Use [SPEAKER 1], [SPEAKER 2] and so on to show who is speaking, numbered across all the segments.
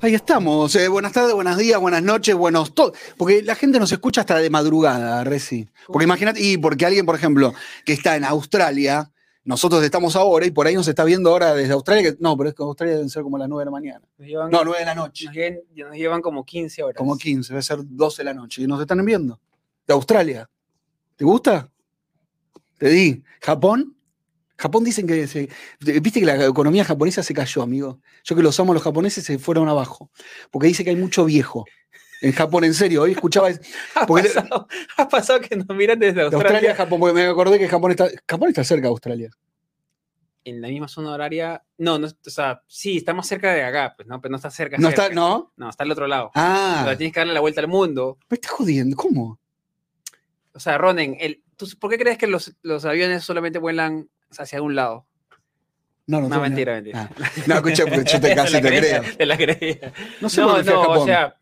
[SPEAKER 1] Ahí estamos. Eh, buenas tardes, buenos días, buenas noches, buenos todo. Porque la gente nos escucha hasta de madrugada, Reci. Porque imagínate, y porque alguien, por ejemplo, que está en Australia, nosotros estamos ahora y por ahí nos está viendo ahora desde Australia. Que, no, pero es que Australia deben ser como las 9 de la mañana.
[SPEAKER 2] Nos llevan,
[SPEAKER 1] No, 9 de la noche.
[SPEAKER 2] nos llevan- nos llevan como 15 horas.
[SPEAKER 1] Como 15, debe ser 12 de la noche. Y nos están viendo. De Australia. ¿Te gusta? Te di. ¿Japón? Japón dicen que... se- Viste que la economía japonesa se cayó, amigo. Yo que los amo, los japoneses se fueron abajo. Porque dice que hay mucho viejo. En Japón, en serio. Hoy escuchaba... De
[SPEAKER 2] Ha
[SPEAKER 1] porque-
[SPEAKER 2] pasado, ha pasado que nos miran desde Australia,
[SPEAKER 1] Australia a Japón, porque me acordé que Japón está... Japón está cerca de Australia.
[SPEAKER 2] en la misma zona horaria. No, no, o sea, sí, está más cerca de acá, pues no, pero no está cerca.
[SPEAKER 1] ¿No está?
[SPEAKER 2] cerca.
[SPEAKER 1] ¿No?
[SPEAKER 2] No, está al otro lado. O
[SPEAKER 1] Ah.
[SPEAKER 2] sea, tienes que darle la vuelta al mundo.
[SPEAKER 1] Me estás jodiendo. ¿Cómo?
[SPEAKER 2] O sea, Ronen, el, ¿tú, ¿por qué crees que los, los aviones solamente vuelan hacia un lado?
[SPEAKER 1] No, no.
[SPEAKER 2] No,
[SPEAKER 1] tengo
[SPEAKER 2] mentira,
[SPEAKER 1] nada.
[SPEAKER 2] mentira.
[SPEAKER 1] Ah. No, escuché, porque yo te casi
[SPEAKER 2] la
[SPEAKER 1] te
[SPEAKER 2] creía,
[SPEAKER 1] creo.
[SPEAKER 2] Te la creía.
[SPEAKER 1] No sé por
[SPEAKER 2] No,
[SPEAKER 1] qué fui a
[SPEAKER 2] no,
[SPEAKER 1] Japón.
[SPEAKER 2] o sea,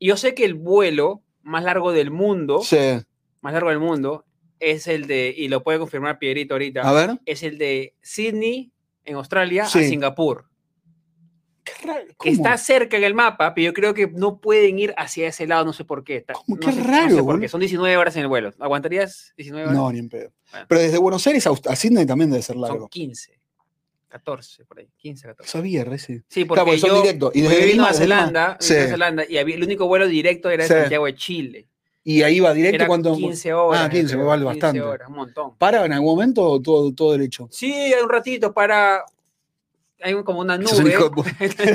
[SPEAKER 2] yo sé que el vuelo más largo del mundo,
[SPEAKER 1] Sí.
[SPEAKER 2] más largo del mundo, es el de, y lo puede confirmar Pierito ahorita,
[SPEAKER 1] A ver.
[SPEAKER 2] es el de Sydney en Australia
[SPEAKER 1] Sí.
[SPEAKER 2] a Singapur.
[SPEAKER 1] Qué raro,
[SPEAKER 2] que
[SPEAKER 1] ¿cómo?
[SPEAKER 2] Está cerca en el mapa, pero yo creo que no pueden ir hacia ese lado, no sé por qué. está-
[SPEAKER 1] ¿Cómo?
[SPEAKER 2] no
[SPEAKER 1] Qué
[SPEAKER 2] sé- no sé
[SPEAKER 1] raro,
[SPEAKER 2] por qué,
[SPEAKER 1] boludo.
[SPEAKER 2] Son 19 horas en el vuelo. ¿Aguantarías 19 horas?
[SPEAKER 1] No, ni en pedo.
[SPEAKER 2] Bueno.
[SPEAKER 1] Pero desde Buenos Aires a, Aust- a Sydney también debe ser
[SPEAKER 2] Son
[SPEAKER 1] largo.
[SPEAKER 2] 15, 14, por ahí, 15, 14.
[SPEAKER 1] Sabía, recién.
[SPEAKER 2] Sí, porque
[SPEAKER 1] Claro, porque son
[SPEAKER 2] yo
[SPEAKER 1] directos. Y
[SPEAKER 2] me
[SPEAKER 1] desde
[SPEAKER 2] vine
[SPEAKER 1] Lima,
[SPEAKER 2] a
[SPEAKER 1] desde Lima.
[SPEAKER 2] Zelanda,
[SPEAKER 1] Sí.
[SPEAKER 2] vine a Zelanda, y había- el único vuelo directo era de
[SPEAKER 1] Sí.
[SPEAKER 2] Santiago de Chile.
[SPEAKER 1] Y ahí va directo
[SPEAKER 2] Era
[SPEAKER 1] cuando.
[SPEAKER 2] 15 horas.
[SPEAKER 1] Ah, 15,
[SPEAKER 2] creo,
[SPEAKER 1] vale
[SPEAKER 2] 15
[SPEAKER 1] bastante.
[SPEAKER 2] horas, un montón.
[SPEAKER 1] ¿Para en algún momento o todo, todo derecho?
[SPEAKER 2] Sí, hay un ratito para... Hay un- como una
[SPEAKER 1] Sos un
[SPEAKER 2] nube.
[SPEAKER 1] hijo de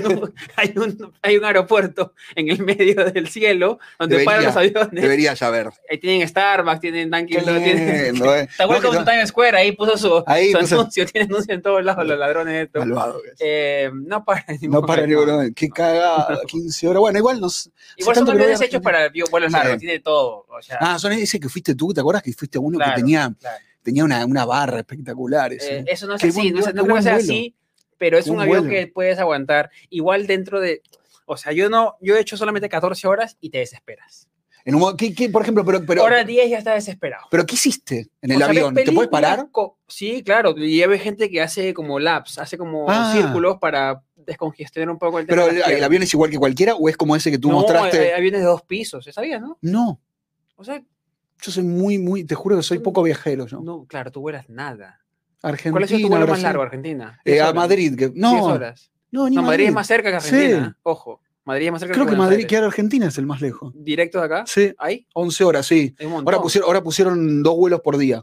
[SPEAKER 1] puta.
[SPEAKER 2] hay, un, hay un aeropuerto en el medio del cielo donde paran los aviones.
[SPEAKER 1] Debería saber.
[SPEAKER 2] Ahí tienen Starbucks, tienen
[SPEAKER 1] Qué
[SPEAKER 2] Dunkin' Donuts, tienen...
[SPEAKER 1] lindo, eh.
[SPEAKER 2] ¿Te acuerdas
[SPEAKER 1] No, que
[SPEAKER 2] cuando
[SPEAKER 1] son-
[SPEAKER 2] Times Square ahí puso su,
[SPEAKER 1] Ahí
[SPEAKER 2] su
[SPEAKER 1] puso-
[SPEAKER 2] anuncio? Tiene anuncio en todos lados los ladrones estos.
[SPEAKER 1] Malvado, que es.
[SPEAKER 2] Eh, no para ni
[SPEAKER 1] No para ni
[SPEAKER 2] momento.
[SPEAKER 1] uno. Qué cagada. 15 horas. Bueno, igual nos.
[SPEAKER 2] Igual
[SPEAKER 1] tanto
[SPEAKER 2] son
[SPEAKER 1] que no
[SPEAKER 2] aviones
[SPEAKER 1] voy a
[SPEAKER 2] hechos para vi- vuelos
[SPEAKER 1] Sí.
[SPEAKER 2] largos, tiene todo. O sea,
[SPEAKER 1] Ah, son ese que fuiste tú, ¿te acuerdas que fuiste a uno
[SPEAKER 2] Claro,
[SPEAKER 1] que tenía,
[SPEAKER 2] claro.
[SPEAKER 1] tenía una, una barra espectacular? ese?
[SPEAKER 2] eh, eso no es
[SPEAKER 1] Qué
[SPEAKER 2] así,
[SPEAKER 1] buen
[SPEAKER 2] no, es-
[SPEAKER 1] vuelo, qué
[SPEAKER 2] no creo que
[SPEAKER 1] buen
[SPEAKER 2] sea
[SPEAKER 1] vuelo.
[SPEAKER 2] así, pero es
[SPEAKER 1] Qué
[SPEAKER 2] un,
[SPEAKER 1] buen
[SPEAKER 2] avión
[SPEAKER 1] vuelo.
[SPEAKER 2] que puedes aguantar. Igual dentro de. O sea, yo no, yo he hecho solamente 14 horas y te desesperas.
[SPEAKER 1] En un mo- ¿qué- qué, por ejemplo, pero, pero,
[SPEAKER 2] Hora 10 ya está desesperado.
[SPEAKER 1] pero ¿qué hiciste en el
[SPEAKER 2] O sea, ves
[SPEAKER 1] avión? ¿Te puedes
[SPEAKER 2] películas
[SPEAKER 1] parar?
[SPEAKER 2] co- Sí, claro. Y hay gente que hace como laps, hace como
[SPEAKER 1] Ah.
[SPEAKER 2] círculos para descongestionar un poco el tema.
[SPEAKER 1] ¿Pero
[SPEAKER 2] de
[SPEAKER 1] el,
[SPEAKER 2] las
[SPEAKER 1] el
[SPEAKER 2] piernas.
[SPEAKER 1] avión es igual que cualquiera o es como ese que tú
[SPEAKER 2] no, eh,
[SPEAKER 1] mostraste?
[SPEAKER 2] hay- hay aviones de dos pisos, ¿sabías, no?
[SPEAKER 1] No,
[SPEAKER 2] O sea,
[SPEAKER 1] yo soy muy, muy, te juro que soy poco viajero yo.
[SPEAKER 2] no, claro, tú vuelas nada.
[SPEAKER 1] Argentina,
[SPEAKER 2] ¿Cuál es tu vuelo más
[SPEAKER 1] Brasil,
[SPEAKER 2] largo, Argentina?
[SPEAKER 1] eh,
[SPEAKER 2] Diez
[SPEAKER 1] a
[SPEAKER 2] horas.
[SPEAKER 1] Madrid. que-
[SPEAKER 2] 10
[SPEAKER 1] no,
[SPEAKER 2] horas.
[SPEAKER 1] no, ni
[SPEAKER 2] No, Madrid
[SPEAKER 1] Madrid
[SPEAKER 2] es más cerca que
[SPEAKER 1] Sí.
[SPEAKER 2] Argentina. ¿eh? Ojo, Madrid es más cerca
[SPEAKER 1] Creo que
[SPEAKER 2] Buenos
[SPEAKER 1] Madrid,
[SPEAKER 2] Aires. ¿Ah?
[SPEAKER 1] que ahora Argentina es el más lejos.
[SPEAKER 2] Directo de acá,
[SPEAKER 1] Sí,
[SPEAKER 2] ahí,
[SPEAKER 1] 11 horas, sí.
[SPEAKER 2] hay un montón.
[SPEAKER 1] Ahora pusieron, ahora pusieron dos vuelos por día.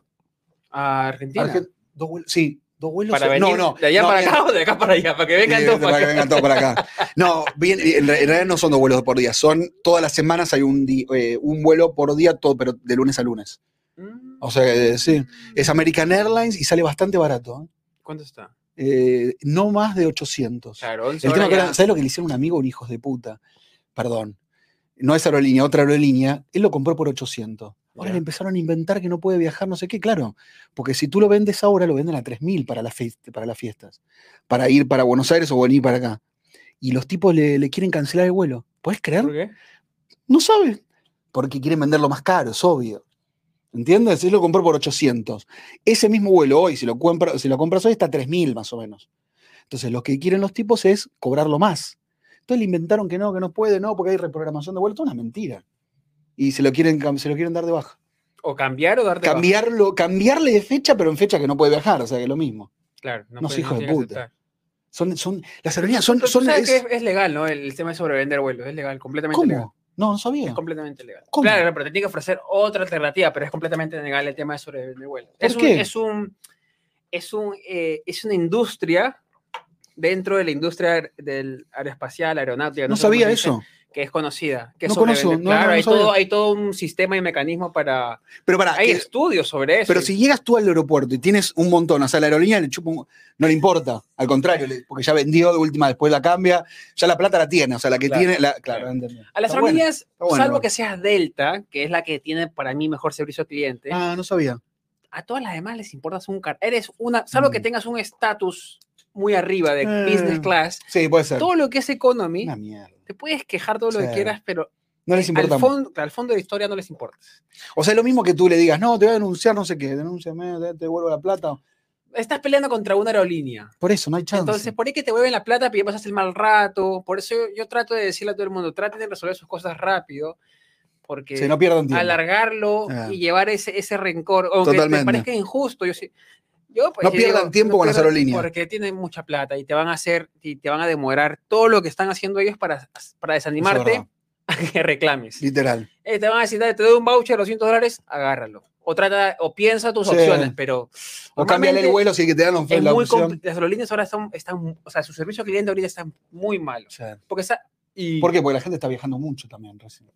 [SPEAKER 2] a Argentina.
[SPEAKER 1] Argen- dos vuelos, sí, dos vuelos.
[SPEAKER 2] Para venir
[SPEAKER 1] no, no.
[SPEAKER 2] de allá
[SPEAKER 1] no,
[SPEAKER 2] para
[SPEAKER 1] mira,
[SPEAKER 2] acá o de acá para allá, para que vengan
[SPEAKER 1] Sí,
[SPEAKER 2] todos para
[SPEAKER 1] para que
[SPEAKER 2] acá.
[SPEAKER 1] vengan todos para acá. No, bien, en, re- en realidad no son dos vuelos por día, son todas las semanas hay un, di- eh, un vuelo por día, todo, pero de lunes a lunes.
[SPEAKER 2] Mm.
[SPEAKER 1] O sea, eh, sí. Es American Airlines y sale bastante barato.
[SPEAKER 2] ¿Cuánto está?
[SPEAKER 1] ¿eh? Eh, no más de 800.
[SPEAKER 2] Claro, 11
[SPEAKER 1] El tema
[SPEAKER 2] horas
[SPEAKER 1] que
[SPEAKER 2] ya.
[SPEAKER 1] era, ¿sabes lo que le hicieron a un amigo, un hijos de puta? Perdón. No es aerolínea, otra aerolínea. Él lo compró por 800. Ahora
[SPEAKER 2] Ya.
[SPEAKER 1] le empezaron a inventar que no puede viajar, no sé qué, claro. Porque si tú lo vendes ahora, lo venden a 3.000 para, las fes- para las fiestas. Para ir para Buenos Aires o venir para acá. Y los tipos le, le quieren cancelar el vuelo. ¿Puedes
[SPEAKER 2] ¿Por
[SPEAKER 1] creer?
[SPEAKER 2] qué?
[SPEAKER 1] No sabes. Porque quieren venderlo más caro, es obvio. ¿Entiendes? Él lo compró por 800. Ese mismo vuelo hoy, si lo, compra- si lo compras hoy, está a 3.000 más o menos. Entonces, lo que quieren los tipos es cobrarlo más. Entonces le inventaron que no, que no puede, no, porque hay reprogramación de vuelo. Todo una mentira. Y se lo quieren, cam- se lo quieren dar de baja.
[SPEAKER 2] ¿O cambiar o darte baja?
[SPEAKER 1] Cambiarlo, cambiarle de fecha, pero en fecha que no puede viajar, o sea que es lo mismo.
[SPEAKER 2] Claro, no
[SPEAKER 1] unos
[SPEAKER 2] puedes-
[SPEAKER 1] hijos de
[SPEAKER 2] tienes que
[SPEAKER 1] puta.
[SPEAKER 2] aceptar.
[SPEAKER 1] Son, son, las aerolíneas son.
[SPEAKER 2] Pero tú
[SPEAKER 1] son
[SPEAKER 2] sabes que
[SPEAKER 1] es-
[SPEAKER 2] es, es legal, ¿no? El, tema de sobrevender vuelos, es legal, completamente legal.
[SPEAKER 1] ¿Cómo? No, no sabía.
[SPEAKER 2] Es completamente legal.
[SPEAKER 1] ¿Cómo?
[SPEAKER 2] Claro, pero te tiene que ofrecer otra alternativa, pero es completamente legal el tema de sobrevender vuelos. es un-
[SPEAKER 1] qué?
[SPEAKER 2] es un, es un, eh, es una industria dentro de la industria aer- del aeroespacial, aeronáutica.
[SPEAKER 1] No
[SPEAKER 2] sé cómo se
[SPEAKER 1] sabía
[SPEAKER 2] dice,
[SPEAKER 1] eso.
[SPEAKER 2] Que es conocida. Que
[SPEAKER 1] No
[SPEAKER 2] sobrevender.
[SPEAKER 1] conozco, no,
[SPEAKER 2] claro,
[SPEAKER 1] no, no
[SPEAKER 2] hay,
[SPEAKER 1] sabía.
[SPEAKER 2] todo, hay todo un sistema y mecanismo para.
[SPEAKER 1] Pero para,
[SPEAKER 2] hay estudios sobre eso.
[SPEAKER 1] pero
[SPEAKER 2] y-
[SPEAKER 1] si llegas tú al aeropuerto y tienes un montón, o sea, la aerolínea le chupa un- no le importa, al contrario, le- porque ya vendió de última, después la cambia, ya la plata la tiene, o sea, la que
[SPEAKER 2] Claro,
[SPEAKER 1] tiene, la, claro,
[SPEAKER 2] claro.
[SPEAKER 1] entendí.
[SPEAKER 2] A las
[SPEAKER 1] Está bueno.
[SPEAKER 2] familias,
[SPEAKER 1] bueno,
[SPEAKER 2] salvo
[SPEAKER 1] bueno.
[SPEAKER 2] que seas Delta, que es la que tiene para mí mejor servicio al cliente,
[SPEAKER 1] Ah, no sabía.
[SPEAKER 2] a todas las demás les importas un car. Eres una, salvo que
[SPEAKER 1] Mm.
[SPEAKER 2] tengas un estatus muy arriba de
[SPEAKER 1] Eh.
[SPEAKER 2] business class,
[SPEAKER 1] Sí, puede ser.
[SPEAKER 2] todo lo que eh, es economy,
[SPEAKER 1] Una mierda.
[SPEAKER 2] te puedes quejar todo lo
[SPEAKER 1] Sí.
[SPEAKER 2] que quieras, pero
[SPEAKER 1] No les
[SPEAKER 2] Al
[SPEAKER 1] importa. más.
[SPEAKER 2] fondo, al fondo de la historia no les importa.
[SPEAKER 1] O sea, es lo mismo que tú le digas, no, te voy a denunciar, no sé qué, denúnciame, te, te devuelvo la plata.
[SPEAKER 2] Estás peleando contra una aerolínea.
[SPEAKER 1] Por eso, no hay chance.
[SPEAKER 2] Entonces, por ahí que te vuelven la plata, pero ya pasaste el mal rato. Por eso yo, yo trato de decirle a todo el mundo, traten de resolver sus cosas rápido, porque
[SPEAKER 1] si no pierdan tiempo.
[SPEAKER 2] alargarlo
[SPEAKER 1] Ah.
[SPEAKER 2] y llevar ese, ese rencor, aunque
[SPEAKER 1] Totalmente.
[SPEAKER 2] te parezca injusto, yo sí- yo, pues,
[SPEAKER 1] No
[SPEAKER 2] yo
[SPEAKER 1] pierdan tiempo con las
[SPEAKER 2] pierdan
[SPEAKER 1] aerolíneas.
[SPEAKER 2] Porque tienen mucha plata y te van a hacer, y te van a demorar todo lo que están haciendo ellos para, para
[SPEAKER 1] Eso es
[SPEAKER 2] desanimarte
[SPEAKER 1] verdad,
[SPEAKER 2] a que reclames.
[SPEAKER 1] Literal.
[SPEAKER 2] Eh, te van a decir, "Dale, te doy un voucher de 200 dólares, agárralo. O trata, o piensa tus
[SPEAKER 1] Sí.
[SPEAKER 2] opciones, pero.
[SPEAKER 1] O cambiarle el
[SPEAKER 2] normalmente-
[SPEAKER 1] vuelo si que te dan la of-
[SPEAKER 2] es
[SPEAKER 1] la
[SPEAKER 2] muy compli-
[SPEAKER 1] opción.
[SPEAKER 2] las aerolíneas ahora están, están, o sea, su servicio al cliente ahorita está muy malo. Porque está, y
[SPEAKER 1] ¿Por qué? Porque la gente está viajando mucho también recién.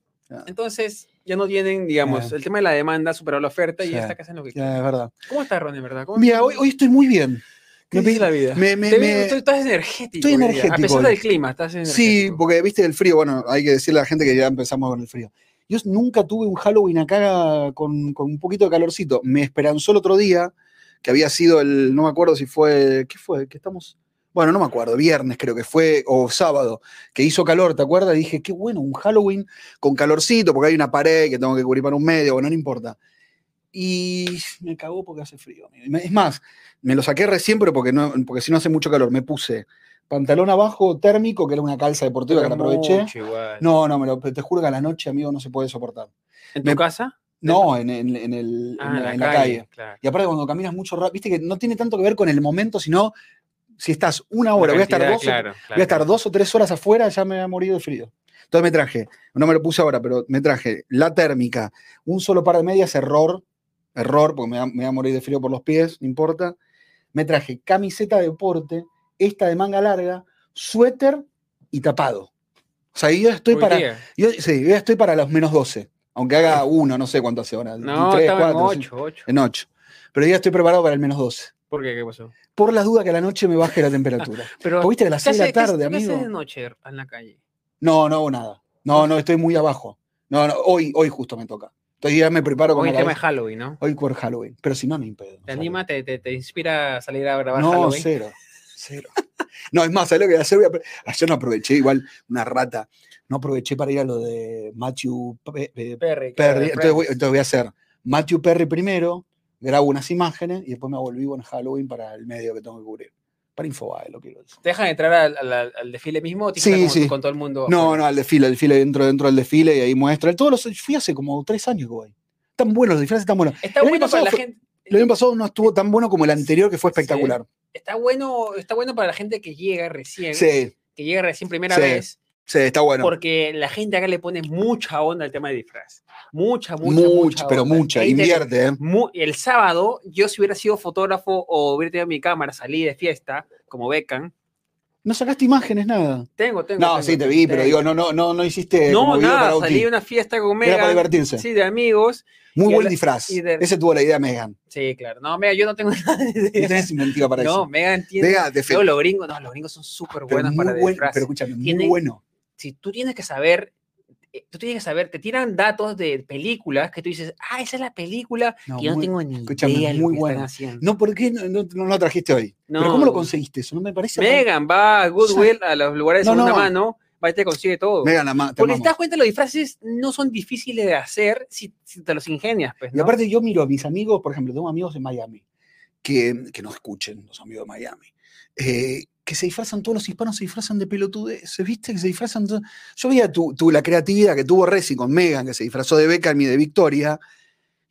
[SPEAKER 2] entonces ya no tienen, digamos,
[SPEAKER 1] Sí.
[SPEAKER 2] el tema de la demanda superó la oferta y
[SPEAKER 1] Ah. Sí.
[SPEAKER 2] ya está que hacen lo que
[SPEAKER 1] Ya, es verdad.
[SPEAKER 2] ¿Cómo estás, Ron, en verdad? ¿Cómo
[SPEAKER 1] Mira, hoy, hoy estoy muy bien.
[SPEAKER 2] ¿Qué
[SPEAKER 1] Me
[SPEAKER 2] dice
[SPEAKER 1] pedí-
[SPEAKER 2] la vida?
[SPEAKER 1] me- me-
[SPEAKER 2] Te vi-
[SPEAKER 1] me-
[SPEAKER 2] tú estás energético.
[SPEAKER 1] Estoy
[SPEAKER 2] hoy día. A
[SPEAKER 1] energético
[SPEAKER 2] pesar
[SPEAKER 1] hoy.
[SPEAKER 2] del clima, estás
[SPEAKER 1] Sí,
[SPEAKER 2] energético.
[SPEAKER 1] porque viste el frío. Bueno, hay que decirle a la gente que ya empezamos con el frío. Yo nunca tuve un Halloween acá con, con un poquito de calorcito. Me esperanzó el otro día, que había sido el, no me acuerdo si fue, ¿qué fue? ¿Qué estamos? Bueno, no me acuerdo, viernes creo que fue, o sábado, que hizo calor, ¿te acuerdas? Y dije, qué bueno, un Halloween con calorcito, porque hay una pared que tengo que cubrir para un medio, bueno, no importa. Y me cagó porque hace frío. amigo. Y me- Es más, me lo saqué recién, pero porque, no, porque si no hace mucho calor, me puse pantalón abajo térmico, que era una calza deportiva que la aproveché.
[SPEAKER 2] Mucho igual.
[SPEAKER 1] ¿eh? No, no, me lo- te juro que a la noche, amigo, no se puede soportar.
[SPEAKER 2] ¿En tu
[SPEAKER 1] me-
[SPEAKER 2] casa?
[SPEAKER 1] No, en, en- en el,
[SPEAKER 2] Ah,
[SPEAKER 1] en la- en la calle.
[SPEAKER 2] Claro.
[SPEAKER 1] Y aparte cuando caminas mucho rápido, viste que no tiene tanto que ver con el momento, sino si estás una hora,
[SPEAKER 2] La
[SPEAKER 1] voy a estar
[SPEAKER 2] cantidad,
[SPEAKER 1] dos, o-
[SPEAKER 2] claro,
[SPEAKER 1] voy a estar
[SPEAKER 2] claro.
[SPEAKER 1] dos o tres horas afuera, ya me voy a morir de frío. Entonces me traje, no me lo puse ahora, pero me traje la térmica, un solo par de medias, error, error, porque me va- me voy a morir de frío por los pies, no importa. Me traje camiseta de deporte, esta de manga larga, suéter y tapado. O sea, yo estoy
[SPEAKER 2] Hoy
[SPEAKER 1] para...
[SPEAKER 2] día.
[SPEAKER 1] Yo, sí, yo estoy para los menos 12. Aunque haga uno, no sé cuánto hace ahora.
[SPEAKER 2] No,
[SPEAKER 1] tres,
[SPEAKER 2] estaba en
[SPEAKER 1] cuatro, cinco,
[SPEAKER 2] 8, 8.
[SPEAKER 1] en ocho. Pero yo ya estoy preparado para el menos 12.
[SPEAKER 2] ¿Por qué? ¿Qué pasó?
[SPEAKER 1] Por las dudas que a la noche me baje la temperatura.
[SPEAKER 2] Pero,
[SPEAKER 1] Porque viste, a las
[SPEAKER 2] ¿qué
[SPEAKER 1] 6 de la
[SPEAKER 2] haces- qué-
[SPEAKER 1] tarde,
[SPEAKER 2] ¿Qué haces de
[SPEAKER 1] amigo.
[SPEAKER 2] noche en la calle?
[SPEAKER 1] No, no hago nada. No, no, estoy muy abajo. No, no, hoy, hoy justo me toca. Entonces ya me preparo con
[SPEAKER 2] Hoy
[SPEAKER 1] la
[SPEAKER 2] el tema es
[SPEAKER 1] cabeza.
[SPEAKER 2] Halloween, ¿no?
[SPEAKER 1] Hoy por Halloween. Pero si no, no impedo.
[SPEAKER 2] ¿Te anima? Te, te, te inspira a salir a grabar
[SPEAKER 1] No,
[SPEAKER 2] Halloween?
[SPEAKER 1] cero. Cero. No, es más, ¿sabes lo que voy a hacer? Voy a pre- Ayer no aproveché, igual, una rata. No aproveché para ir a lo de Matthew Pe- Pe-
[SPEAKER 2] Perry. claro,
[SPEAKER 1] Perry.
[SPEAKER 2] de
[SPEAKER 1] Entonces voy,
[SPEAKER 2] Friends.
[SPEAKER 1] entonces voy a hacer Matthew Perry primero, grabo unas imágenes y después me volví en Halloween para el medio que tengo que cubrir. Para Infobae, lo quiero decir.
[SPEAKER 2] ¿Te dejan entrar al, al- al desfile mismo o tienes que
[SPEAKER 1] Sí,
[SPEAKER 2] estar con,
[SPEAKER 1] sí.
[SPEAKER 2] con todo el mundo?
[SPEAKER 1] No,
[SPEAKER 2] afuera?
[SPEAKER 1] no, al desfile, al desfile dentro, dentro del desfile y ahí muestra. Todos los, fui hace como tres años que voy. Tan buenos los disfraces, tan buenos.
[SPEAKER 2] Está
[SPEAKER 1] El año
[SPEAKER 2] bueno para
[SPEAKER 1] pasado
[SPEAKER 2] la
[SPEAKER 1] fue-
[SPEAKER 2] gente.
[SPEAKER 1] Lo año pasado no estuvo tan bueno como el anterior, que fue
[SPEAKER 2] Sí.
[SPEAKER 1] espectacular.
[SPEAKER 2] Está bueno, está bueno para la gente que llega recién,
[SPEAKER 1] Sí,
[SPEAKER 2] que llega recién primera
[SPEAKER 1] Sí,
[SPEAKER 2] vez,
[SPEAKER 1] sí, está bueno.
[SPEAKER 2] porque la gente acá le pone mucha onda al tema de disfraz. Mucha, mucha,
[SPEAKER 1] mucha,
[SPEAKER 2] mucha
[SPEAKER 1] pero
[SPEAKER 2] onda.
[SPEAKER 1] mucha.
[SPEAKER 2] Es inter-
[SPEAKER 1] Invierte, ¿eh?
[SPEAKER 2] mu- el sábado, yo si hubiera sido fotógrafo o hubiera tenido mi cámara, salí de fiesta, como becan.
[SPEAKER 1] No sacaste imágenes, nada.
[SPEAKER 2] Tengo, tengo.
[SPEAKER 1] No,
[SPEAKER 2] tengo,
[SPEAKER 1] sí, te vi, pero
[SPEAKER 2] tengo.
[SPEAKER 1] digo, no, no, no, no hiciste.
[SPEAKER 2] No,
[SPEAKER 1] como video
[SPEAKER 2] nada,
[SPEAKER 1] para Oti.
[SPEAKER 2] salí de una fiesta con
[SPEAKER 1] Era para
[SPEAKER 2] Megan.
[SPEAKER 1] divertirse.
[SPEAKER 2] Sí, de amigos.
[SPEAKER 1] Muy
[SPEAKER 2] y
[SPEAKER 1] buen
[SPEAKER 2] la-
[SPEAKER 1] disfraz.
[SPEAKER 2] y de-
[SPEAKER 1] Ese tuvo la idea, Megan.
[SPEAKER 2] Sí, claro. No, Megan, yo no tengo nada de
[SPEAKER 1] No tenés inventiva para
[SPEAKER 2] No,
[SPEAKER 1] eso.
[SPEAKER 2] Megan tiene.
[SPEAKER 1] Vega, te fe-
[SPEAKER 2] Luego los gringos, no, los gringos son súper
[SPEAKER 1] pero
[SPEAKER 2] buenos
[SPEAKER 1] muy
[SPEAKER 2] para
[SPEAKER 1] buen-
[SPEAKER 2] disfraz.
[SPEAKER 1] Pero escúchame, muy
[SPEAKER 2] Tiene-
[SPEAKER 1] bueno.
[SPEAKER 2] Si tú tienes que saber, eh, tú tienes que saber, te tiran datos de películas que tú dices, ah, esa es la película
[SPEAKER 1] No,
[SPEAKER 2] que yo no
[SPEAKER 1] muy-
[SPEAKER 2] tengo ni
[SPEAKER 1] escúchame,
[SPEAKER 2] idea de lo
[SPEAKER 1] muy
[SPEAKER 2] que
[SPEAKER 1] bueno.
[SPEAKER 2] están haciendo.
[SPEAKER 1] No, ¿por qué no, no- no lo trajiste hoy? ¿Pero
[SPEAKER 2] No.
[SPEAKER 1] cómo lo conseguiste eso? No me parece.
[SPEAKER 2] Megan va a Goodwill, a los lugares de
[SPEAKER 1] No,
[SPEAKER 2] segunda
[SPEAKER 1] no.
[SPEAKER 2] mano, va y te consigue todo.
[SPEAKER 1] Megan, la ma- te
[SPEAKER 2] Porque si
[SPEAKER 1] amamos.
[SPEAKER 2] te das cuenta, los disfraces no son difíciles de hacer si, si te los ingenias, pues,
[SPEAKER 1] Y
[SPEAKER 2] ¿no?
[SPEAKER 1] aparte yo miro a mis amigos, por ejemplo, tengo amigos de Miami, que, que no escuchen los amigos de Miami, eh, que se disfrazan, todos los hispanos se disfrazan de pelotudeces, ¿viste? Que se disfrazan... de- Yo veía tu, tu- la creatividad que tuvo Resi con Megan, que se disfrazó de Beckham y de Victoria,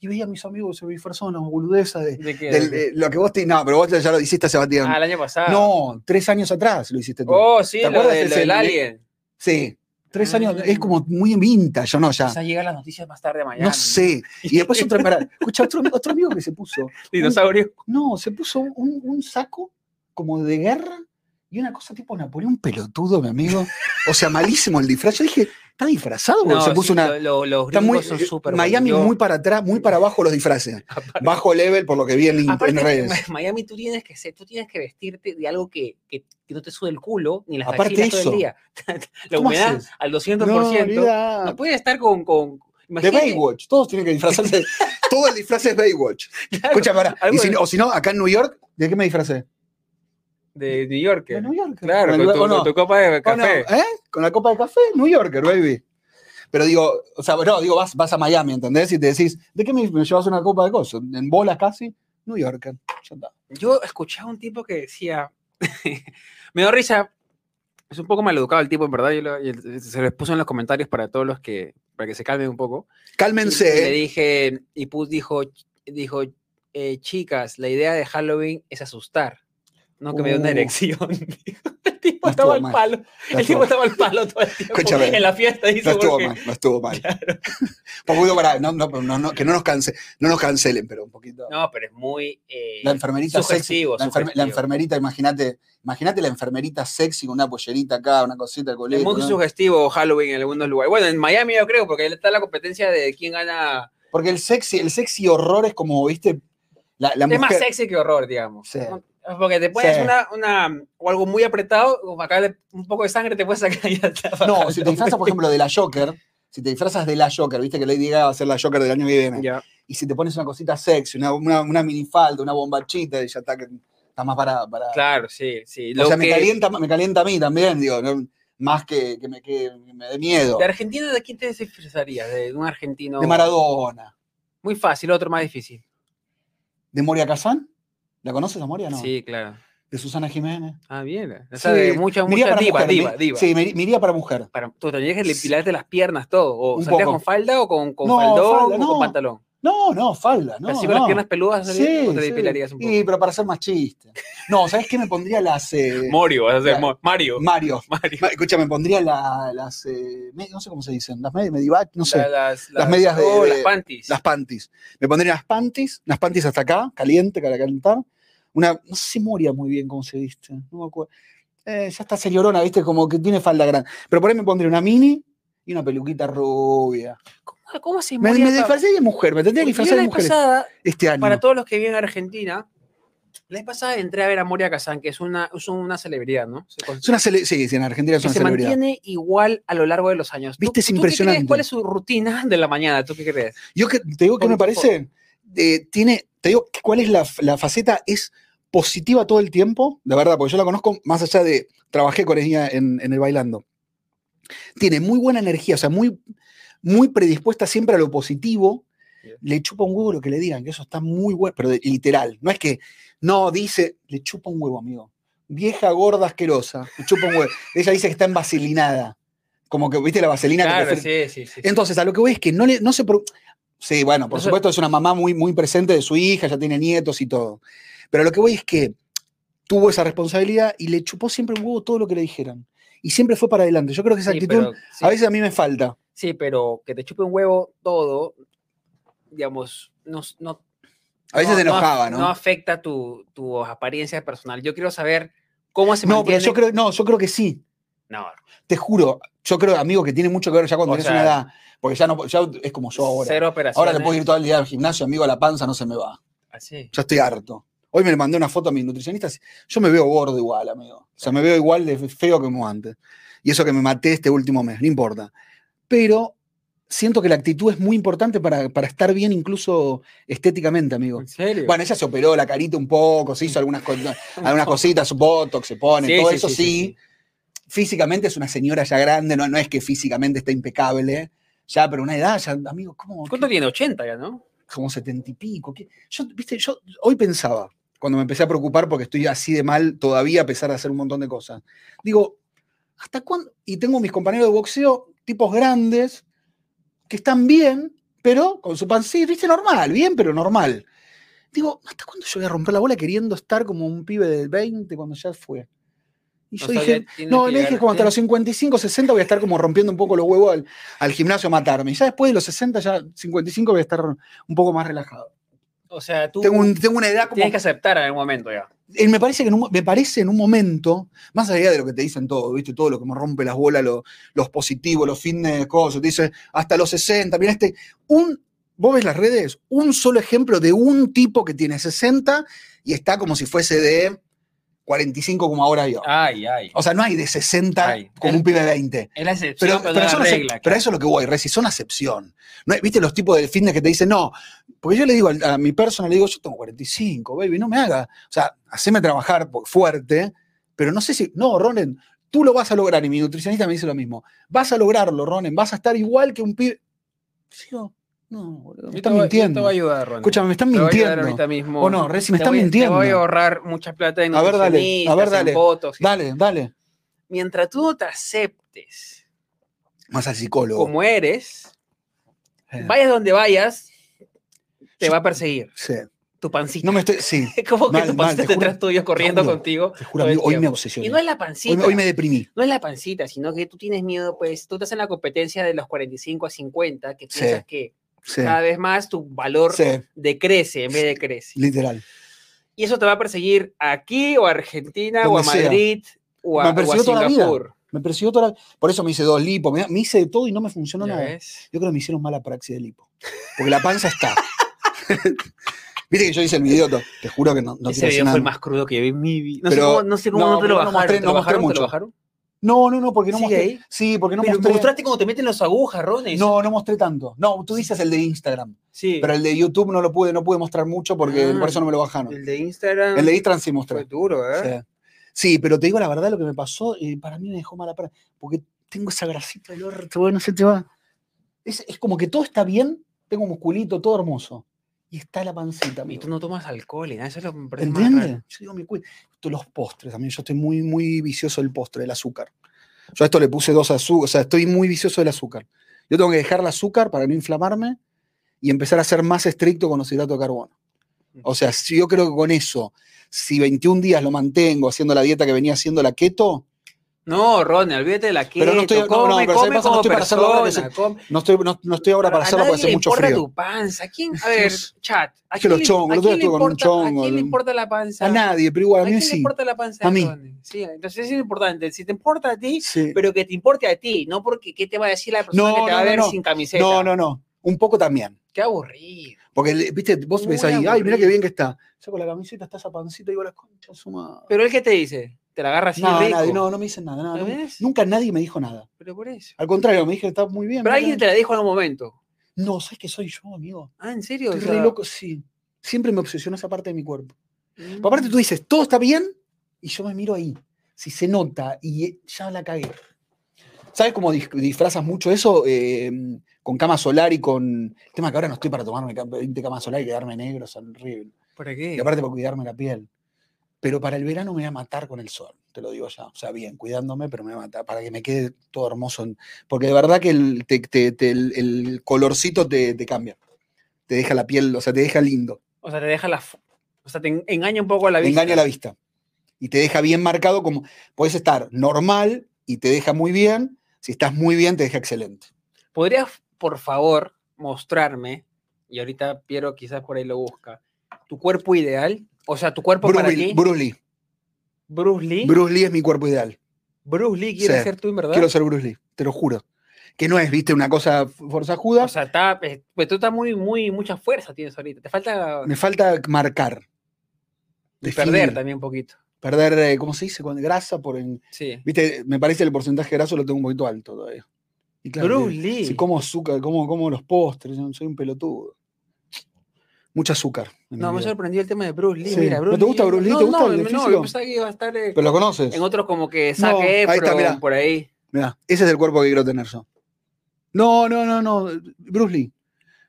[SPEAKER 1] y veía a mis amigos que se disfrazaban las boludezas de...
[SPEAKER 2] ¿De qué?
[SPEAKER 1] del- eh, lo que vos te... No, pero vos ya lo hiciste hace
[SPEAKER 2] ah,
[SPEAKER 1] Sebastián.
[SPEAKER 2] el año pasado.
[SPEAKER 1] No, tres años atrás lo hiciste tú.
[SPEAKER 2] Oh, sí,
[SPEAKER 1] ¿Te
[SPEAKER 2] lo,
[SPEAKER 1] acuerdas
[SPEAKER 2] de-
[SPEAKER 1] ese
[SPEAKER 2] lo del
[SPEAKER 1] de-
[SPEAKER 2] Alien.
[SPEAKER 1] Sí, tres
[SPEAKER 2] Ah.
[SPEAKER 1] años, es como muy vintage, ¿o no? Ya.
[SPEAKER 2] Quizás llegan las noticias más tarde mañana.
[SPEAKER 1] No sé. Y después otro, pará, escucha, otro, otro amigo que se puso,
[SPEAKER 2] Dinosaurio.
[SPEAKER 1] No, se puso un, un saco como de guerra y una cosa tipo Napoleón pelotudo, mi amigo. O sea, malísimo el disfraz. Yo dije, ¿está disfrazado? o se puso
[SPEAKER 2] sí,
[SPEAKER 1] una.
[SPEAKER 2] lo- lo- los
[SPEAKER 1] Está muy, eh,
[SPEAKER 2] gringos son súper
[SPEAKER 1] Miami
[SPEAKER 2] buenos. Yo-
[SPEAKER 1] muy para atrás, muy para abajo los disfraces.
[SPEAKER 2] aparte-
[SPEAKER 1] Bajo level por lo que vi en, en
[SPEAKER 2] aparte que
[SPEAKER 1] redes.
[SPEAKER 2] en Miami tú tienes que ser- tú tienes que vestirte de algo que, que- que no te sube el culo ni las
[SPEAKER 1] Aparte
[SPEAKER 2] axilas todo
[SPEAKER 1] eso.
[SPEAKER 2] el día. La
[SPEAKER 1] ¿Cómo
[SPEAKER 2] humedad
[SPEAKER 1] haces?
[SPEAKER 2] al 200%. No,
[SPEAKER 1] olvidá.
[SPEAKER 2] puedes estar con, con
[SPEAKER 1] de
[SPEAKER 2] imagínate,
[SPEAKER 1] Baywatch, todos tienen que disfrazarse. Todo el disfraz es Baywatch.
[SPEAKER 2] claro,
[SPEAKER 1] Escucha, pará.
[SPEAKER 2] algo
[SPEAKER 1] Y si
[SPEAKER 2] de-
[SPEAKER 1] no- o si no, acá en New York, ¿de qué me disfracé?
[SPEAKER 2] de New York.
[SPEAKER 1] De New York.
[SPEAKER 2] Claro,
[SPEAKER 1] Con
[SPEAKER 2] con,
[SPEAKER 1] el-
[SPEAKER 2] tu,
[SPEAKER 1] ¿o no?
[SPEAKER 2] con tu copa de
[SPEAKER 1] Bueno,
[SPEAKER 2] café.
[SPEAKER 1] ¿eh? Con la copa de café, New Yorker, baby. Pero digo, o sea, no, digo, vas, vas a Miami, ¿entendés? Y te decís, ¿de qué me, me llevas una copa de cosas? En bolas casi, New Yorker. Ya está.
[SPEAKER 2] Yo escuchaba a un tipo que decía, me dio risa, es un poco maleducado el tipo, en verdad, yo lo- y el- se les puso en los comentarios para todos los que, para que se calmen un poco. Y le
[SPEAKER 1] Cálmense.
[SPEAKER 2] dije, y Puz dijo, dijo eh, chicas, la idea de Halloween es asustar. No, que me dio una
[SPEAKER 1] Uh.
[SPEAKER 2] erección. dijo. el tipo
[SPEAKER 1] No estuvo
[SPEAKER 2] estaba al
[SPEAKER 1] mal.
[SPEAKER 2] palo.
[SPEAKER 1] No
[SPEAKER 2] el
[SPEAKER 1] estuvo,
[SPEAKER 2] tipo estaba al palo todo el tiempo.
[SPEAKER 1] Escúchame,
[SPEAKER 2] En la fiesta dice,
[SPEAKER 1] no estuvo
[SPEAKER 2] porque-
[SPEAKER 1] mal, no estuvo mal. Porque digo, pará, no, no, no, no, que no nos, canse, no nos cancelen, pero un poquito.
[SPEAKER 2] No, pero es muy... eh,
[SPEAKER 1] La enfermerita sexy.
[SPEAKER 2] sugestivo,
[SPEAKER 1] La, enferme- la
[SPEAKER 2] sugestivo.
[SPEAKER 1] enfermerita, imagínate, imagínate la enfermerita sexy con una pollerita acá, una cosita de
[SPEAKER 2] es
[SPEAKER 1] colegio.
[SPEAKER 2] muy
[SPEAKER 1] ¿no?
[SPEAKER 2] sugestivo Halloween en algunos lugares. Bueno, en Miami yo creo, porque ahí está la competencia de quién gana.
[SPEAKER 1] Porque el sexy, el sexy horror es como, viste, la, la
[SPEAKER 2] Es más
[SPEAKER 1] mujer-
[SPEAKER 2] sexy que horror, digamos.
[SPEAKER 1] Sí.
[SPEAKER 2] Porque te puedes
[SPEAKER 1] Sí.
[SPEAKER 2] una, una- o algo muy apretado, como acá le- un poco de sangre te puedes sacar y ya está.
[SPEAKER 1] No, si te disfrazas, pues, por ejemplo, de la Joker, si te disfrazas de la Joker, viste que Lady Gaga va a ser la Joker del año que viene,
[SPEAKER 2] Ya.
[SPEAKER 1] y si te pones una cosita sexy, una, una, una minifalda, una bombachita, y ya está, que está más para... para...
[SPEAKER 2] Claro, sí, sí.
[SPEAKER 1] o
[SPEAKER 2] Lo
[SPEAKER 1] sea, me,
[SPEAKER 2] que-
[SPEAKER 1] calienta, me calienta a mí también, digo, no- más que, que me, que me dé miedo.
[SPEAKER 2] De Argentina, ¿de quién te disfrazarías? De un argentino.
[SPEAKER 1] De Maradona,
[SPEAKER 2] Muy fácil, otro más difícil.
[SPEAKER 1] de Moria Kazán. ¿La conoces a Moria, no?
[SPEAKER 2] Sí, claro.
[SPEAKER 1] De Susana Jiménez.
[SPEAKER 2] Ah, bien. O sea,
[SPEAKER 1] Sí,
[SPEAKER 2] de mucha,
[SPEAKER 1] me iría
[SPEAKER 2] mucha
[SPEAKER 1] para
[SPEAKER 2] diva,
[SPEAKER 1] mujer,
[SPEAKER 2] diva,
[SPEAKER 1] me-
[SPEAKER 2] diva.
[SPEAKER 1] Sí, me, ir- me iría para mujer.
[SPEAKER 2] Para- tú tenías que depilarte las piernas todo. O
[SPEAKER 1] Un
[SPEAKER 2] salías
[SPEAKER 1] poco.
[SPEAKER 2] con falda o con, con
[SPEAKER 1] No,
[SPEAKER 2] faldón
[SPEAKER 1] falda,
[SPEAKER 2] o con
[SPEAKER 1] no.
[SPEAKER 2] pantalón.
[SPEAKER 1] No, no, falda, no.
[SPEAKER 2] Así con las
[SPEAKER 1] no.
[SPEAKER 2] piernas peludas
[SPEAKER 1] Sí,
[SPEAKER 2] salías, o te
[SPEAKER 1] sí.
[SPEAKER 2] depilarías un poco.
[SPEAKER 1] Sí, pero para ser más chiste. No, ¿sabes qué? Me pondría las. eh,
[SPEAKER 2] Morio, vas a hacer
[SPEAKER 1] Claro.
[SPEAKER 2] Mo- Mario.
[SPEAKER 1] Mario.
[SPEAKER 2] Mario.
[SPEAKER 1] Ma- Escucha, me pondría la- las. eh, me- no sé cómo se dicen. Las medias. No sé.
[SPEAKER 2] La- las,
[SPEAKER 1] medias de-
[SPEAKER 2] oh,
[SPEAKER 1] de-
[SPEAKER 2] las panties.
[SPEAKER 1] Las panties. Me pondría las panties. Las panties hasta acá, caliente, para calentar. Una. No sé si Moria muy bien cómo se viste. No me acuerdo. Eh, ya está señorona, ¿viste? Como que tiene falda grande. Pero por ahí me pondría una mini y una peluquita rubia.
[SPEAKER 2] ¿Cómo, Ah, cómo se
[SPEAKER 1] Me,
[SPEAKER 2] moría
[SPEAKER 1] me
[SPEAKER 2] esta-
[SPEAKER 1] disfracé de mujer. Me tendría que
[SPEAKER 2] Yo
[SPEAKER 1] disfrazar
[SPEAKER 2] la
[SPEAKER 1] de
[SPEAKER 2] vez
[SPEAKER 1] mujer
[SPEAKER 2] pasada,
[SPEAKER 1] este año.
[SPEAKER 2] para todos los que viven en Argentina, la vez pasada entré a ver a Moria Kazan, que es una, es una celebridad, ¿no? Se con-
[SPEAKER 1] Es una cele- sí, sí, en Argentina es
[SPEAKER 2] que
[SPEAKER 1] una
[SPEAKER 2] se
[SPEAKER 1] celebridad.
[SPEAKER 2] mantiene igual a lo largo de los años. ¿Tú-
[SPEAKER 1] Viste, es
[SPEAKER 2] tú qué
[SPEAKER 1] impresionante.
[SPEAKER 2] crees? ¿Cuál es su rutina de la mañana? ¿Tú qué crees?
[SPEAKER 1] Yo que, te digo que
[SPEAKER 2] Por-
[SPEAKER 1] me parece, eh, tiene, te digo que cuál es la, la faceta, es positiva todo el tiempo, de verdad, porque yo la conozco más allá de, trabajé con ella en, en el bailando. Tiene muy buena energía, o sea, muy, muy predispuesta siempre a lo positivo.
[SPEAKER 2] Yeah.
[SPEAKER 1] Le chupa un huevo lo que le digan, que eso está muy bueno, pero de- literal, no es que, no, dice, le chupa un huevo, amigo. Vieja gorda asquerosa, le chupa un huevo. Ella dice que está envaselinada, como que, viste la vaselina que te
[SPEAKER 2] Claro,
[SPEAKER 1] fri-
[SPEAKER 2] sí, sí, sí.
[SPEAKER 1] entonces, a lo que voy es que no, le, no se... preocu- Sí, bueno, por
[SPEAKER 2] No se-
[SPEAKER 1] supuesto es una mamá muy, muy presente de su hija, ya tiene nietos y todo. Pero a lo que voy es que tuvo esa responsabilidad y le chupó siempre un huevo todo lo que le dijeran. Y siempre fue para adelante. Yo creo que esa
[SPEAKER 2] Sí,
[SPEAKER 1] actitud
[SPEAKER 2] pero, sí,
[SPEAKER 1] a veces a mí me falta.
[SPEAKER 2] sí, pero que te chupe un huevo todo, digamos, no, no,
[SPEAKER 1] A veces se enojaba, ¿no?
[SPEAKER 2] No
[SPEAKER 1] No,
[SPEAKER 2] afecta tu, tu apariencia personal. Yo quiero saber cómo se
[SPEAKER 1] pero
[SPEAKER 2] mantiene.
[SPEAKER 1] yo creo, no, yo creo que sí.
[SPEAKER 2] No,
[SPEAKER 1] Te juro, yo creo, amigo, que tiene mucho que ver ya cuando
[SPEAKER 2] O
[SPEAKER 1] tenés
[SPEAKER 2] sea,
[SPEAKER 1] una edad. Porque ya, no, ya es como yo ahora.
[SPEAKER 2] cero operaciones.
[SPEAKER 1] Ahora te puedo ir todo el día al gimnasio, amigo, a la panza no se me va.
[SPEAKER 2] Así.
[SPEAKER 1] ya estoy harto. Hoy me le mandé una foto a mis nutricionistas. Yo me veo gordo igual, amigo. O sea, me veo igual de feo que como antes. Y eso que me maté este último mes, no importa. Pero siento que la actitud es muy importante para, para estar bien, incluso estéticamente, amigo.
[SPEAKER 2] ¿En serio?
[SPEAKER 1] Bueno, ella se operó la carita un poco, se hizo algunas, co- algunas cositas, botox se pone,
[SPEAKER 2] Sí,
[SPEAKER 1] todo
[SPEAKER 2] sí,
[SPEAKER 1] eso
[SPEAKER 2] sí,
[SPEAKER 1] sí,
[SPEAKER 2] sí, sí.
[SPEAKER 1] Físicamente es una señora ya grande, no, no es que físicamente está impecable. Ya, pero una edad, ya, amigo, ¿cómo?
[SPEAKER 2] ¿Cuánto tiene? 80 ya, ¿no?
[SPEAKER 1] como setenta y pico. ¿qué? Yo, viste, yo hoy pensaba, cuando me empecé a preocupar porque estoy así de mal todavía a pesar de hacer un montón de cosas. Digo, ¿hasta cuándo? Y tengo mis compañeros de boxeo, tipos grandes, que están bien, pero con su pancita, viste, normal, bien, pero normal. Digo, ¿hasta cuándo yo voy a romper la bola queriendo estar como un pibe de 20 cuando ya fue? Y yo
[SPEAKER 2] O sea,
[SPEAKER 1] dije,
[SPEAKER 2] ya tienes
[SPEAKER 1] no,
[SPEAKER 2] que ¿eh?
[SPEAKER 1] le dije
[SPEAKER 2] llegar-
[SPEAKER 1] como hasta los 55, 60 voy a estar como rompiendo un poco los huevos al, al gimnasio a matarme. Y ya después de los 60, ya 55 voy a estar un poco más relajado.
[SPEAKER 2] O sea, tú
[SPEAKER 1] Tengo, un- tengo una edad como...
[SPEAKER 2] tienes que aceptar en algún momento ya.
[SPEAKER 1] Eh, Me parece, que en un, me parece en un momento, más allá de lo que te dicen todo, ¿viste? Todo lo que me rompe las bolas, lo- los positivos, los fitness, cosas. Te dicen hasta los 60, mira este... Un, vos ves las redes, un solo ejemplo de un tipo que tiene 60 y está como si fuese de 45 como ahora yo.
[SPEAKER 2] Ay, ay.
[SPEAKER 1] O sea, no hay de 60
[SPEAKER 2] Ah. Ay.
[SPEAKER 1] como un pibe de 20.
[SPEAKER 2] Es la excepción,
[SPEAKER 1] Pero,
[SPEAKER 2] pero,
[SPEAKER 1] pero
[SPEAKER 2] no
[SPEAKER 1] son
[SPEAKER 2] la
[SPEAKER 1] acep-
[SPEAKER 2] regla.
[SPEAKER 1] pero eso es lo que voy, Reci, son acepción. No hay- ¿Viste los tipos de fitness que te dicen, no? Porque yo le digo al- a mi persona, le digo, yo tengo 45, baby, no me haga. O sea, haceme trabajar po- fuerte, pero no sé si. No, Ronen, Tú lo vas a lograr. Y mi nutricionista me dice lo mismo. Vas a lograrlo, Ronen. Vas a estar igual que un pibe. Sigo, no, boludo. Me
[SPEAKER 2] Yo
[SPEAKER 1] están
[SPEAKER 2] te voy- yo
[SPEAKER 1] mintiendo.
[SPEAKER 2] te voy a ayudar, Ronnie.
[SPEAKER 1] Escúchame, me están
[SPEAKER 2] Te voy a ayudar
[SPEAKER 1] mintiendo.
[SPEAKER 2] ahorita mismo.
[SPEAKER 1] O no, Reci, me
[SPEAKER 2] Te
[SPEAKER 1] están
[SPEAKER 2] voy-
[SPEAKER 1] mintiendo.
[SPEAKER 2] Te voy a ahorrar mucha plata en
[SPEAKER 1] A ver, dale, a ver, dale,
[SPEAKER 2] fotos. y-
[SPEAKER 1] Dale, dale.
[SPEAKER 2] Mientras tú no te aceptes
[SPEAKER 1] Más al psicólogo.
[SPEAKER 2] como eres,
[SPEAKER 1] Eh,
[SPEAKER 2] vayas donde vayas, te
[SPEAKER 1] Yo-
[SPEAKER 2] va a perseguir
[SPEAKER 1] sí.
[SPEAKER 2] tu pancita.
[SPEAKER 1] No me estoy. Sí,
[SPEAKER 2] como que
[SPEAKER 1] Mal,
[SPEAKER 2] tu
[SPEAKER 1] mal, te
[SPEAKER 2] pancita
[SPEAKER 1] juro,
[SPEAKER 2] detrás tuyo corriendo
[SPEAKER 1] juro,
[SPEAKER 2] contigo.
[SPEAKER 1] te juro,
[SPEAKER 2] todo el
[SPEAKER 1] amigo, hoy me
[SPEAKER 2] tiempo.
[SPEAKER 1] obsesioné.
[SPEAKER 2] Y no es la
[SPEAKER 1] Hoy me-
[SPEAKER 2] pancita.
[SPEAKER 1] hoy me deprimí.
[SPEAKER 2] No es la pancita, sino que tú tienes miedo, pues tú estás en la competencia de los 45 a 50, que
[SPEAKER 1] Sí.
[SPEAKER 2] piensas que
[SPEAKER 1] Sí,
[SPEAKER 2] cada vez más tu valor
[SPEAKER 1] sí,
[SPEAKER 2] decrece en vez de crece.
[SPEAKER 1] literal.
[SPEAKER 2] Y eso te va a perseguir aquí o a Argentina o a
[SPEAKER 1] Donde sea.
[SPEAKER 2] Madrid o
[SPEAKER 1] Me
[SPEAKER 2] a, o a
[SPEAKER 1] persiguió toda la vida.
[SPEAKER 2] Singapur.
[SPEAKER 1] Me persiguió toda la- Por eso me hice dos lipos. Me, me hice de todo y no me funcionó
[SPEAKER 2] ¿Ya
[SPEAKER 1] nada.
[SPEAKER 2] ves?
[SPEAKER 1] Yo creo que me hicieron mala praxis de lipo. Porque la panza está. Viste que yo hice el video, to- te juro que no, no
[SPEAKER 2] Ese
[SPEAKER 1] quiero decir
[SPEAKER 2] video fue el
[SPEAKER 1] nada.
[SPEAKER 2] más crudo que yo vi en mi vida. No, sé
[SPEAKER 1] Pero-
[SPEAKER 2] cómo- no sé cómo no,
[SPEAKER 1] no,
[SPEAKER 2] te lo
[SPEAKER 1] pero no
[SPEAKER 2] bajaron.
[SPEAKER 1] mostré-
[SPEAKER 2] ¿Te
[SPEAKER 1] no
[SPEAKER 2] lo
[SPEAKER 1] mostré
[SPEAKER 2] bajaron? ¿Te
[SPEAKER 1] mucho.
[SPEAKER 2] lo bajaron?
[SPEAKER 1] No, no, no, porque no
[SPEAKER 2] ¿Sigue
[SPEAKER 1] mostré.
[SPEAKER 2] ahí?
[SPEAKER 1] Sí, porque no
[SPEAKER 2] Pero
[SPEAKER 1] mostré.
[SPEAKER 2] mostraste como te meten los agujarrones.
[SPEAKER 1] No, no mostré tanto. No, tú dices el de Instagram.
[SPEAKER 2] sí.
[SPEAKER 1] Pero el de YouTube no lo pude, no pude mostrar mucho porque
[SPEAKER 2] Ah.
[SPEAKER 1] por eso no me lo bajaron.
[SPEAKER 2] el de Instagram
[SPEAKER 1] El de Instagram sí
[SPEAKER 2] fue
[SPEAKER 1] mostré.
[SPEAKER 2] duro, ¿eh?
[SPEAKER 1] Sí. Sí, pero te digo la verdad, lo que me pasó, eh, para mí me dejó mala para porque tengo esa grasita del orto, bueno, se te va. Es, es como que todo está bien, tengo musculito, todo hermoso. Y está la pancita,
[SPEAKER 2] Y
[SPEAKER 1] amigo.
[SPEAKER 2] tú no tomas alcohol, y nada, eso es lo que me parece más
[SPEAKER 1] ¿Entiendes?
[SPEAKER 2] raro.
[SPEAKER 1] Yo digo, me cuido. Esto, los postres también, yo estoy muy, muy vicioso del postre, del azúcar. Yo a esto le puse dos azúcar, o sea, estoy muy vicioso del azúcar. Yo tengo que dejar el azúcar para no inflamarme y empezar a ser más estricto con los hidratos de carbono. O sea, si yo creo que con eso, si 21 días lo mantengo haciendo la dieta que venía haciendo la keto,
[SPEAKER 2] No, Ronnie, olvídate de la keto.
[SPEAKER 1] Pero no estoy- no, no,
[SPEAKER 2] come,
[SPEAKER 1] pero ¿sabes
[SPEAKER 2] come
[SPEAKER 1] qué pasa? No
[SPEAKER 2] como
[SPEAKER 1] estoy para hacer la hora que se-
[SPEAKER 2] persona, come-
[SPEAKER 1] no estoy, no, no estoy ahora para
[SPEAKER 2] a
[SPEAKER 1] hacerlo porque
[SPEAKER 2] nadie
[SPEAKER 1] hace
[SPEAKER 2] le
[SPEAKER 1] mucho
[SPEAKER 2] importa
[SPEAKER 1] frío.
[SPEAKER 2] tu panza. ¿A quién? A ver, chat. ¿A
[SPEAKER 1] que
[SPEAKER 2] quién,
[SPEAKER 1] los
[SPEAKER 2] le-
[SPEAKER 1] chongos,
[SPEAKER 2] a
[SPEAKER 1] el otro
[SPEAKER 2] quién
[SPEAKER 1] día estuve con un
[SPEAKER 2] importa- ¿A
[SPEAKER 1] chongo,
[SPEAKER 2] quién le
[SPEAKER 1] el-
[SPEAKER 2] importa la panza?
[SPEAKER 1] A nadie, pero igual
[SPEAKER 2] ¿A
[SPEAKER 1] a mí
[SPEAKER 2] quién le
[SPEAKER 1] sí.
[SPEAKER 2] importa la panza?
[SPEAKER 1] A mí.
[SPEAKER 2] Ronnie? Sí, entonces es importante. Si te importa a ti,
[SPEAKER 1] Sí.
[SPEAKER 2] pero que te importe a ti, no porque qué te va a decir la persona
[SPEAKER 1] No,
[SPEAKER 2] que te
[SPEAKER 1] no,
[SPEAKER 2] va a
[SPEAKER 1] no,
[SPEAKER 2] ver
[SPEAKER 1] no.
[SPEAKER 2] sin camiseta.
[SPEAKER 1] No, no, no. Un poco también.
[SPEAKER 2] Qué aburrido.
[SPEAKER 1] Porque, le- viste, vos
[SPEAKER 2] Muy
[SPEAKER 1] ves ahí, ay, mira qué
[SPEAKER 2] aburrido.
[SPEAKER 1] bien que está. Saco la camiseta, está esa pancita y digo, la concha de su madre.
[SPEAKER 2] Pero él qué te dice? Te la agarra así
[SPEAKER 1] No,
[SPEAKER 2] rico.
[SPEAKER 1] nadie, no, no me dicen nada. nada
[SPEAKER 2] ¿Lo
[SPEAKER 1] nunca,
[SPEAKER 2] ves?
[SPEAKER 1] nunca nadie me dijo nada.
[SPEAKER 2] Pero por eso.
[SPEAKER 1] Al contrario, me dijeron, está muy bien.
[SPEAKER 2] Pero
[SPEAKER 1] mirá".
[SPEAKER 2] alguien te la dijo en algún momento.
[SPEAKER 1] No, ¿sabes que soy yo, amigo?
[SPEAKER 2] Ah, ¿en serio?
[SPEAKER 1] Estoy
[SPEAKER 2] O sea,
[SPEAKER 1] re loco, sí. Siempre me obsesiona esa parte de mi cuerpo.
[SPEAKER 2] mm.
[SPEAKER 1] Pero aparte tú dices, todo está bien, y yo me miro ahí. Si se nota, y eh, ya la cagué. ¿Sabes cómo dis- disfrazas mucho eso? Eh, con cama solar y con. El tema que ahora no estoy para tomarme ca- 20 camas solar y quedarme negro, es horrible.
[SPEAKER 2] ¿Para qué?
[SPEAKER 1] Y aparte para cuidarme la piel. Pero para el verano me voy a matar con el sol, te lo digo ya. O sea, bien, cuidándome, pero me voy a matar para que me quede todo hermoso. en- Porque de verdad que el, te- te- te- el- el colorcito te, te cambia. Te deja la piel, o sea, te deja lindo.
[SPEAKER 2] O sea, te deja la. f- O sea, te en- engaña un poco a la
[SPEAKER 1] Te
[SPEAKER 2] vista.
[SPEAKER 1] engaña la vista. Y te deja bien marcado como... Puedes estar normal y te deja muy bien. Si estás muy bien, te deja excelente.
[SPEAKER 2] ¿Podrías, por favor, mostrarme? Y ahorita Piero quizás por ahí lo busca. ¿Tu cuerpo ideal? O sea, tu cuerpo
[SPEAKER 1] Bruce
[SPEAKER 2] para
[SPEAKER 1] Lee,
[SPEAKER 2] ti.
[SPEAKER 1] Bruce Lee.
[SPEAKER 2] Bruce Lee.
[SPEAKER 1] Bruce Lee es mi cuerpo ideal.
[SPEAKER 2] Bruce Lee quiere
[SPEAKER 1] Sí.
[SPEAKER 2] ser tú, en verdad.
[SPEAKER 1] Quiero ser Bruce Lee, te lo juro. Que no es, viste, una cosa forzajuda.
[SPEAKER 2] O sea, está, eh, pues tú estás muy, muy, mucha fuerza tienes ahorita. Te falta
[SPEAKER 1] me falta marcar.
[SPEAKER 2] y
[SPEAKER 1] definir.
[SPEAKER 2] perder también un poquito.
[SPEAKER 1] perder, eh, ¿cómo se dice? Con grasa por en-
[SPEAKER 2] Sí.
[SPEAKER 1] Viste, me parece el porcentaje de graso lo tengo un poquito alto todavía. Y claro,
[SPEAKER 2] Bruce
[SPEAKER 1] eh,
[SPEAKER 2] Lee.
[SPEAKER 1] si como azúcar, como, como los postres, yo soy un pelotudo. Mucho azúcar. en mi
[SPEAKER 2] No, me
[SPEAKER 1] vida.
[SPEAKER 2] sorprendió el tema de Bruce Lee.
[SPEAKER 1] Sí.
[SPEAKER 2] Mira,
[SPEAKER 1] ¿No
[SPEAKER 2] Bruce
[SPEAKER 1] te gusta
[SPEAKER 2] Lee-
[SPEAKER 1] Bruce Lee?
[SPEAKER 2] No,
[SPEAKER 1] ¿Te gusta
[SPEAKER 2] no,
[SPEAKER 1] el
[SPEAKER 2] no,
[SPEAKER 1] físico?
[SPEAKER 2] yo pensaba que iba a estar eh,
[SPEAKER 1] Pero lo conoces.
[SPEAKER 2] en otros como que
[SPEAKER 1] No,
[SPEAKER 2] saque
[SPEAKER 1] ahí está, mirá.
[SPEAKER 2] por ahí.
[SPEAKER 1] Mirá, ese es el cuerpo que quiero tener yo. No, no, no, no. Bruce Lee.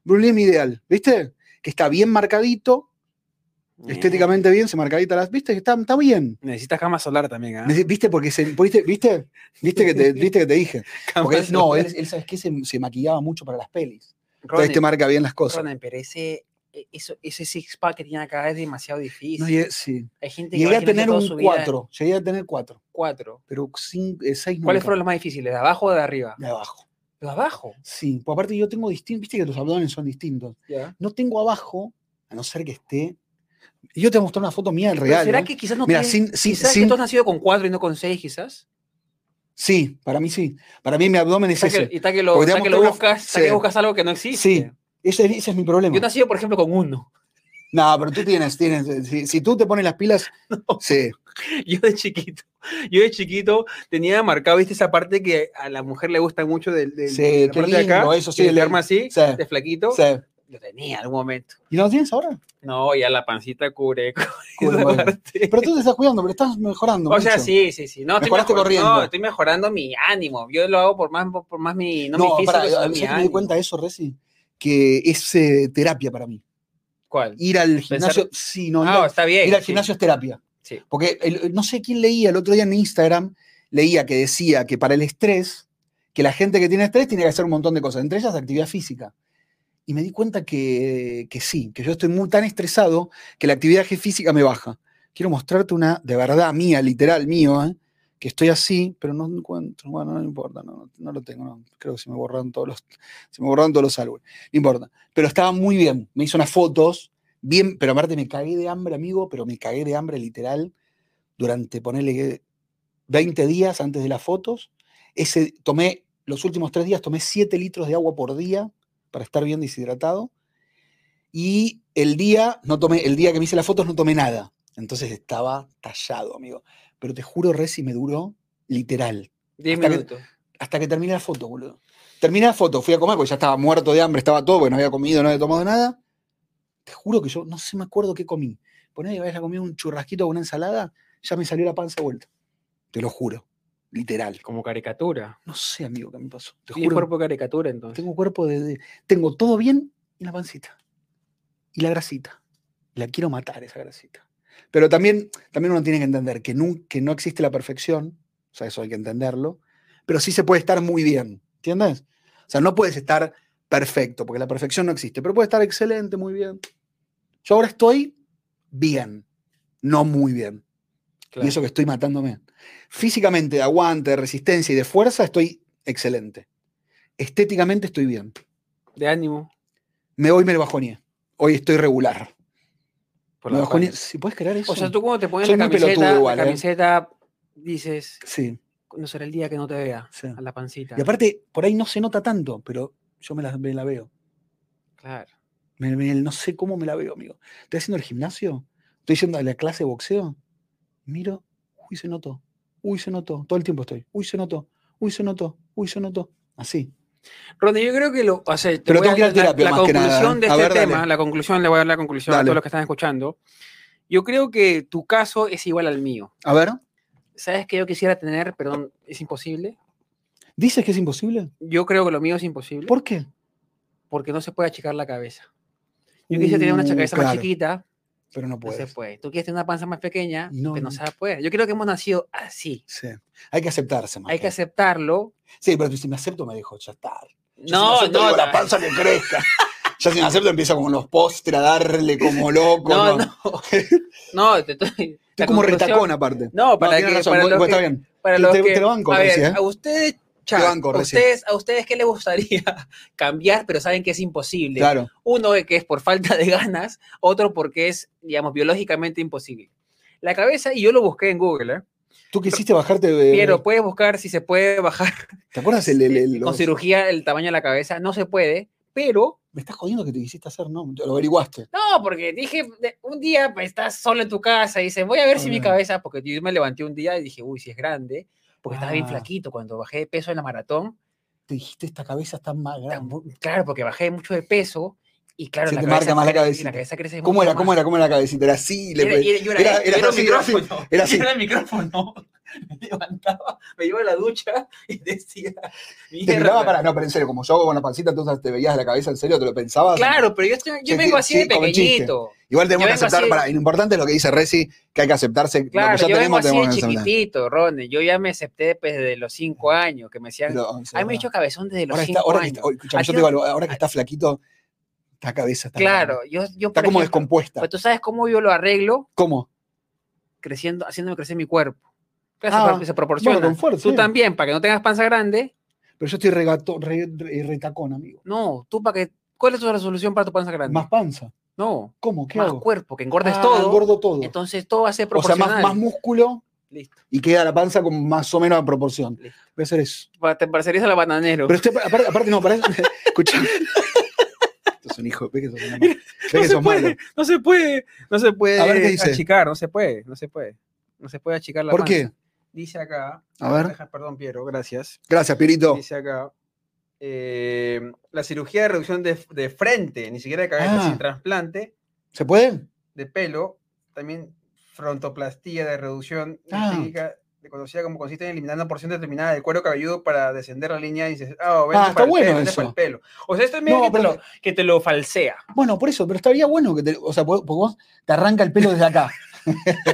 [SPEAKER 1] Bruce Lee es mi ideal. ¿Viste? Que está bien marcadito,
[SPEAKER 2] Mm.
[SPEAKER 1] estéticamente bien, se marcadita las. ¿Viste? Que está, está bien.
[SPEAKER 2] Necesitas cama solar también, ¿ah?
[SPEAKER 1] ¿Viste? Porque se, ¿viste? ¿Viste? ¿Viste que te, viste que te dije?
[SPEAKER 2] Cama
[SPEAKER 1] Porque él- no, este
[SPEAKER 2] solar.
[SPEAKER 1] él, él, ¿sabes qué? Se, se maquillaba mucho para las pelis. Entonces
[SPEAKER 2] Ronen,
[SPEAKER 1] te marca bien las cosas.
[SPEAKER 2] Ronen, pero ese, e- eso, ese six pack que tiene acá es demasiado difícil.
[SPEAKER 1] No, llegué, sí.
[SPEAKER 2] Hay gente que
[SPEAKER 1] Llegué a
[SPEAKER 2] imagínate
[SPEAKER 1] tener
[SPEAKER 2] toda
[SPEAKER 1] un
[SPEAKER 2] su vida
[SPEAKER 1] 4. Llegué a tener 4.
[SPEAKER 2] cuatro.
[SPEAKER 1] Pero 6 no.
[SPEAKER 2] ¿Cuáles fueron los más difíciles? ¿De abajo o de arriba?
[SPEAKER 1] de abajo?
[SPEAKER 2] De abajo.
[SPEAKER 1] Sí. Pues aparte yo tengo distintos. Viste que los abdominales son distintos.
[SPEAKER 2] Ya.
[SPEAKER 1] No tengo abajo, a no ser que esté. y Yo te voy a mostrar una foto mía
[SPEAKER 2] Pero
[SPEAKER 1] real.
[SPEAKER 2] ¿Será
[SPEAKER 1] ¿eh?
[SPEAKER 2] que quizás no
[SPEAKER 1] Mira,
[SPEAKER 2] tienes-
[SPEAKER 1] sin, sin,
[SPEAKER 2] quizás
[SPEAKER 1] sin-
[SPEAKER 2] que tú has nacido con cuatro y no con seis, quizás?
[SPEAKER 1] Sí, para mí sí. Para mí mi abdomen es
[SPEAKER 2] Está que-
[SPEAKER 1] ese.
[SPEAKER 2] y está que lo,
[SPEAKER 1] Porque te
[SPEAKER 2] está
[SPEAKER 1] voy a
[SPEAKER 2] que lo
[SPEAKER 1] mostrar una-
[SPEAKER 2] buscas, está que
[SPEAKER 1] sí.
[SPEAKER 2] buscas algo que no existe.
[SPEAKER 1] Sí. Ese, es- ese es mi problema.
[SPEAKER 2] Yo he nacido, por ejemplo, con uno.
[SPEAKER 1] No, pero tú tienes, tienes. eh, Si, si tú te pones las pilas, sí.
[SPEAKER 2] Yo de chiquito, yo de chiquito tenía marcado, viste, esa parte que a la mujer le gusta mucho del, del
[SPEAKER 1] Sí,
[SPEAKER 2] de la
[SPEAKER 1] qué
[SPEAKER 2] parte de acá,
[SPEAKER 1] lindo, eso sí,
[SPEAKER 2] que se
[SPEAKER 1] el-
[SPEAKER 2] arma así,
[SPEAKER 1] sí,
[SPEAKER 2] de flaquito.
[SPEAKER 1] sí.
[SPEAKER 2] Lo tenía en algún momento.
[SPEAKER 1] ¿Y no lo tienes ahora?
[SPEAKER 2] No, ya la pancita cubre. cubre
[SPEAKER 1] Cubre
[SPEAKER 2] esa
[SPEAKER 1] madre.
[SPEAKER 2] parte.
[SPEAKER 1] Pero tú te estás cuidando, pero estás mejorando.
[SPEAKER 2] O sea,
[SPEAKER 1] Pancho.
[SPEAKER 2] sí, sí, sí. No, estoy,
[SPEAKER 1] Mejoraste
[SPEAKER 2] mejor-
[SPEAKER 1] corriendo.
[SPEAKER 2] no, estoy mejorando mi ánimo. Yo lo hago por más, por más mi. No, mi físico,
[SPEAKER 1] pará,
[SPEAKER 2] sino
[SPEAKER 1] ¿sabes
[SPEAKER 2] mi
[SPEAKER 1] que me di
[SPEAKER 2] ánimo.
[SPEAKER 1] cuenta de eso, Reci? Que es eh, terapia para mí.
[SPEAKER 2] ¿Cuál?
[SPEAKER 1] Ir al
[SPEAKER 2] Pensar-
[SPEAKER 1] gimnasio, sí, no, ir
[SPEAKER 2] Ah,
[SPEAKER 1] al-
[SPEAKER 2] está bien.
[SPEAKER 1] ir al
[SPEAKER 2] sí.
[SPEAKER 1] gimnasio es terapia.
[SPEAKER 2] Sí.
[SPEAKER 1] Porque el- no sé quién leía el otro día en Instagram, leía que decía que para el estrés, que la gente que tiene estrés tiene que hacer un montón de cosas, entre ellas actividad física. Y me di cuenta que, que sí, que yo estoy muy tan estresado que la actividad ge- física me baja. Quiero mostrarte una de verdad mía, literal mío, ¿eh? que estoy así, pero no encuentro, bueno, no importa, no, no- no lo tengo, no. creo que se me borraron todos los, se me borraron todos los álbumes, no importa. Pero estaba muy bien, me hizo unas fotos, bien, pero aparte me cagué de hambre, amigo, pero me cagué de hambre literal durante, ponerle 20 días antes de las fotos. Ese, tomé, los últimos tres días tomé 7 litros de agua por día para estar bien deshidratado. Y el día, no tomé, el día que me hice las fotos no tomé nada. Entonces estaba tallado, amigo. Pero te juro, Reci me duró literal.
[SPEAKER 2] Diez
[SPEAKER 1] Hasta que-
[SPEAKER 2] minutos.
[SPEAKER 1] Hasta que terminé la foto, boludo. Terminé la foto, fui a comer, porque ya estaba muerto de hambre, estaba todo, porque no había comido, no había tomado nada. Te juro que yo no sé, me acuerdo qué comí. Poné que había comido un churrasquito o una ensalada, ya me salió la panza de vuelta. Te lo juro. Literal.
[SPEAKER 2] Como caricatura.
[SPEAKER 1] No sé, amigo, qué me pasó. Te
[SPEAKER 2] Tienes
[SPEAKER 1] juro.
[SPEAKER 2] cuerpo de caricatura, entonces.
[SPEAKER 1] Tengo cuerpo de, de- Tengo todo bien y la pancita. Y la grasita. La quiero matar esa grasita. Pero también, también uno tiene que entender que, nun- que no existe la perfección. O sea, eso hay que entenderlo. Pero sí se puede estar muy bien. ¿Entiendes? O sea, no puedes estar perfecto, porque la perfección no existe. Pero puede estar excelente, muy bien. Yo ahora estoy bien. No muy bien.
[SPEAKER 2] Claro.
[SPEAKER 1] Y eso que estoy matándome. Físicamente, de aguante, de resistencia y de fuerza, estoy excelente. Estéticamente estoy bien.
[SPEAKER 2] De ánimo.
[SPEAKER 1] Me voy, me bajoneé. Hoy estoy regular.
[SPEAKER 2] por
[SPEAKER 1] me
[SPEAKER 2] la
[SPEAKER 1] bajoneé.
[SPEAKER 2] paz.
[SPEAKER 1] Si puedes creer eso.
[SPEAKER 2] O sea, tú cuando te pones
[SPEAKER 1] Soy
[SPEAKER 2] la
[SPEAKER 1] muy pelotudo
[SPEAKER 2] camiseta,
[SPEAKER 1] igual, ¿eh?
[SPEAKER 2] la camiseta dices,
[SPEAKER 1] Sí,
[SPEAKER 2] no será el día que no te vea
[SPEAKER 1] sí.
[SPEAKER 2] a la pancita.
[SPEAKER 1] Y aparte, por ahí no se nota tanto, pero yo me la, me la veo.
[SPEAKER 2] Claro.
[SPEAKER 1] Me- me- no sé cómo me la veo, amigo. Estoy haciendo el gimnasio, estoy yendo a la clase de boxeo, miro, uy, se notó, uy, se notó, todo el tiempo estoy, uy, se notó, uy, se notó, uy, se notó, así.
[SPEAKER 2] Ronnie, yo creo que lo. O sea, te
[SPEAKER 1] Pero
[SPEAKER 2] voy
[SPEAKER 1] tengo que ir a
[SPEAKER 2] la-
[SPEAKER 1] terapia
[SPEAKER 2] La,
[SPEAKER 1] más que nada,
[SPEAKER 2] conclusión
[SPEAKER 1] ¿eh?
[SPEAKER 2] de
[SPEAKER 1] A
[SPEAKER 2] este
[SPEAKER 1] ver, dale.
[SPEAKER 2] tema, la conclusión, le voy a dar la conclusión
[SPEAKER 1] Dale.
[SPEAKER 2] a todos los que están escuchando. Yo creo que tu caso es igual al mío.
[SPEAKER 1] A ver,
[SPEAKER 2] ¿Sabes qué yo quisiera tener? Perdón, es imposible.
[SPEAKER 1] ¿dices que es imposible?
[SPEAKER 2] Yo creo que lo mío es imposible
[SPEAKER 1] ¿Por qué?
[SPEAKER 2] porque no se puede achicar la cabeza. Yo quisiera tener una
[SPEAKER 1] Uh,
[SPEAKER 2] cha- cabeza más
[SPEAKER 1] claro,
[SPEAKER 2] chiquita,
[SPEAKER 1] Pero no
[SPEAKER 2] no se
[SPEAKER 1] puedes.
[SPEAKER 2] puede. Tú quieres tener una panza más pequeña,
[SPEAKER 1] No,
[SPEAKER 2] pero
[SPEAKER 1] no.
[SPEAKER 2] no se puede. Yo creo que hemos nacido así.
[SPEAKER 1] Sí. Hay que aceptarse, más
[SPEAKER 2] Hay que
[SPEAKER 1] bien.
[SPEAKER 2] aceptarlo.
[SPEAKER 1] Sí, pero si me acepto me dejo, ya está. Yo si me
[SPEAKER 2] No,
[SPEAKER 1] acepto,
[SPEAKER 2] no,
[SPEAKER 1] digo, la
[SPEAKER 2] no.
[SPEAKER 1] panza que crezca. Ya si me acepto empieza como los postres a darle como loco.
[SPEAKER 2] No,
[SPEAKER 1] No,
[SPEAKER 2] no. No, te estoy.
[SPEAKER 1] Estoy como retacón aparte.
[SPEAKER 2] No,
[SPEAKER 1] No,
[SPEAKER 2] para
[SPEAKER 1] tienes
[SPEAKER 2] que.
[SPEAKER 1] razón,
[SPEAKER 2] para
[SPEAKER 1] vos-
[SPEAKER 2] lo
[SPEAKER 1] vos
[SPEAKER 2] que-
[SPEAKER 1] está bien.
[SPEAKER 2] para
[SPEAKER 1] Te-
[SPEAKER 2] los
[SPEAKER 1] te-
[SPEAKER 2] que-
[SPEAKER 1] te lo banco,
[SPEAKER 2] a ver,
[SPEAKER 1] Reci, ¿eh?
[SPEAKER 2] a ustedes, chat,
[SPEAKER 1] banco, Reci.
[SPEAKER 2] ustedes, a ustedes qué les gustaría cambiar, pero saben que es imposible.
[SPEAKER 1] Claro.
[SPEAKER 2] Uno que es por falta de ganas, otro porque es, digamos, biológicamente imposible. La cabeza, y yo lo busqué en Google, ¿eh?
[SPEAKER 1] Tú quisiste bajarte de.
[SPEAKER 2] pero puedes buscar si se puede bajar
[SPEAKER 1] ¿Te acuerdas el, el- el-
[SPEAKER 2] con
[SPEAKER 1] los-
[SPEAKER 2] cirugía el tamaño de la cabeza, no se puede, pero
[SPEAKER 1] Me estás jodiendo que te quisiste hacer, ¿no? Lo averiguaste.
[SPEAKER 2] No, porque dije, de- un día pues, estás solo en tu casa y dices, voy a ver si mi
[SPEAKER 1] Ah.
[SPEAKER 2] cabeza, porque yo me levanté un día y dije, uy, si es grande, porque estaba bien
[SPEAKER 1] Ah.
[SPEAKER 2] flaquito cuando bajé de peso en la maratón.
[SPEAKER 1] Te dijiste, esta cabeza está más
[SPEAKER 2] tan
[SPEAKER 1] grande.
[SPEAKER 2] mu- Claro, porque bajé mucho de peso y claro,
[SPEAKER 1] Se
[SPEAKER 2] la
[SPEAKER 1] te
[SPEAKER 2] cabeza
[SPEAKER 1] marca más la
[SPEAKER 2] cre- y
[SPEAKER 1] cabecita.
[SPEAKER 2] La cabeza crece
[SPEAKER 1] ¿Cómo era? ¿Cómo era? ¿Cómo era la cabecita? Era así. le
[SPEAKER 2] Era,
[SPEAKER 1] pe-
[SPEAKER 2] era- yo era,
[SPEAKER 1] era-
[SPEAKER 2] esto,
[SPEAKER 1] era
[SPEAKER 2] era un
[SPEAKER 1] así, era así,
[SPEAKER 2] micrófono.
[SPEAKER 1] era así.
[SPEAKER 2] Era el micrófono. Me levantaba, me iba a la ducha y decía.
[SPEAKER 1] Te miraba
[SPEAKER 2] "Mierda".
[SPEAKER 1] para. No, pero en serio, como yo hago con la pancita, entonces te veías la cabeza en serio, te lo pensabas.
[SPEAKER 2] Claro, pero yo, estoy- yo
[SPEAKER 1] Sí,
[SPEAKER 2] vengo así
[SPEAKER 1] sí,
[SPEAKER 2] de
[SPEAKER 1] como el chiste.
[SPEAKER 2] pequeñito.
[SPEAKER 1] Igual tenemos
[SPEAKER 2] Yo
[SPEAKER 1] que
[SPEAKER 2] vengo
[SPEAKER 1] aceptar,
[SPEAKER 2] así-
[SPEAKER 1] para, lo importante es lo que dice Reci, que hay que aceptarse. lo
[SPEAKER 2] Claro,
[SPEAKER 1] que ya
[SPEAKER 2] yo vengo
[SPEAKER 1] tenemos,
[SPEAKER 2] así
[SPEAKER 1] tenemos
[SPEAKER 2] de
[SPEAKER 1] que aceptar.
[SPEAKER 2] chiquitito, Ronnie. Yo ya me acepté pues, desde los cinco años, que me decían,
[SPEAKER 1] Pero, o sea,
[SPEAKER 2] Ay, me he dicho cabezón desde los
[SPEAKER 1] ahora,
[SPEAKER 2] cinco
[SPEAKER 1] está, ahora, que
[SPEAKER 2] años.
[SPEAKER 1] está, oye, escuchame,
[SPEAKER 2] ¿A
[SPEAKER 1] yo
[SPEAKER 2] ti
[SPEAKER 1] te
[SPEAKER 2] no-
[SPEAKER 1] digo algo, ahora que está flaquito, esta cabeza está.
[SPEAKER 2] claro, yo,
[SPEAKER 1] Está
[SPEAKER 2] yo por
[SPEAKER 1] como
[SPEAKER 2] ejemplo,
[SPEAKER 1] descompuesta.
[SPEAKER 2] Pues tú sabes cómo yo lo arreglo
[SPEAKER 1] ¿Cómo?
[SPEAKER 2] creciendo, haciéndome crecer mi cuerpo. Claro,
[SPEAKER 1] Ah,
[SPEAKER 2] se, pro- se proporciona.
[SPEAKER 1] bueno, con fuerza,
[SPEAKER 2] tú
[SPEAKER 1] sí.
[SPEAKER 2] también, para que no tengas panza grande.
[SPEAKER 1] Pero yo estoy regato, re- re- retacón, amigo.
[SPEAKER 2] No, tú para que. ¿Cuál es tu resolución para tu panza grande?
[SPEAKER 1] Más panza.
[SPEAKER 2] no,
[SPEAKER 1] ¿Cómo? ¿Qué
[SPEAKER 2] más
[SPEAKER 1] hago?
[SPEAKER 2] cuerpo, que engordes
[SPEAKER 1] Ah,
[SPEAKER 2] todo.
[SPEAKER 1] Engordo todo.
[SPEAKER 2] Entonces todo va a ser
[SPEAKER 1] o sea,
[SPEAKER 2] proporcional.
[SPEAKER 1] más, más músculo
[SPEAKER 2] Listo.
[SPEAKER 1] y queda la panza con más o menos a proporción.
[SPEAKER 2] Listo.
[SPEAKER 1] Voy a hacer eso.
[SPEAKER 2] Pa- Te parecerías a la bananero.
[SPEAKER 1] Pero estoy, aparte, aparte no, para eso. Escuchame. Esto es un hijo. Ve que sos una ma- ve
[SPEAKER 2] no
[SPEAKER 1] que
[SPEAKER 2] se
[SPEAKER 1] sos malo.
[SPEAKER 2] puede, no se puede, no se puede
[SPEAKER 1] A ver, ¿qué dice?
[SPEAKER 2] achicar, no se puede, no se puede. No se puede achicar la
[SPEAKER 1] ¿Por
[SPEAKER 2] panza.
[SPEAKER 1] qué?
[SPEAKER 2] Dice acá.
[SPEAKER 1] A ver.
[SPEAKER 2] Deja- Perdón, Piero, gracias.
[SPEAKER 1] Gracias, Pirito.
[SPEAKER 2] Dice acá. eh, la cirugía de reducción de, de frente, ni siquiera de cabeza,
[SPEAKER 1] Ah.
[SPEAKER 2] sin trasplante
[SPEAKER 1] ¿Se puede?
[SPEAKER 2] de pelo, también frontoplastía de reducción
[SPEAKER 1] Ah.
[SPEAKER 2] estética, de conocida como consiste en eliminar una porción determinada del cuero cabelludo para descender la línea y dices, ah, vente
[SPEAKER 1] está
[SPEAKER 2] para el
[SPEAKER 1] bueno
[SPEAKER 2] pelo, vente
[SPEAKER 1] eso.
[SPEAKER 2] para el pelo. O sea, esto es medio
[SPEAKER 1] No,
[SPEAKER 2] que, te
[SPEAKER 1] pero-
[SPEAKER 2] lo, que te lo falsea.
[SPEAKER 1] Bueno, por eso, pero estaría bueno que te, o sea, porque vos te arranca el pelo desde acá.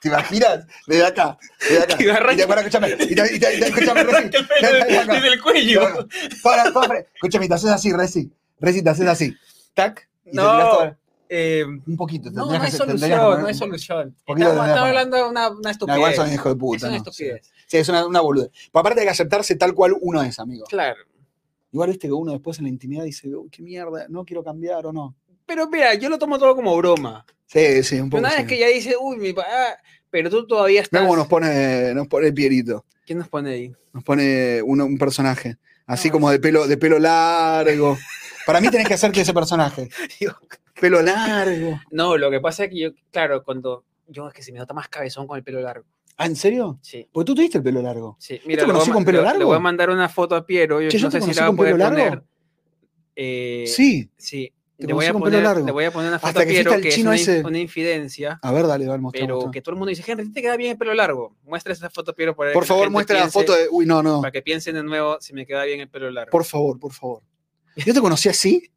[SPEAKER 1] ¿Te imaginas? Desde acá, desde acá.
[SPEAKER 2] Te arranca-
[SPEAKER 1] Y te- bueno, escúchame, y te- y te- y te- escúchame, Reci,
[SPEAKER 2] Arranca el pelo
[SPEAKER 1] Ven acá.
[SPEAKER 2] desde el cuello.
[SPEAKER 1] Claro. para, para, para. Escúchame, te haces así, Reci. Reci, te haces así. Tac. y te tirás todo-
[SPEAKER 2] No, eh,
[SPEAKER 1] un poquito. tendrías
[SPEAKER 2] no, no
[SPEAKER 1] que
[SPEAKER 2] es
[SPEAKER 1] hacer- tendrías que
[SPEAKER 2] solución,
[SPEAKER 1] poner-
[SPEAKER 2] no es solución.
[SPEAKER 1] poquito
[SPEAKER 2] Estamos,
[SPEAKER 1] tendrías
[SPEAKER 2] estamos
[SPEAKER 1] que
[SPEAKER 2] hablando de una, una
[SPEAKER 1] No, igual
[SPEAKER 2] estupidez.
[SPEAKER 1] son hijos de
[SPEAKER 2] es
[SPEAKER 1] puta.
[SPEAKER 2] una
[SPEAKER 1] ¿no?
[SPEAKER 2] estupidez.
[SPEAKER 1] Sí, es una, una boludez. Pero aparte hay que aceptarse tal cual uno es, amigo.
[SPEAKER 2] Claro.
[SPEAKER 1] Igual viste que uno después en la intimidad dice, "Uy, qué mierda, no quiero cambiar o no.
[SPEAKER 2] Pero mira, yo lo tomo todo como broma.
[SPEAKER 1] Sí, sí, un poco.
[SPEAKER 2] Una vez
[SPEAKER 1] sí.
[SPEAKER 2] que ya dice, uy, mi papá, pero tú todavía
[SPEAKER 1] Mirá
[SPEAKER 2] estás.
[SPEAKER 1] cómo nos pone, nos pone Pierito.
[SPEAKER 2] ¿Quién nos pone ahí?
[SPEAKER 1] Nos pone uno- un personaje. Así
[SPEAKER 2] Ah.
[SPEAKER 1] como de pelo, de pelo largo. Para mí tenés que hacerte ese personaje.
[SPEAKER 2] Dios.
[SPEAKER 1] Pelo largo.
[SPEAKER 2] No, lo que pasa es que yo, claro, cuando yo es que se me nota más cabezón con el pelo largo.
[SPEAKER 1] ¿Ah, en serio?
[SPEAKER 2] Sí,
[SPEAKER 1] Porque tú tuviste el pelo largo.
[SPEAKER 2] sí. Mira,
[SPEAKER 1] te
[SPEAKER 2] le voy a
[SPEAKER 1] conocí
[SPEAKER 2] ma-
[SPEAKER 1] con pelo
[SPEAKER 2] le- Le
[SPEAKER 1] largo?
[SPEAKER 2] voy a mandar una foto a Piero. Yo,
[SPEAKER 1] Che,
[SPEAKER 2] no
[SPEAKER 1] yo te
[SPEAKER 2] sé si
[SPEAKER 1] conocí
[SPEAKER 2] la va a
[SPEAKER 1] con
[SPEAKER 2] poder
[SPEAKER 1] pelo largo.
[SPEAKER 2] poner. Eh,
[SPEAKER 1] sí.
[SPEAKER 2] Sí.
[SPEAKER 1] Te
[SPEAKER 2] Le voy,
[SPEAKER 1] conocí
[SPEAKER 2] a
[SPEAKER 1] con pelo
[SPEAKER 2] poner,
[SPEAKER 1] largo.
[SPEAKER 2] le voy a poner una foto
[SPEAKER 1] Hasta
[SPEAKER 2] a
[SPEAKER 1] que fuiste
[SPEAKER 2] Piero
[SPEAKER 1] al
[SPEAKER 2] que es
[SPEAKER 1] chino
[SPEAKER 2] una, in-
[SPEAKER 1] ese. Ah,
[SPEAKER 2] una infidencia,
[SPEAKER 1] A ver, dale, vamos,
[SPEAKER 2] pero que todo el mundo dice, Henry, ¿te queda bien el pelo largo? Muestra esa foto a Piero para
[SPEAKER 1] Por
[SPEAKER 2] que
[SPEAKER 1] favor,
[SPEAKER 2] gente
[SPEAKER 1] muestra la
[SPEAKER 2] piense-
[SPEAKER 1] foto de. Uy, no, no.
[SPEAKER 2] Para que piensen de nuevo si me queda bien el pelo largo.
[SPEAKER 1] Por favor, por favor. ¿Yo te conocí así?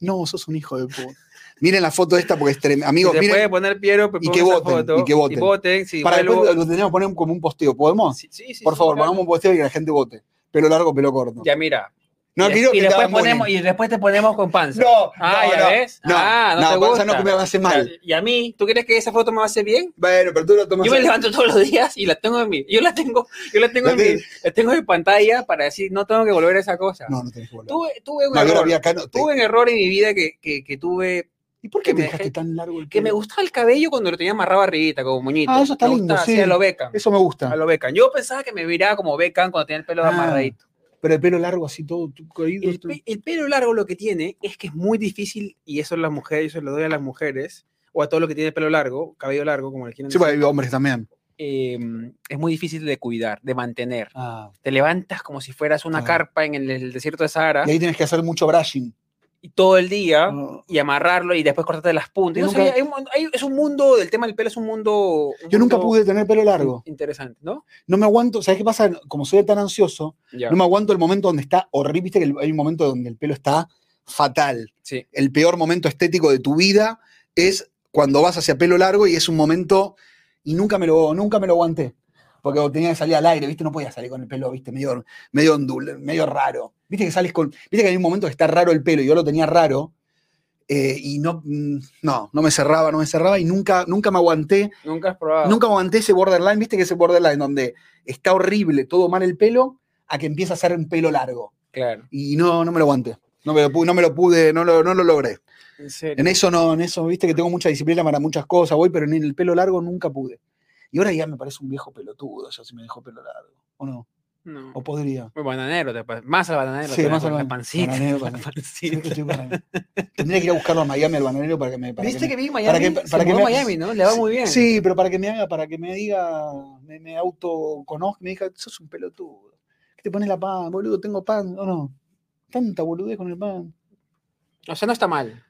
[SPEAKER 1] No, sos un hijo de puta. Miren la foto esta porque es tremenda.
[SPEAKER 2] Si
[SPEAKER 1] Amigos,
[SPEAKER 2] se puede
[SPEAKER 1] miren.
[SPEAKER 2] poner Piero, pues
[SPEAKER 1] y
[SPEAKER 2] pongan
[SPEAKER 1] que
[SPEAKER 2] esa
[SPEAKER 1] voten,
[SPEAKER 2] foto,
[SPEAKER 1] y que voten.
[SPEAKER 2] si
[SPEAKER 1] Para
[SPEAKER 2] vuelvo-
[SPEAKER 1] después lo tenemos que poner como un posteo. ¿Podemos?
[SPEAKER 2] Sí, sí, sí,
[SPEAKER 1] por
[SPEAKER 2] sí,
[SPEAKER 1] favor,
[SPEAKER 2] claro.
[SPEAKER 1] pongamos un posteo y que la gente vote. Pelo largo, pelo corto.
[SPEAKER 2] Ya mira,
[SPEAKER 1] no
[SPEAKER 2] y,
[SPEAKER 1] quiero
[SPEAKER 2] y
[SPEAKER 1] que
[SPEAKER 2] después
[SPEAKER 1] Cavani-
[SPEAKER 2] ponemos, y después te ponemos con panza.
[SPEAKER 1] No,
[SPEAKER 2] ah,
[SPEAKER 1] no,
[SPEAKER 2] ya
[SPEAKER 1] no,
[SPEAKER 2] ves.
[SPEAKER 1] No,
[SPEAKER 2] ah, no,
[SPEAKER 1] no,
[SPEAKER 2] te
[SPEAKER 1] por eso
[SPEAKER 2] gusta.
[SPEAKER 1] no que me hace mal.
[SPEAKER 2] Y a mí, ¿tú crees que esa foto me hace bien?
[SPEAKER 1] Bueno, pero tú lo tomas.
[SPEAKER 2] Yo me
[SPEAKER 1] así.
[SPEAKER 2] levanto todos los días y la tengo en mi, yo la tengo, yo la tengo
[SPEAKER 1] La
[SPEAKER 2] en mi,
[SPEAKER 1] tienes.
[SPEAKER 2] la tengo en mi pantalla para decir, no tengo que volver a esa cosa.
[SPEAKER 1] No, no tenés que volver.
[SPEAKER 2] Tuve, tuve un
[SPEAKER 1] No, yo la
[SPEAKER 2] error,
[SPEAKER 1] vi acá. No, te-
[SPEAKER 2] tuve un error en mi vida que, que, que tuve,
[SPEAKER 1] ¿Y por qué
[SPEAKER 2] que
[SPEAKER 1] me
[SPEAKER 2] me
[SPEAKER 1] dejaste
[SPEAKER 2] dejé-
[SPEAKER 1] tan largo el
[SPEAKER 2] que me
[SPEAKER 1] pelo?
[SPEAKER 2] gustaba el cabello cuando lo tenía amarrado arribita como moñito.
[SPEAKER 1] Ah, eso está
[SPEAKER 2] Me
[SPEAKER 1] lindo,
[SPEAKER 2] gustaba así
[SPEAKER 1] sí.
[SPEAKER 2] a lo Beckham,
[SPEAKER 1] Eso me gusta.
[SPEAKER 2] a lo Beckham. Yo pensaba que me miraba como Beckham cuando tenía el pelo
[SPEAKER 1] Ah.
[SPEAKER 2] amarradito.
[SPEAKER 1] Pero el pelo largo así todo tu- caído.
[SPEAKER 2] El,
[SPEAKER 1] tu-
[SPEAKER 2] pe- el pelo largo lo que tiene es que es muy difícil, y eso las mujeres, yo se lo doy a las mujeres, o a todo lo que tiene pelo largo, cabello largo, como le quieran
[SPEAKER 1] Sí,
[SPEAKER 2] decir,
[SPEAKER 1] porque hay hombres también.
[SPEAKER 2] em, es muy difícil de cuidar, de mantener.
[SPEAKER 1] Ah.
[SPEAKER 2] Te levantas como si fueras una
[SPEAKER 1] Ah.
[SPEAKER 2] carpa en el, el desierto de Sahara,
[SPEAKER 1] Y ahí tienes que hacer mucho brushing.
[SPEAKER 2] y todo el día,
[SPEAKER 1] No.
[SPEAKER 2] y amarrarlo, y después cortarte las puntas.
[SPEAKER 1] Yo
[SPEAKER 2] No sé,
[SPEAKER 1] nunca-
[SPEAKER 2] hay un mon- hay- es un mundo, el tema del pelo es un mundo... un
[SPEAKER 1] Yo nunca
[SPEAKER 2] mundo
[SPEAKER 1] pude tener pelo largo.
[SPEAKER 2] in- Interesante, ¿no?
[SPEAKER 1] No me aguanto. ¿Sabes qué pasa? Como soy tan ansioso,
[SPEAKER 2] Ya,
[SPEAKER 1] no me aguanto el momento donde está horrible. Viste que el- hay un momento donde el pelo está fatal.
[SPEAKER 2] sí.
[SPEAKER 1] El peor momento estético de tu vida es cuando vas hacia pelo largo y es un momento. Y nunca me lo, nunca me lo aguanté. Porque tenía que salir al aire, ¿viste? No podía salir con el pelo, ¿viste? Medio, medio ondul- medio raro. ¿Viste que sales con. ¿Viste que hay un momento que está raro el pelo? y Yo lo tenía raro. eh, y no, mm, no, no me cerraba, no me cerraba. Y nunca, nunca me aguanté.
[SPEAKER 2] Nunca has probado.
[SPEAKER 1] Nunca aguanté ese borderline, viste que ese borderline donde está horrible, todo mal el pelo, a que empieza a ser un pelo largo.
[SPEAKER 2] Claro,
[SPEAKER 1] Y no, no me lo aguanté. No me lo pude, no, me lo pude no, lo, no lo logré.
[SPEAKER 2] en serio.
[SPEAKER 1] En eso no, en eso, viste que tengo mucha disciplina para muchas cosas, voy, pero en el pelo largo nunca pude. Y ahora ya me parece un viejo pelotudo, ya si me dejo pelo largo. ¿O no?
[SPEAKER 2] No.
[SPEAKER 1] ¿O podría?
[SPEAKER 2] Muy bananero, te pa- más al bananero.
[SPEAKER 1] Sí,
[SPEAKER 2] te
[SPEAKER 1] más
[SPEAKER 2] vas con
[SPEAKER 1] al
[SPEAKER 2] la
[SPEAKER 1] ban-
[SPEAKER 2] pancita,
[SPEAKER 1] bananero,
[SPEAKER 2] la
[SPEAKER 1] bananero.
[SPEAKER 2] pancita.
[SPEAKER 1] Creo que estoy para- Tendría que ir a buscarlo a Miami al bananero para que me. para
[SPEAKER 2] Viste
[SPEAKER 1] me-
[SPEAKER 2] que vi
[SPEAKER 1] para
[SPEAKER 2] Miami,
[SPEAKER 1] que-
[SPEAKER 2] se
[SPEAKER 1] para que
[SPEAKER 2] mudó
[SPEAKER 1] me-
[SPEAKER 2] a Miami, ¿no? Le va
[SPEAKER 1] Sí,
[SPEAKER 2] muy bien.
[SPEAKER 1] Sí, pero para que me haga, para que me diga, me, me autoconozca, me diga, sos un pelotudo. ¿Qué te pones la pan, boludo? Tengo pan, ¿o no? Tanta boludez con el pan.
[SPEAKER 2] O sea, no está mal.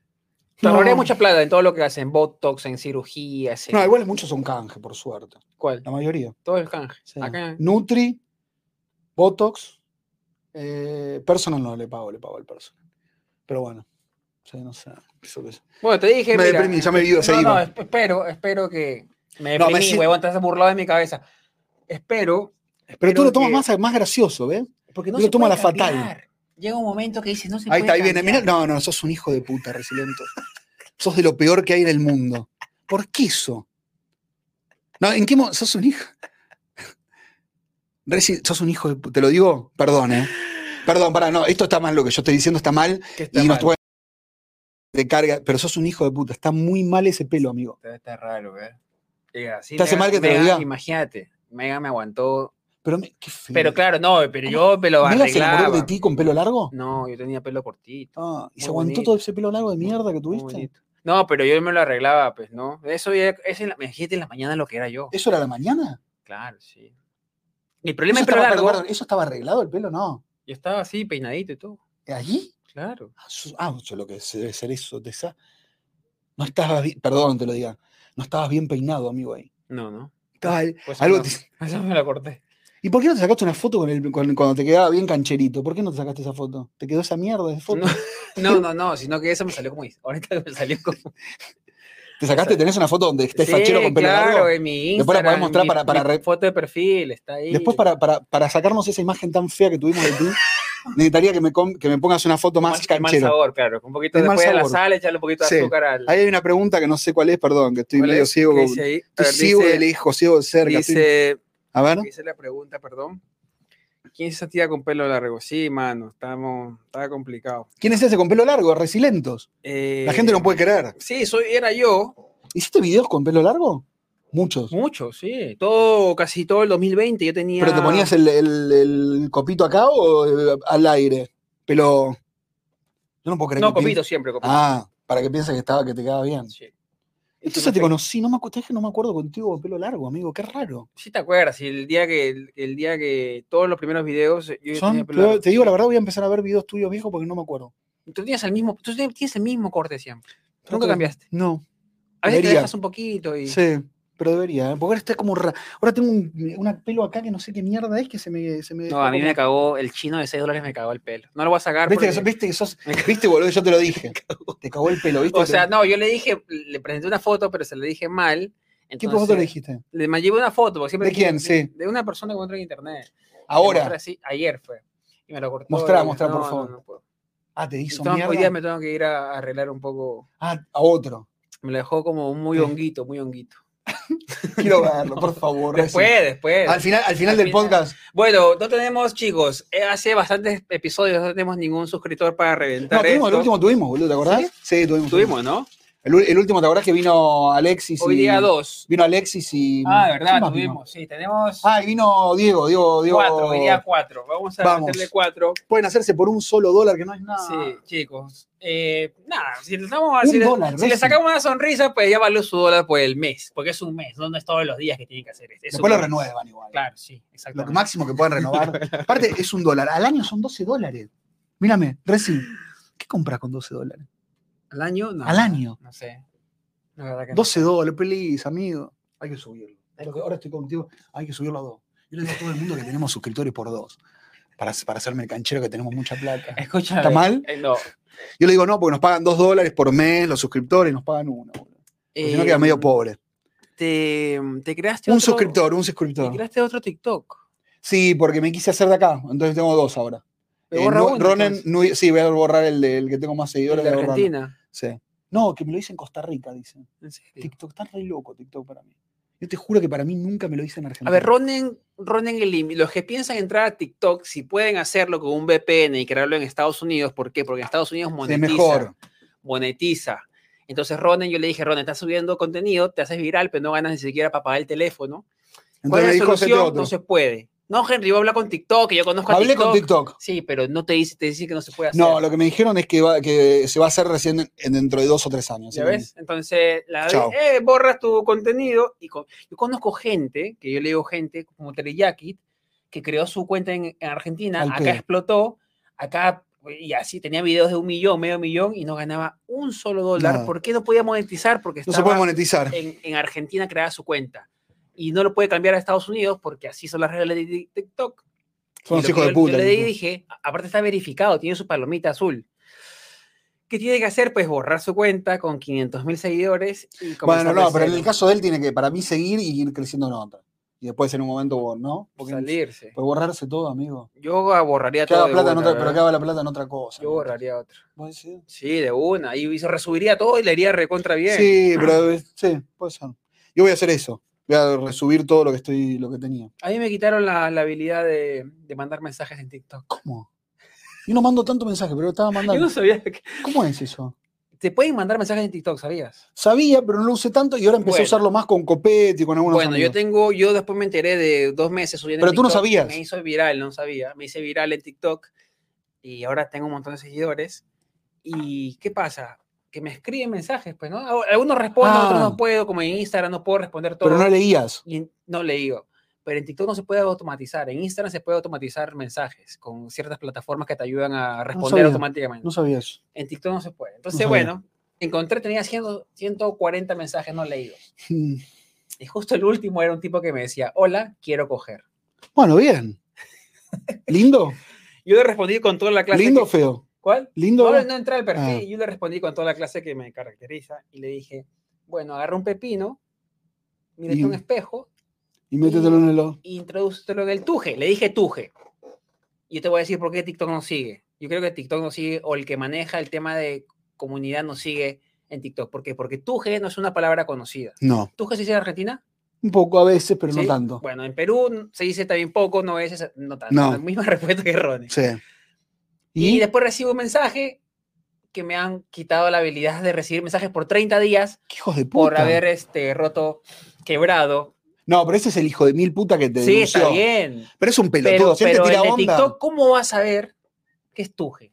[SPEAKER 2] Te
[SPEAKER 1] No.
[SPEAKER 2] ahorraría mucha plata en todo lo que hacen, botox, en cirugías, en
[SPEAKER 1] No, igual muchos son canje, por suerte.
[SPEAKER 2] ¿cuál?
[SPEAKER 1] La mayoría.
[SPEAKER 2] Todo el canje.
[SPEAKER 1] Sí.
[SPEAKER 2] Acá,
[SPEAKER 1] Nutri, Botox, eh, personal no le pago, le pago al personal. Pero bueno, sí, no sé. eso que sé.
[SPEAKER 2] Bueno, te dije,
[SPEAKER 1] Me
[SPEAKER 2] mira,
[SPEAKER 1] deprimí, ya me vi, se
[SPEAKER 2] no, no,
[SPEAKER 1] iba.
[SPEAKER 2] esp- espero, espero que me
[SPEAKER 1] No, me
[SPEAKER 2] deprimí,
[SPEAKER 1] si-
[SPEAKER 2] huevón, te has burlado de mi cabeza. Espero,
[SPEAKER 1] Pero tú
[SPEAKER 2] espero
[SPEAKER 1] lo tomas
[SPEAKER 2] que-
[SPEAKER 1] más, más gracioso, ¿ves?
[SPEAKER 2] porque no
[SPEAKER 1] Yo
[SPEAKER 2] se
[SPEAKER 1] toma
[SPEAKER 2] puede
[SPEAKER 1] la fatal.
[SPEAKER 2] cambiar. Llega un momento que dices, no se
[SPEAKER 1] Ahí
[SPEAKER 2] puede
[SPEAKER 1] está, ahí viene.
[SPEAKER 2] cambiar.
[SPEAKER 1] Mirá, no, no, sos un hijo de puta, resiliento. sos de lo peor que hay en el mundo. ¿Por qué eso? No, ¿en qué mo- ¿Sos un hijo? Resi, sos un hijo de puta. Te lo digo, perdón, ¿eh? Perdón, pará, no, esto está mal, lo que yo estoy diciendo está mal.
[SPEAKER 2] Que
[SPEAKER 1] y
[SPEAKER 2] está
[SPEAKER 1] nos
[SPEAKER 2] mal.
[SPEAKER 1] pueden- de carga, pero sos un hijo de puta. Está muy mal ese pelo, amigo.
[SPEAKER 2] Está, está raro, ¿eh? Diga, sí,
[SPEAKER 1] Te hace
[SPEAKER 2] Megan-
[SPEAKER 1] mal que te lo
[SPEAKER 2] Megan,
[SPEAKER 1] diga.
[SPEAKER 2] Imagínate, Mega me aguantó.
[SPEAKER 1] Pero me- qué feo.
[SPEAKER 2] Pero claro, no, pero yo me lo
[SPEAKER 1] ¿Mega se enamoró de
[SPEAKER 2] arreglaba.
[SPEAKER 1] ti con pelo largo?
[SPEAKER 2] No, yo tenía pelo cortito.
[SPEAKER 1] Ah, ¿Y se
[SPEAKER 2] Muy
[SPEAKER 1] aguantó
[SPEAKER 2] bonito.
[SPEAKER 1] todo ese pelo largo de mierda que
[SPEAKER 2] muy
[SPEAKER 1] tuviste?
[SPEAKER 2] bonito. No, pero yo me lo arreglaba, pues, ¿no? Eso ya es en la, imagínate en la mañana lo que era yo.
[SPEAKER 1] ¿Eso era la mañana?
[SPEAKER 2] Claro, sí. El problema
[SPEAKER 1] Eso
[SPEAKER 2] es pelo
[SPEAKER 1] estaba,
[SPEAKER 2] largo.
[SPEAKER 1] perdón, ¿Eso estaba arreglado el pelo? No.
[SPEAKER 2] Yo Y estaba así, peinadito y todo.
[SPEAKER 1] ¿Allí?
[SPEAKER 2] Claro.
[SPEAKER 1] Ah, su- Ah, eso es lo que se debe ser eso de esa. No estabas bien, perdón, te lo diga. No estabas bien peinado, amigo ahí.
[SPEAKER 2] No, no.
[SPEAKER 1] Estabas-
[SPEAKER 2] Pues
[SPEAKER 1] algo
[SPEAKER 2] no,
[SPEAKER 1] te-
[SPEAKER 2] Eso me la corté.
[SPEAKER 1] ¿Y por qué no te sacaste una foto con el, con- cuando te quedaba bien cancherito? ¿Por qué no te sacaste esa foto? ¿Te quedó esa mierda de foto?
[SPEAKER 2] No, no, no, no, sino que eso me salió como. Ahorita me salió como.
[SPEAKER 1] ¿Te sacaste?
[SPEAKER 2] esa-
[SPEAKER 1] ¿Tenés una foto donde estés Este fachero con pelo
[SPEAKER 2] claro,
[SPEAKER 1] largo?
[SPEAKER 2] en mi Instagram.
[SPEAKER 1] Después la podés mostrar
[SPEAKER 2] mi-
[SPEAKER 1] para- para
[SPEAKER 2] mi
[SPEAKER 1] re-
[SPEAKER 2] foto de perfil, está ahí.
[SPEAKER 1] Después, para, para, para sacarnos esa imagen tan fea que tuvimos de ti, necesitaría que me, com- que me pongas una foto más
[SPEAKER 2] con Mal
[SPEAKER 1] canchero.
[SPEAKER 2] sabor, claro. Un poquito
[SPEAKER 1] Es mal
[SPEAKER 2] después de la
[SPEAKER 1] sabor.
[SPEAKER 2] sal, echarle un poquito de
[SPEAKER 1] Sí.
[SPEAKER 2] azúcar al.
[SPEAKER 1] Ahí hay una pregunta que no sé cuál es, perdón, que estoy
[SPEAKER 2] ¿Cuál
[SPEAKER 1] medio
[SPEAKER 2] es?
[SPEAKER 1] ciego.
[SPEAKER 2] ¿Qué
[SPEAKER 1] con-
[SPEAKER 2] dice ahí? A
[SPEAKER 1] Estoy
[SPEAKER 2] ver,
[SPEAKER 1] ciego
[SPEAKER 2] dice-
[SPEAKER 1] de lejos, ciego de cerca. estoy-
[SPEAKER 2] Dice,
[SPEAKER 1] a ver.
[SPEAKER 2] dice la pregunta, perdón. ¿Quién es esa tía con pelo largo? Sí, mano, estamos, estaba complicado.
[SPEAKER 1] ¿Quién es ese con pelo largo? Resilentos. La gente no
[SPEAKER 2] Eh,
[SPEAKER 1] puede creer.
[SPEAKER 2] Sí, soy, era yo.
[SPEAKER 1] ¿Hiciste videos con pelo largo? Muchos.
[SPEAKER 2] Mucho, sí. Todo, casi todo el 2020 yo tenía...
[SPEAKER 1] ¿Pero te ponías el, el- el copito acá o eh, al aire? Pero. Yo no puedo creer
[SPEAKER 2] No,
[SPEAKER 1] que
[SPEAKER 2] copito
[SPEAKER 1] piense-
[SPEAKER 2] siempre, copito.
[SPEAKER 1] Ah, para que pienses que estaba, que te quedaba bien.
[SPEAKER 2] Sí.
[SPEAKER 1] Ah. Entonces te conocí, no me acuerdo, es que no me acuerdo contigo con pelo largo, amigo, qué raro.
[SPEAKER 2] Sí te acuerdas, y el día que, el, el día que todos los primeros videos... Yo
[SPEAKER 1] Son-
[SPEAKER 2] tenía
[SPEAKER 1] te,
[SPEAKER 2] pelo largo.
[SPEAKER 1] te digo la verdad, voy a empezar a ver videos tuyos viejos porque no me acuerdo.
[SPEAKER 2] Tú tenías el mismo, tú tienes el mismo corte siempre.
[SPEAKER 1] Trato
[SPEAKER 2] Nunca
[SPEAKER 1] de-
[SPEAKER 2] cambiaste.
[SPEAKER 1] No,
[SPEAKER 2] A veces te
[SPEAKER 1] Debería.
[SPEAKER 2] dejas un poquito y...
[SPEAKER 1] sí, pero debería, ¿eh? porque ahora está como raro. Ahora tengo un una pelo acá que no sé qué mierda es que se me. Se me
[SPEAKER 2] No, a mí me
[SPEAKER 1] dejó
[SPEAKER 2] cagó, el chino de 6 dólares me cagó el pelo. No lo voy a sacar
[SPEAKER 1] como- ¿Viste, que
[SPEAKER 2] porque-
[SPEAKER 1] sos- viste que sos.
[SPEAKER 2] Me cagó.
[SPEAKER 1] Viste, boludo, yo te lo dije. Te cagó el pelo, ¿viste?
[SPEAKER 2] O sea, no, yo le dije, le presenté una foto, pero se la dije mal.
[SPEAKER 1] ¿Qué
[SPEAKER 2] Entonces, eh,
[SPEAKER 1] foto le dijiste?
[SPEAKER 2] Le mandé una foto. Porque siempre
[SPEAKER 1] ¿De quién? Sí.
[SPEAKER 2] De una persona que encontré en internet. Le mostré
[SPEAKER 1] Ahora.
[SPEAKER 2] así, ayer fue. Y me lo cortó.
[SPEAKER 1] Mostrá,
[SPEAKER 2] y-
[SPEAKER 1] mostrá, por
[SPEAKER 2] no, no,
[SPEAKER 1] favor.
[SPEAKER 2] no puedo.
[SPEAKER 1] Ah, te hizo
[SPEAKER 2] Entonces, hoy
[SPEAKER 1] mierda.
[SPEAKER 2] día me tengo que ir a, a arreglar un poco.
[SPEAKER 1] Ah, a otro.
[SPEAKER 2] Me lo dejó como muy
[SPEAKER 1] Sí.
[SPEAKER 2] honguito, muy honguito.
[SPEAKER 1] Quiero verlo, por favor. Resi.
[SPEAKER 2] Después, después.
[SPEAKER 1] Al final, al final
[SPEAKER 2] Al
[SPEAKER 1] del
[SPEAKER 2] final.
[SPEAKER 1] podcast.
[SPEAKER 2] Bueno, no tenemos, chicos, eh, hace bastantes episodios no tenemos ningún suscriptor para
[SPEAKER 1] No,
[SPEAKER 2] reventar
[SPEAKER 1] tuvimos, el
[SPEAKER 2] esto.
[SPEAKER 1] último tuvimos, boludo, ¿te acordás? Sí, tuvimos.
[SPEAKER 2] Tuvimos, ¿no?
[SPEAKER 1] El, ul- el último, ¿te acordás que vino Alexis?
[SPEAKER 2] Hoy
[SPEAKER 1] y-
[SPEAKER 2] día dos.
[SPEAKER 1] Vino Alexis y.
[SPEAKER 2] Ah, de
[SPEAKER 1] ¿quién
[SPEAKER 2] verdad,
[SPEAKER 1] más vino?
[SPEAKER 2] tuvimos. Sí, tenemos
[SPEAKER 1] Ah, y vino Diego, Diego, Diego.
[SPEAKER 2] cuatro, hoy día cuatro. Vamos a
[SPEAKER 1] Vamos.
[SPEAKER 2] meterle cuatro.
[SPEAKER 1] Pueden hacerse por un solo dólar, que no es nada.
[SPEAKER 2] Sí, chicos. Eh, nada, si, le damos a-
[SPEAKER 1] Ah. Un
[SPEAKER 2] si le-
[SPEAKER 1] dólar,
[SPEAKER 2] si le
[SPEAKER 1] Messi.
[SPEAKER 2] sacamos una sonrisa, pues ya valió su dólar por el mes, porque es un mes, no es todos los días que tienen que hacer esto. es
[SPEAKER 1] Después
[SPEAKER 2] un
[SPEAKER 1] lo
[SPEAKER 2] mes.
[SPEAKER 1] renuevan igual.
[SPEAKER 2] Claro, sí,
[SPEAKER 1] Lo
[SPEAKER 2] exactamente.
[SPEAKER 1] máximo que puedan renovar. Aparte, es un dólar. Al año son 12 dólares. Mírame, Reci, ¿qué compras con 12 dólares?
[SPEAKER 2] ¿Al año? No,
[SPEAKER 1] Al año.
[SPEAKER 2] No sé. La verdad que no.
[SPEAKER 1] 12 dólares, please, amigo. Hay que subirlo. Lo que- Ahora estoy contigo, hay que subirlo a dos. Yo le digo a todo el mundo que tenemos suscriptores por dos. Para, para hacerme el canchero que tenemos mucha plata.
[SPEAKER 2] Escúchame.
[SPEAKER 1] ¿Está mal?
[SPEAKER 2] Eh, no.
[SPEAKER 1] Yo le digo, no, porque nos pagan dos dólares por mes los suscriptores y nos pagan uno. boludo. Porque Si no,
[SPEAKER 2] Eh,
[SPEAKER 1] queda medio pobre.
[SPEAKER 2] Te, te creaste
[SPEAKER 1] Un
[SPEAKER 2] otro-
[SPEAKER 1] suscriptor, un
[SPEAKER 2] Te
[SPEAKER 1] suscriptor.
[SPEAKER 2] creaste otro TikTok.
[SPEAKER 1] Sí, porque me quise hacer de acá, entonces tengo dos ahora.
[SPEAKER 2] Me
[SPEAKER 1] Eh,
[SPEAKER 2] borra
[SPEAKER 1] Nu-
[SPEAKER 2] uno,
[SPEAKER 1] Ronen,
[SPEAKER 2] entonces.
[SPEAKER 1] Nui- sí, voy a borrar el, del que tengo más seguidores.
[SPEAKER 2] de
[SPEAKER 1] voy a borrarlo.
[SPEAKER 2] Argentina.
[SPEAKER 1] Sí. No, que me lo hice en Costa Rica, dicen.
[SPEAKER 2] En serio.
[SPEAKER 1] TikTok está re loco, TikTok para mí. Yo te juro que para mí nunca me lo hice en Argentina.
[SPEAKER 2] A ver, Ronen, Ronen el límite. Los que piensan entrar a TikTok, si pueden hacerlo con un VPN y crearlo en Estados Unidos, ¿por qué? Porque en Estados Unidos
[SPEAKER 1] es
[SPEAKER 2] monetiza.
[SPEAKER 1] mejor.
[SPEAKER 2] Monetiza. Entonces, Ronen, yo le dije, Ronen, estás subiendo contenido, te haces viral, pero no ganas ni siquiera para pagar el teléfono. ¿Cuál
[SPEAKER 1] Entonces me
[SPEAKER 2] es la
[SPEAKER 1] dijo ese
[SPEAKER 2] solución?
[SPEAKER 1] otro.
[SPEAKER 2] No se puede. No, Henry, yo habla con TikTok, que yo conozco a
[SPEAKER 1] Hablé
[SPEAKER 2] TikTok.
[SPEAKER 1] con TikTok.
[SPEAKER 2] Sí, pero no te dice, te dicen que no se puede hacer.
[SPEAKER 1] No, lo que me dijeron es que, va- que se va a hacer recién en- dentro de dos o tres años.
[SPEAKER 2] ¿Ya
[SPEAKER 1] ¿sí?
[SPEAKER 2] ves? Entonces, la,
[SPEAKER 1] Chao.
[SPEAKER 2] eh, borras tu contenido. y con- Yo conozco gente, que yo le digo gente, como Teriyaki, que creó su cuenta en, en Argentina,
[SPEAKER 1] ¿Al
[SPEAKER 2] acá
[SPEAKER 1] qué?
[SPEAKER 2] explotó, acá y así tenía videos de un millón, medio millón y no ganaba un solo dólar.
[SPEAKER 1] Nada.
[SPEAKER 2] ¿Por qué no podía monetizar? Porque
[SPEAKER 1] No
[SPEAKER 2] estaba
[SPEAKER 1] se puede monetizar.
[SPEAKER 2] en, en Argentina creada su cuenta. Y no lo puede cambiar a Estados Unidos porque así son las reglas de Tik- TikTok.
[SPEAKER 1] Son los
[SPEAKER 2] Y lo que
[SPEAKER 1] hijos
[SPEAKER 2] yo-
[SPEAKER 1] de puta.
[SPEAKER 2] Yo le
[SPEAKER 1] tipo.
[SPEAKER 2] dije, a- aparte está verificado, tiene su palomita azul. ¿Qué tiene que hacer? Pues borrar su cuenta con 500 mil seguidores y
[SPEAKER 1] Bueno,
[SPEAKER 2] comenzar
[SPEAKER 1] no,
[SPEAKER 2] de
[SPEAKER 1] pero en
[SPEAKER 2] cero.
[SPEAKER 1] el caso de él tiene que, para mí, seguir y ir creciendo en otra. Y después en un momento, vos, ¿no? Porque
[SPEAKER 2] salirse.
[SPEAKER 1] puede borrarse todo, amigo.
[SPEAKER 2] Yo ah, borraría
[SPEAKER 1] Que
[SPEAKER 2] todo.
[SPEAKER 1] haga
[SPEAKER 2] de
[SPEAKER 1] plata en
[SPEAKER 2] una,
[SPEAKER 1] otra, pero
[SPEAKER 2] ¿verdad?
[SPEAKER 1] que haga la plata en otra cosa.
[SPEAKER 2] Yo
[SPEAKER 1] ¿no?
[SPEAKER 2] borraría otro.
[SPEAKER 1] ¿Vos decís?
[SPEAKER 2] Sí, de una. Y se resubiría todo y le haría recontra bien.
[SPEAKER 1] Sí, pero eh, sí, puede ser. Yo voy a hacer eso. Voy a resubir todo lo que estoy, lo que tenía.
[SPEAKER 2] A mí me quitaron la, la habilidad de, de mandar mensajes en TikTok.
[SPEAKER 1] ¿Cómo? Yo no mando tanto mensaje, pero estaba
[SPEAKER 2] Yo no
[SPEAKER 1] mandando.
[SPEAKER 2] sabía que...
[SPEAKER 1] ¿Cómo es eso?
[SPEAKER 2] Te pueden mandar mensajes en TikTok, ¿sabías?
[SPEAKER 1] Sabía, pero no lo usé tanto y ahora empecé
[SPEAKER 2] Bueno.
[SPEAKER 1] a usarlo más con Copete y con algunos
[SPEAKER 2] Bueno, yo
[SPEAKER 1] amigos.
[SPEAKER 2] tengo, yo después me enteré de dos meses subiendo. en
[SPEAKER 1] Pero tú no
[SPEAKER 2] TikTok,
[SPEAKER 1] sabías.
[SPEAKER 2] Me hizo viral, no sabía. Me hice viral en TikTok y ahora tengo un montón de seguidores. ¿Y qué pasa? Que me escriben mensajes, pues, ¿no? Algunos responden, otros
[SPEAKER 1] Ah.
[SPEAKER 2] no puedo, como en Instagram no puedo responder todo.
[SPEAKER 1] Pero no leías.
[SPEAKER 2] y no le digo. pero en TikTok no se puede automatizar. En Instagram se puede automatizar mensajes con ciertas plataformas que te ayudan a responder
[SPEAKER 1] sabía,
[SPEAKER 2] automáticamente.
[SPEAKER 1] No sabía eso.
[SPEAKER 2] En TikTok no se puede. Entonces,
[SPEAKER 1] sabía.
[SPEAKER 2] bueno, encontré, tenía 100 140 mensajes no leídos.
[SPEAKER 1] Mm.
[SPEAKER 2] Y justo el último era un tipo que me decía, hola, quiero coger.
[SPEAKER 1] Bueno, bien. Lindo,
[SPEAKER 2] Yo le respondí con toda la clase.
[SPEAKER 1] lindo o
[SPEAKER 2] que-
[SPEAKER 1] feo.
[SPEAKER 2] ¿Cuál?
[SPEAKER 1] Lindo.
[SPEAKER 2] No, no entré al perfil.
[SPEAKER 1] Ah.
[SPEAKER 2] y Yo le respondí con toda la clase que me caracteriza y le dije, bueno, agarra un pepino, mírate
[SPEAKER 1] Y-
[SPEAKER 2] un espejo
[SPEAKER 1] Y métetelo en el ojo.
[SPEAKER 2] e introdúcelo en el tuje. Le dije tuje. Yo te voy a decir por qué TikTok nos sigue. Yo creo que TikTok nos sigue, o el que maneja el tema de comunidad nos sigue en TikTok. ¿Por qué? Porque tuje no es una palabra conocida.
[SPEAKER 1] No,
[SPEAKER 2] ¿Tuje se dice en Argentina?
[SPEAKER 1] un poco a veces, pero no
[SPEAKER 2] Sí.
[SPEAKER 1] tanto.
[SPEAKER 2] Bueno, en Perú n- se dice también poco, no veces, no tanto.
[SPEAKER 1] No.
[SPEAKER 2] La misma respuesta que Ronnie.
[SPEAKER 1] Sí.
[SPEAKER 2] Y,
[SPEAKER 1] Y,
[SPEAKER 2] después recibo un mensaje que me han quitado la habilidad de recibir mensajes por 30 días
[SPEAKER 1] ¿Qué hijos de
[SPEAKER 2] por
[SPEAKER 1] puta.
[SPEAKER 2] haber este, roto, quebrado.
[SPEAKER 1] No, pero ese es el hijo de mil puta que te
[SPEAKER 2] Sí, está
[SPEAKER 1] denunció.
[SPEAKER 2] bien.
[SPEAKER 1] Pero es un pelotudo,
[SPEAKER 2] Pero,
[SPEAKER 1] siempre
[SPEAKER 2] pero
[SPEAKER 1] tira
[SPEAKER 2] el de
[SPEAKER 1] onda.
[SPEAKER 2] TikTok, ¿cómo vas a ver que es tuje?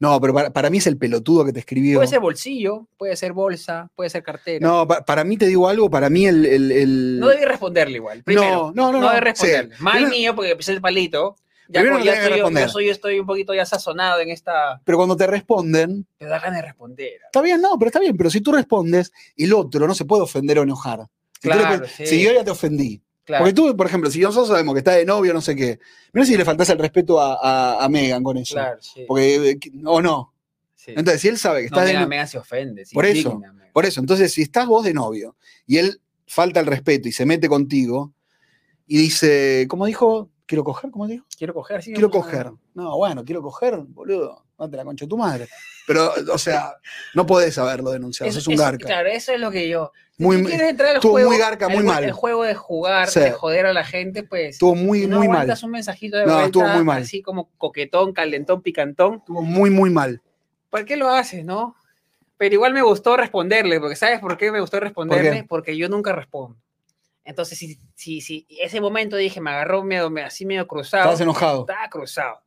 [SPEAKER 1] No, pero para, para mí es el pelotudo que te escribió.
[SPEAKER 2] Puede ser bolsillo, puede ser bolsa, puede ser cartera. No,
[SPEAKER 1] No, pa- para mí te digo algo, para mí el. el- el-
[SPEAKER 2] debí responderle igual. Primero,
[SPEAKER 1] no, no, no.
[SPEAKER 2] no, debí
[SPEAKER 1] sí.
[SPEAKER 2] responderle. Mal
[SPEAKER 1] Primero-
[SPEAKER 2] mío, porque pisé el palito. Ya,
[SPEAKER 1] Primero
[SPEAKER 2] como
[SPEAKER 1] no
[SPEAKER 2] ya,
[SPEAKER 1] debes
[SPEAKER 2] estoy, yo- ya
[SPEAKER 1] responder.
[SPEAKER 2] soy- yo estoy un poquito ya sazonado en esta.
[SPEAKER 1] Pero cuando te responden,
[SPEAKER 2] Te da ganas de responder.
[SPEAKER 1] está bien, no, pero está bien. Pero si tú respondes, el otro no se puede ofender o enojar. Si, tú le
[SPEAKER 2] Claro,
[SPEAKER 1] pon-
[SPEAKER 2] sí.
[SPEAKER 1] si yo ya te ofendí.
[SPEAKER 2] Claro.
[SPEAKER 1] Porque tú, por ejemplo, si nosotros sabemos que está de novio, no sé qué. Mira si le faltas el respeto a, a, a Megan con eso.
[SPEAKER 2] Claro, sí.
[SPEAKER 1] Porque, eh, o no.
[SPEAKER 2] sí.
[SPEAKER 1] Entonces, si él sabe que
[SPEAKER 2] No,
[SPEAKER 1] está de
[SPEAKER 2] Mega,
[SPEAKER 1] novio.
[SPEAKER 2] Mega se ofende. se
[SPEAKER 1] Por eso,
[SPEAKER 2] indigna, Mega.
[SPEAKER 1] Por eso, entonces, si estás vos de novio y él falta el respeto y se mete contigo y dice, ¿cómo dijo? ¿Quiero coger? ¿Cómo dijo?
[SPEAKER 2] Quiero coger, sí.
[SPEAKER 1] Quiero
[SPEAKER 2] no, no,
[SPEAKER 1] coger.
[SPEAKER 2] no.
[SPEAKER 1] No, bueno, quiero coger, boludo. No te la concho tu madre. Pero, o sea, no podés haberlo denunciado.
[SPEAKER 2] Eso-
[SPEAKER 1] Sos un
[SPEAKER 2] eso-
[SPEAKER 1] garca.
[SPEAKER 2] Claro, eso es lo que yo. Si
[SPEAKER 1] Muy-
[SPEAKER 2] tú quieres entrar al
[SPEAKER 1] estuvo
[SPEAKER 2] juego,
[SPEAKER 1] muy garca, muy
[SPEAKER 2] al-
[SPEAKER 1] mal.
[SPEAKER 2] El juego de jugar,
[SPEAKER 1] Sí.
[SPEAKER 2] de joder a la gente, pues.
[SPEAKER 1] Estuvo muy,
[SPEAKER 2] no
[SPEAKER 1] muy mal.
[SPEAKER 2] aguantas un mensajito de
[SPEAKER 1] No,
[SPEAKER 2] vuelta,
[SPEAKER 1] estuvo muy mal.
[SPEAKER 2] así como coquetón, calentón, picantón.
[SPEAKER 1] Estuvo muy, muy mal.
[SPEAKER 2] ¿Por qué lo haces, no? Pero igual me gustó responderle, porque ¿sabes por qué me gustó responderle? Porque yo nunca respondo. Entonces, si, si, si ese momento dije, me agarró medio, me- así medio cruzado.
[SPEAKER 1] Estabas enojado.
[SPEAKER 2] Estaba cruzado.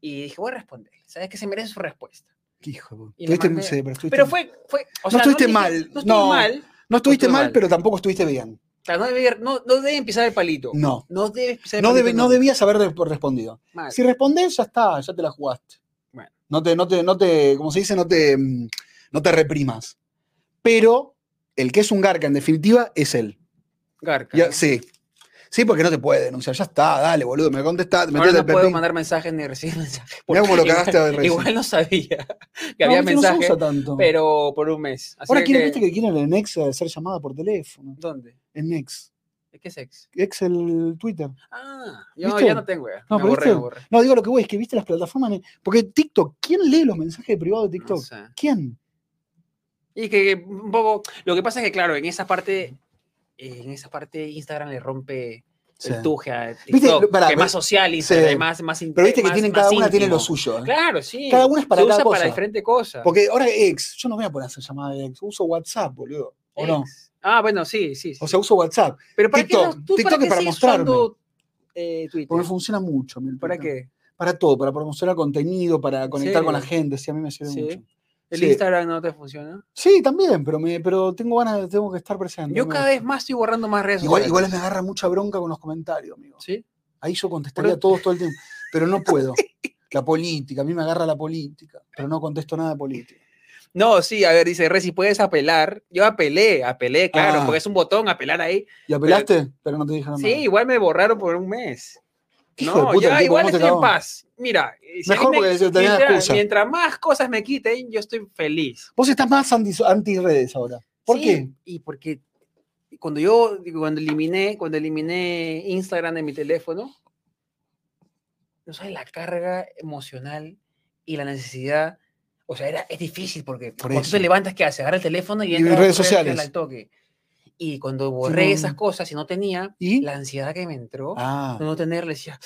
[SPEAKER 2] Y dije, voy a responderle. ¿Sabes que se merece su respuesta?
[SPEAKER 1] Hijo,
[SPEAKER 2] Y le
[SPEAKER 1] estuviste-
[SPEAKER 2] mandé-
[SPEAKER 1] sí, pero estuviste-
[SPEAKER 2] Pero fue, fue o
[SPEAKER 1] No estuviste
[SPEAKER 2] dije-
[SPEAKER 1] mal,
[SPEAKER 2] No estuve
[SPEAKER 1] no.
[SPEAKER 2] mal.
[SPEAKER 1] no estuviste
[SPEAKER 2] estuve
[SPEAKER 1] mal,
[SPEAKER 2] mal.
[SPEAKER 1] pero tampoco estuviste bien.
[SPEAKER 2] Claro, no debe, no, no debe pisar el palito.
[SPEAKER 1] No.
[SPEAKER 2] No debe pisar el
[SPEAKER 1] No,
[SPEAKER 2] palito.
[SPEAKER 1] debe- no
[SPEAKER 2] nunca.
[SPEAKER 1] debías haber re- respondido.
[SPEAKER 2] Mal.
[SPEAKER 1] Si respondes, ya está, ya te la jugaste.
[SPEAKER 2] Bueno.
[SPEAKER 1] No te, no te, no te, como se dice, no te, mm, no te reprimas. Pero el que es un garca, en definitiva, es él.
[SPEAKER 2] Garca.
[SPEAKER 1] Ya-
[SPEAKER 2] ¿no?
[SPEAKER 1] sí. Sí, porque no te puede denunciar. Ya está, dale, boludo, me contestaste, me
[SPEAKER 2] Ahora
[SPEAKER 1] metiste
[SPEAKER 2] no
[SPEAKER 1] el
[SPEAKER 2] puedo
[SPEAKER 1] pepín.
[SPEAKER 2] mandar mensajes ni recibir mensajes.
[SPEAKER 1] Mirá cómo lo
[SPEAKER 2] Igual-
[SPEAKER 1] cagaste a recién.
[SPEAKER 2] Igual no sabía que
[SPEAKER 1] No,
[SPEAKER 2] había
[SPEAKER 1] viste, no se
[SPEAKER 2] mensajes,
[SPEAKER 1] usa tanto.
[SPEAKER 2] pero por un mes. Así
[SPEAKER 1] Ahora
[SPEAKER 2] que-
[SPEAKER 1] quieren, viste que quieren en ex eh, ser llamada por teléfono.
[SPEAKER 2] ¿Dónde?
[SPEAKER 1] En ex.
[SPEAKER 2] ¿Qué es ex?
[SPEAKER 1] Ex el Twitter.
[SPEAKER 2] Ah, yo
[SPEAKER 1] ¿Viste?
[SPEAKER 2] ya no tengo. ya.
[SPEAKER 1] No,
[SPEAKER 2] me
[SPEAKER 1] pero
[SPEAKER 2] borré,
[SPEAKER 1] ¿viste?
[SPEAKER 2] me borré.
[SPEAKER 1] No, digo lo que voy, es que viste las plataformas. en- Porque TikTok, ¿quién lee los mensajes privados de
[SPEAKER 2] No
[SPEAKER 1] TikTok?
[SPEAKER 2] sé.
[SPEAKER 1] ¿Quién?
[SPEAKER 2] Y que un poco. Lo que pasa es que, claro, en esa parte. eh, En esa parte Instagram le rompe el tuje a TikTok,
[SPEAKER 1] Pará,
[SPEAKER 2] que es
[SPEAKER 1] pero-
[SPEAKER 2] más social Instagram,
[SPEAKER 1] sí.
[SPEAKER 2] más, más in-
[SPEAKER 1] Pero viste que
[SPEAKER 2] más-
[SPEAKER 1] tienen,
[SPEAKER 2] más
[SPEAKER 1] cada una tiene lo
[SPEAKER 2] íntimo.
[SPEAKER 1] suyo. ¿eh?
[SPEAKER 2] Claro, sí.
[SPEAKER 1] Cada una es para
[SPEAKER 2] Se
[SPEAKER 1] cada
[SPEAKER 2] usa
[SPEAKER 1] cosa.
[SPEAKER 2] para diferente cosa.
[SPEAKER 1] Porque ahora ex, yo no me voy a poner a hacer llamada de ex, uso WhatsApp, boludo. ¿O no?
[SPEAKER 2] Ex. Ah, bueno, sí, sí. sí.
[SPEAKER 1] O sea, uso WhatsApp.
[SPEAKER 2] Pero ¿para
[SPEAKER 1] TikTok,
[SPEAKER 2] qué no- tú
[SPEAKER 1] TikTok
[SPEAKER 2] para
[SPEAKER 1] es
[SPEAKER 2] qué
[SPEAKER 1] para
[SPEAKER 2] sigues
[SPEAKER 1] mostrarme.
[SPEAKER 2] usando, eh, Twitter?
[SPEAKER 1] Porque funciona mucho. mi
[SPEAKER 2] ¿Para
[SPEAKER 1] puta.
[SPEAKER 2] qué?
[SPEAKER 1] Para todo, para promocionar contenido, para conectar con la
[SPEAKER 2] serio?
[SPEAKER 1] gente, sí, a mí me sirve
[SPEAKER 2] Sí.
[SPEAKER 1] mucho.
[SPEAKER 2] ¿El
[SPEAKER 1] Sí.
[SPEAKER 2] Instagram no te funciona?
[SPEAKER 1] Sí, también, pero, me, pero tengo ganas, de- tengo que estar presente.
[SPEAKER 2] Yo
[SPEAKER 1] me
[SPEAKER 2] cada
[SPEAKER 1] gusta.
[SPEAKER 2] vez más estoy borrando más redes
[SPEAKER 1] Igual,
[SPEAKER 2] sociales.
[SPEAKER 1] igual me agarra mucha bronca con los comentarios, amigo.
[SPEAKER 2] ¿Sí?
[SPEAKER 1] Ahí yo contestaría
[SPEAKER 2] Pero-
[SPEAKER 1] a todos todo el tiempo, pero no puedo. La política, a mí me agarra la política, pero no contesto nada de política.
[SPEAKER 2] No, sí, a ver, dice Reci, puedes apelar. Yo apelé, apelé, claro,
[SPEAKER 1] Ah.
[SPEAKER 2] porque es un botón apelar ahí.
[SPEAKER 1] ¿Y apelaste? Pero, no te dijeron
[SPEAKER 2] Sí,
[SPEAKER 1] nada.
[SPEAKER 2] igual me borraron por un mes.
[SPEAKER 1] Hijo de
[SPEAKER 2] no,
[SPEAKER 1] puta, el
[SPEAKER 2] ya
[SPEAKER 1] tipo,
[SPEAKER 2] igual
[SPEAKER 1] ¿cómo te
[SPEAKER 2] estoy en
[SPEAKER 1] cagó?
[SPEAKER 2] paz. Mira, eh, si a mí
[SPEAKER 1] Mejor
[SPEAKER 2] me-
[SPEAKER 1] porque tenés la
[SPEAKER 2] mientras,
[SPEAKER 1] excusa.
[SPEAKER 2] mientras más cosas me quiten, yo estoy feliz.
[SPEAKER 1] Vos estás más anti- anti-redes ahora. ¿Por
[SPEAKER 2] Sí,
[SPEAKER 1] qué?
[SPEAKER 2] Y porque cuando yo, digo, cuando eliminé, cuando eliminé Instagram de mi teléfono, no sabes la carga emocional y la necesidad. O sea, era, es difícil porque cuando tú
[SPEAKER 1] eso.
[SPEAKER 2] te levantas, ¿qué haces? Agarra el teléfono y,
[SPEAKER 1] Y
[SPEAKER 2] entras a
[SPEAKER 1] redes
[SPEAKER 2] tu red social
[SPEAKER 1] sociales.
[SPEAKER 2] al toque. Y cuando borré
[SPEAKER 1] no-
[SPEAKER 2] esas cosas y no tenía,
[SPEAKER 1] ¿Y?
[SPEAKER 2] la ansiedad que me entró
[SPEAKER 1] Ah,
[SPEAKER 2] de no tener, le decía,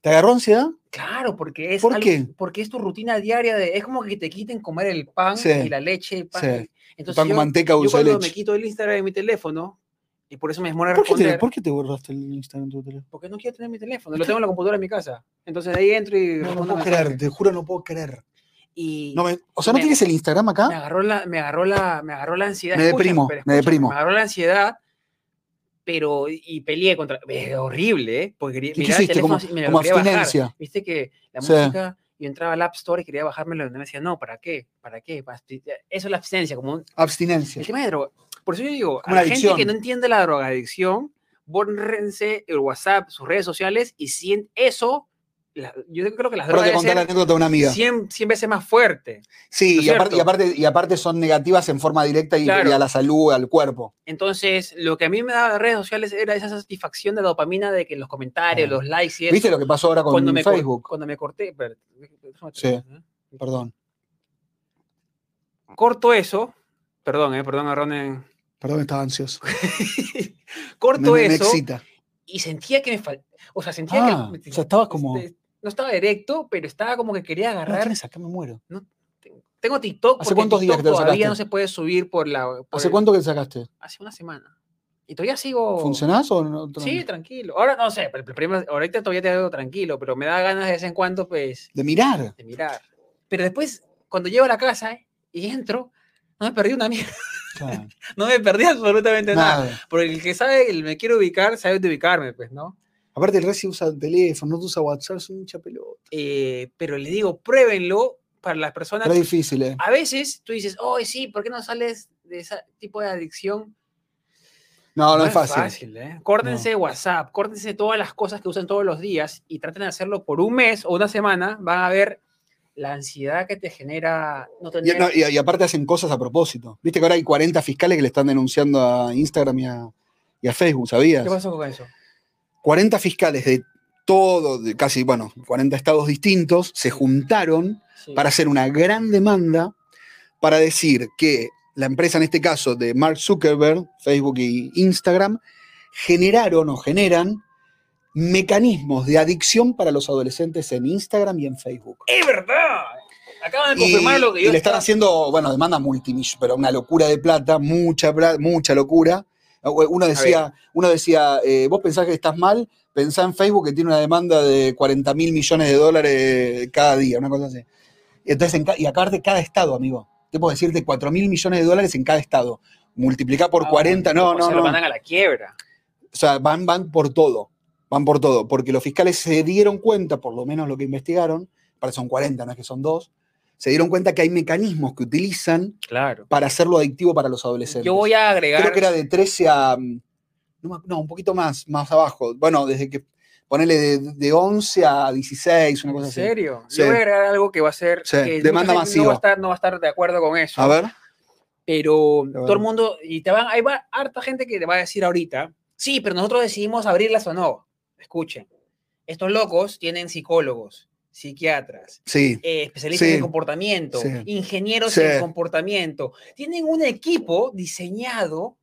[SPEAKER 1] ¿te agarró ansiedad?
[SPEAKER 2] claro, porque es,
[SPEAKER 1] ¿Por qué?
[SPEAKER 2] porque es tu rutina diaria, de, es como que te quiten comer el pan
[SPEAKER 1] Sí,
[SPEAKER 2] y la leche. pan
[SPEAKER 1] sí.
[SPEAKER 2] y-
[SPEAKER 1] Pan
[SPEAKER 2] Entonces
[SPEAKER 1] con
[SPEAKER 2] yo-
[SPEAKER 1] manteca,
[SPEAKER 2] yo
[SPEAKER 1] dulce de
[SPEAKER 2] cuando me
[SPEAKER 1] leche.
[SPEAKER 2] quito el Instagram de mi teléfono, y por eso me demora
[SPEAKER 1] ¿Por qué, te,
[SPEAKER 2] responder,
[SPEAKER 1] ¿Por qué te borraste el Instagram en tu teléfono?
[SPEAKER 2] porque no quiero tener mi teléfono, lo tengo en la computadora en mi casa. Entonces ahí entro
[SPEAKER 1] No, no
[SPEAKER 2] y respondo
[SPEAKER 1] puedo
[SPEAKER 2] mensajes.
[SPEAKER 1] creer, te juro no puedo creer.
[SPEAKER 2] Y
[SPEAKER 1] No me- o sea, ¿no
[SPEAKER 2] Me-
[SPEAKER 1] tienes el Instagram
[SPEAKER 2] me,
[SPEAKER 1] acá?
[SPEAKER 2] agarró la, me, agarró la, me agarró la ansiedad.
[SPEAKER 1] ¿Ah? Me
[SPEAKER 2] Escúchame,
[SPEAKER 1] deprimo,
[SPEAKER 2] pero
[SPEAKER 1] me
[SPEAKER 2] escúchame,
[SPEAKER 1] deprimo.
[SPEAKER 2] Me agarró la ansiedad pero y peleé contra es horrible ¿eh? porque quería,
[SPEAKER 1] ¿Qué
[SPEAKER 2] miraba el
[SPEAKER 1] hiciste?
[SPEAKER 2] teléfono
[SPEAKER 1] Como-
[SPEAKER 2] así, me lo
[SPEAKER 1] como
[SPEAKER 2] quería bajar.
[SPEAKER 1] abstinencia.
[SPEAKER 2] viste que la
[SPEAKER 1] Sí.
[SPEAKER 2] música yo entraba al App Store y quería bajármelo y me decía no para qué para qué Para absti- eso es la abstinencia como un-
[SPEAKER 1] Abstinencia.
[SPEAKER 2] el tema de droga por eso yo digo
[SPEAKER 1] Como
[SPEAKER 2] a la
[SPEAKER 1] una
[SPEAKER 2] gente que
[SPEAKER 1] adicción.
[SPEAKER 2] no entiende la drogadicción bórrense el WhatsApp sus redes sociales y si eso la- yo creo que las
[SPEAKER 1] Ahora
[SPEAKER 2] drogas
[SPEAKER 1] te
[SPEAKER 2] deben
[SPEAKER 1] contar la
[SPEAKER 2] ser
[SPEAKER 1] anécdota de una amiga.
[SPEAKER 2] 100, 100 veces más fuerte ¿no
[SPEAKER 1] Sí,
[SPEAKER 2] es
[SPEAKER 1] y aparte,
[SPEAKER 2] cierto?
[SPEAKER 1] y, aparte, y aparte son negativas en forma directa y,
[SPEAKER 2] Claro.
[SPEAKER 1] y a la salud, al cuerpo.
[SPEAKER 2] Entonces, lo que a mí me daba de redes sociales era esa satisfacción de dopamina de que los comentarios,
[SPEAKER 1] Ah.
[SPEAKER 2] los likes y eso.
[SPEAKER 1] ¿Viste lo que pasó ahora con
[SPEAKER 2] cuando me cor-
[SPEAKER 1] Facebook?
[SPEAKER 2] cuando me corté, pero- déjame
[SPEAKER 1] Sí.
[SPEAKER 2] terminar, ¿no?
[SPEAKER 1] Perdón,
[SPEAKER 2] Corto eso, perdón, eh, perdón, Ronen.
[SPEAKER 1] perdón, estaba ansioso. Me,
[SPEAKER 2] Corto
[SPEAKER 1] me- me
[SPEAKER 2] eso
[SPEAKER 1] excita.
[SPEAKER 2] y sentía que me faltaba, o sea, sentía
[SPEAKER 1] Ah,
[SPEAKER 2] que
[SPEAKER 1] o sea, estabas como. No,
[SPEAKER 2] este, no estaba directo, pero estaba como que quería agarrar.
[SPEAKER 1] tienes acá, me muero.
[SPEAKER 2] Tengo TikTok,
[SPEAKER 1] ¿Hace
[SPEAKER 2] porque
[SPEAKER 1] cuántos días
[SPEAKER 2] TikTok
[SPEAKER 1] que te lo
[SPEAKER 2] todavía
[SPEAKER 1] sacaste?
[SPEAKER 2] no se puede subir por la por
[SPEAKER 1] ¿Hace
[SPEAKER 2] el-
[SPEAKER 1] cuánto que sacaste?
[SPEAKER 2] hace una semana. Y todavía sigo
[SPEAKER 1] ¿Funcionás o no?
[SPEAKER 2] Sí, tranquilo. Ahora no sé, pero el primer- ahorita todavía te veo tranquilo, pero me da ganas de vez en cuando, pues,
[SPEAKER 1] De mirar.
[SPEAKER 2] de mirar. Pero después, cuando llego a la casa eh, y entro, no me perdí una mierda,
[SPEAKER 1] Claro,
[SPEAKER 2] no me perdí absolutamente nada.
[SPEAKER 1] nada.
[SPEAKER 2] Porque el que sabe, el me quiero ubicar, sabe dónde ubicarme, pues, ¿no?
[SPEAKER 1] Aparte, el Reci usa teléfono, no te usa WhatsApp, es un chapelota.
[SPEAKER 2] Eh, pero le digo, pruébenlo para las personas.
[SPEAKER 1] Pero es difícil, ¿eh?
[SPEAKER 2] A veces tú dices, oh, sí, ¿por qué no sales de ese tipo de adicción?
[SPEAKER 1] No, no, es fácil.
[SPEAKER 2] ¿eh? Córtense WhatsApp, córtense todas las cosas que usan todos los días y traten de hacerlo por un mes o una semana. Van a ver la ansiedad que te genera no
[SPEAKER 1] Y,
[SPEAKER 2] tener.
[SPEAKER 1] no, y- y aparte hacen cosas a propósito. Viste que ahora hay 40 fiscales que le están denunciando a Instagram y a, y a Facebook, ¿sabías?
[SPEAKER 2] ¿Qué pasó con eso?
[SPEAKER 1] 40 fiscales de todo, de casi, bueno, 40 estados distintos, se juntaron
[SPEAKER 2] Sí.
[SPEAKER 1] para hacer una gran demanda para decir que la empresa, en este caso de Mark Zuckerberg, Facebook y Instagram, generaron o generan mecanismos de adicción para los adolescentes en Instagram y en Facebook.
[SPEAKER 2] ¡Es verdad! Acaban de
[SPEAKER 1] Y,
[SPEAKER 2] confirmar lo que
[SPEAKER 1] y
[SPEAKER 2] yo.
[SPEAKER 1] le están
[SPEAKER 2] estaba-
[SPEAKER 1] haciendo, bueno, demanda multimillonaria, pero una locura de plata, mucha, pla- mucha locura. Eh, Uno decía, uno decía eh, vos pensás que estás mal, pensá en Facebook que tiene una demanda de 40 mil millones de dólares cada día, una cosa así. Y Entonces, en ca- y aparte cada estado, amigo. Te puedo decirte 4 mil millones de dólares en cada estado. Multiplicá por
[SPEAKER 2] Ah,
[SPEAKER 1] 40, no,
[SPEAKER 2] O
[SPEAKER 1] no,
[SPEAKER 2] sea,
[SPEAKER 1] no.
[SPEAKER 2] lo mandan a la quiebra.
[SPEAKER 1] O sea, van, van por todo. Van por todo. Porque los fiscales se dieron cuenta, por lo menos lo que investigaron, para son 40, no es que son dos, se dieron cuenta que hay mecanismos que utilizan
[SPEAKER 2] Claro.
[SPEAKER 1] para hacerlo adictivo para los adolescentes.
[SPEAKER 2] Yo voy a agregar.
[SPEAKER 1] Creo que era de 13 a. mm, No, me- no, un poquito más, más abajo. Bueno, desde que. Ponele de, de 11 a 16, una cosa
[SPEAKER 2] ¿En
[SPEAKER 1] así.
[SPEAKER 2] serio?
[SPEAKER 1] Sí.
[SPEAKER 2] Yo voy a agregar algo que va a ser.
[SPEAKER 1] Sí,
[SPEAKER 2] que mucha
[SPEAKER 1] demanda
[SPEAKER 2] gente No
[SPEAKER 1] masiva.
[SPEAKER 2] va, a estar, no va a estar de acuerdo con eso.
[SPEAKER 1] A ver.
[SPEAKER 2] pero todo
[SPEAKER 1] bueno.
[SPEAKER 2] el mundo, y te van, hay va, harta gente que te va a decir ahorita, sí, pero nosotros decidimos abrirlas o no. Escuchen, estos locos tienen psicólogos, psiquiatras,
[SPEAKER 1] Sí.
[SPEAKER 2] eh, especialistas en
[SPEAKER 1] Sí,
[SPEAKER 2] comportamiento,
[SPEAKER 1] sí,
[SPEAKER 2] ingenieros
[SPEAKER 1] sí.
[SPEAKER 2] en comportamiento. Tienen un equipo diseñado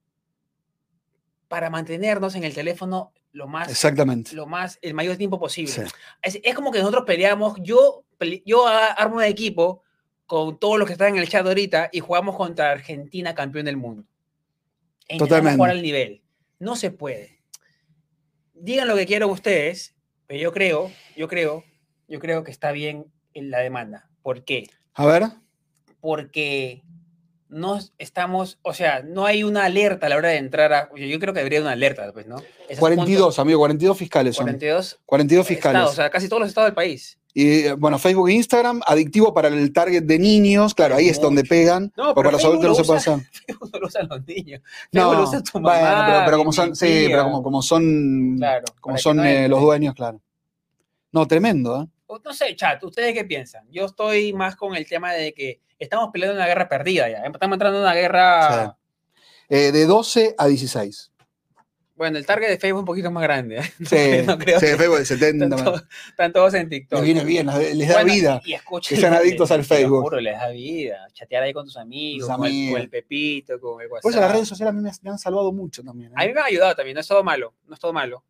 [SPEAKER 2] para mantenernos en el teléfono lo más,
[SPEAKER 1] Exactamente.
[SPEAKER 2] lo más, el mayor tiempo posible.
[SPEAKER 1] Sí.
[SPEAKER 2] Es, es como que nosotros peleamos, yo, pele- yo a- armo un equipo con todos los que están en el chat ahorita y jugamos contra Argentina, campeón del mundo. E intentamos
[SPEAKER 1] Totalmente.
[SPEAKER 2] jugar al nivel. No se puede. Digan lo que quieran ustedes, pero yo creo, yo creo, yo creo que está bien en la demanda. ¿Por qué?
[SPEAKER 1] A ver.
[SPEAKER 2] Porque no estamos, o sea, no hay una alerta a la hora de entrar a, yo, yo creo que debería haber una alerta, pues, ¿no? Esas cuantas-
[SPEAKER 1] 42, amigo, 42 fiscales son.
[SPEAKER 2] 42
[SPEAKER 1] 42 fiscales.
[SPEAKER 2] estados, o sea, casi todos los estados del país.
[SPEAKER 1] Y eh, bueno, Facebook e Instagram, adictivo para el target de niños, claro, ahí es donde
[SPEAKER 2] Mucho.
[SPEAKER 1] pegan, porque
[SPEAKER 2] No, pero
[SPEAKER 1] para los adultos no se
[SPEAKER 2] Facebook
[SPEAKER 1] puede
[SPEAKER 2] lo
[SPEAKER 1] hacer.
[SPEAKER 2] no lo usan los niños.
[SPEAKER 1] No,
[SPEAKER 2] No, lo usa tu
[SPEAKER 1] bueno,
[SPEAKER 2] mamá.
[SPEAKER 1] pero, pero como
[SPEAKER 2] mi-
[SPEAKER 1] son,
[SPEAKER 2] mi
[SPEAKER 1] sí, pero
[SPEAKER 2] tía.
[SPEAKER 1] como, como son,
[SPEAKER 2] Claro,
[SPEAKER 1] Mm, como
[SPEAKER 2] para que
[SPEAKER 1] son
[SPEAKER 2] no
[SPEAKER 1] eh, los
[SPEAKER 2] entre.
[SPEAKER 1] dueños, claro. No, tremendo, ¿eh?
[SPEAKER 2] O- No sé, chat, ¿ustedes qué piensan? Yo estoy más con el tema de que estamos peleando una guerra perdida ya. em-, Estamos entrando en una guerra.
[SPEAKER 1] Eh, de 12 a 16.
[SPEAKER 2] Bueno, el target de Facebook es un poquito más grande. ¿eh?
[SPEAKER 1] Sí,
[SPEAKER 2] no creo
[SPEAKER 1] sí,
[SPEAKER 2] que-
[SPEAKER 1] Facebook de 70. man.
[SPEAKER 2] Están, to- están todos en TikTok.
[SPEAKER 1] Les Mm, viene bien, les les da
[SPEAKER 2] Bueno,
[SPEAKER 1] vida.
[SPEAKER 2] Y escuchen,
[SPEAKER 1] que sean adictos al
[SPEAKER 2] te lo
[SPEAKER 1] Facebook.
[SPEAKER 2] juro, les da vida. Chatear ahí con tus amigos,
[SPEAKER 1] Tus
[SPEAKER 2] con, el,
[SPEAKER 1] amigos. Pues
[SPEAKER 2] con el Pepito, con el WhatsApp.
[SPEAKER 1] Por eso las redes sociales a mí me, me han salvado mucho también. ¿eh?
[SPEAKER 2] A mí me ha ayudado también, no es todo malo. No es todo malo.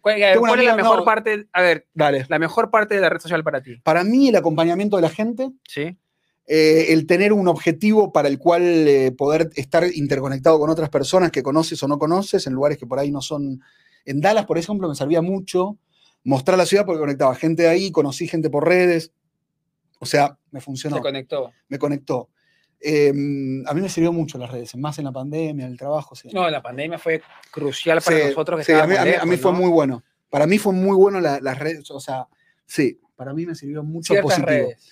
[SPEAKER 2] ¿Cuál,
[SPEAKER 1] una
[SPEAKER 2] cuál es la
[SPEAKER 1] amiga,
[SPEAKER 2] mejor
[SPEAKER 1] no.
[SPEAKER 2] parte? A ver,
[SPEAKER 1] Dale.
[SPEAKER 2] la mejor parte de la red social para ti.
[SPEAKER 1] Para mí el acompañamiento de la gente,
[SPEAKER 2] Sí.
[SPEAKER 1] eh, el tener un objetivo para el cual eh, poder estar interconectado con otras personas que conoces o no conoces, en lugares que por ahí no son. En Dallas, por ejemplo, me servía mucho mostrar la ciudad porque conectaba gente de ahí, conocí gente por redes. O sea, me funcionó,
[SPEAKER 2] Se conectó.
[SPEAKER 1] me conectó. Eh, a mí me sirvió mucho las redes, más en la pandemia, en el trabajo. sí.
[SPEAKER 2] No, la pandemia fue crucial para
[SPEAKER 1] Sí,
[SPEAKER 2] nosotros. Que
[SPEAKER 1] sí, a mí,
[SPEAKER 2] estábamos
[SPEAKER 1] a mí- a
[SPEAKER 2] lejos,
[SPEAKER 1] mí fue
[SPEAKER 2] ¿no?
[SPEAKER 1] muy bueno. Para mí fue muy bueno la- las redes, o sea, sí, para mí me sirvió mucho
[SPEAKER 2] Ciertas
[SPEAKER 1] positivo.
[SPEAKER 2] redes.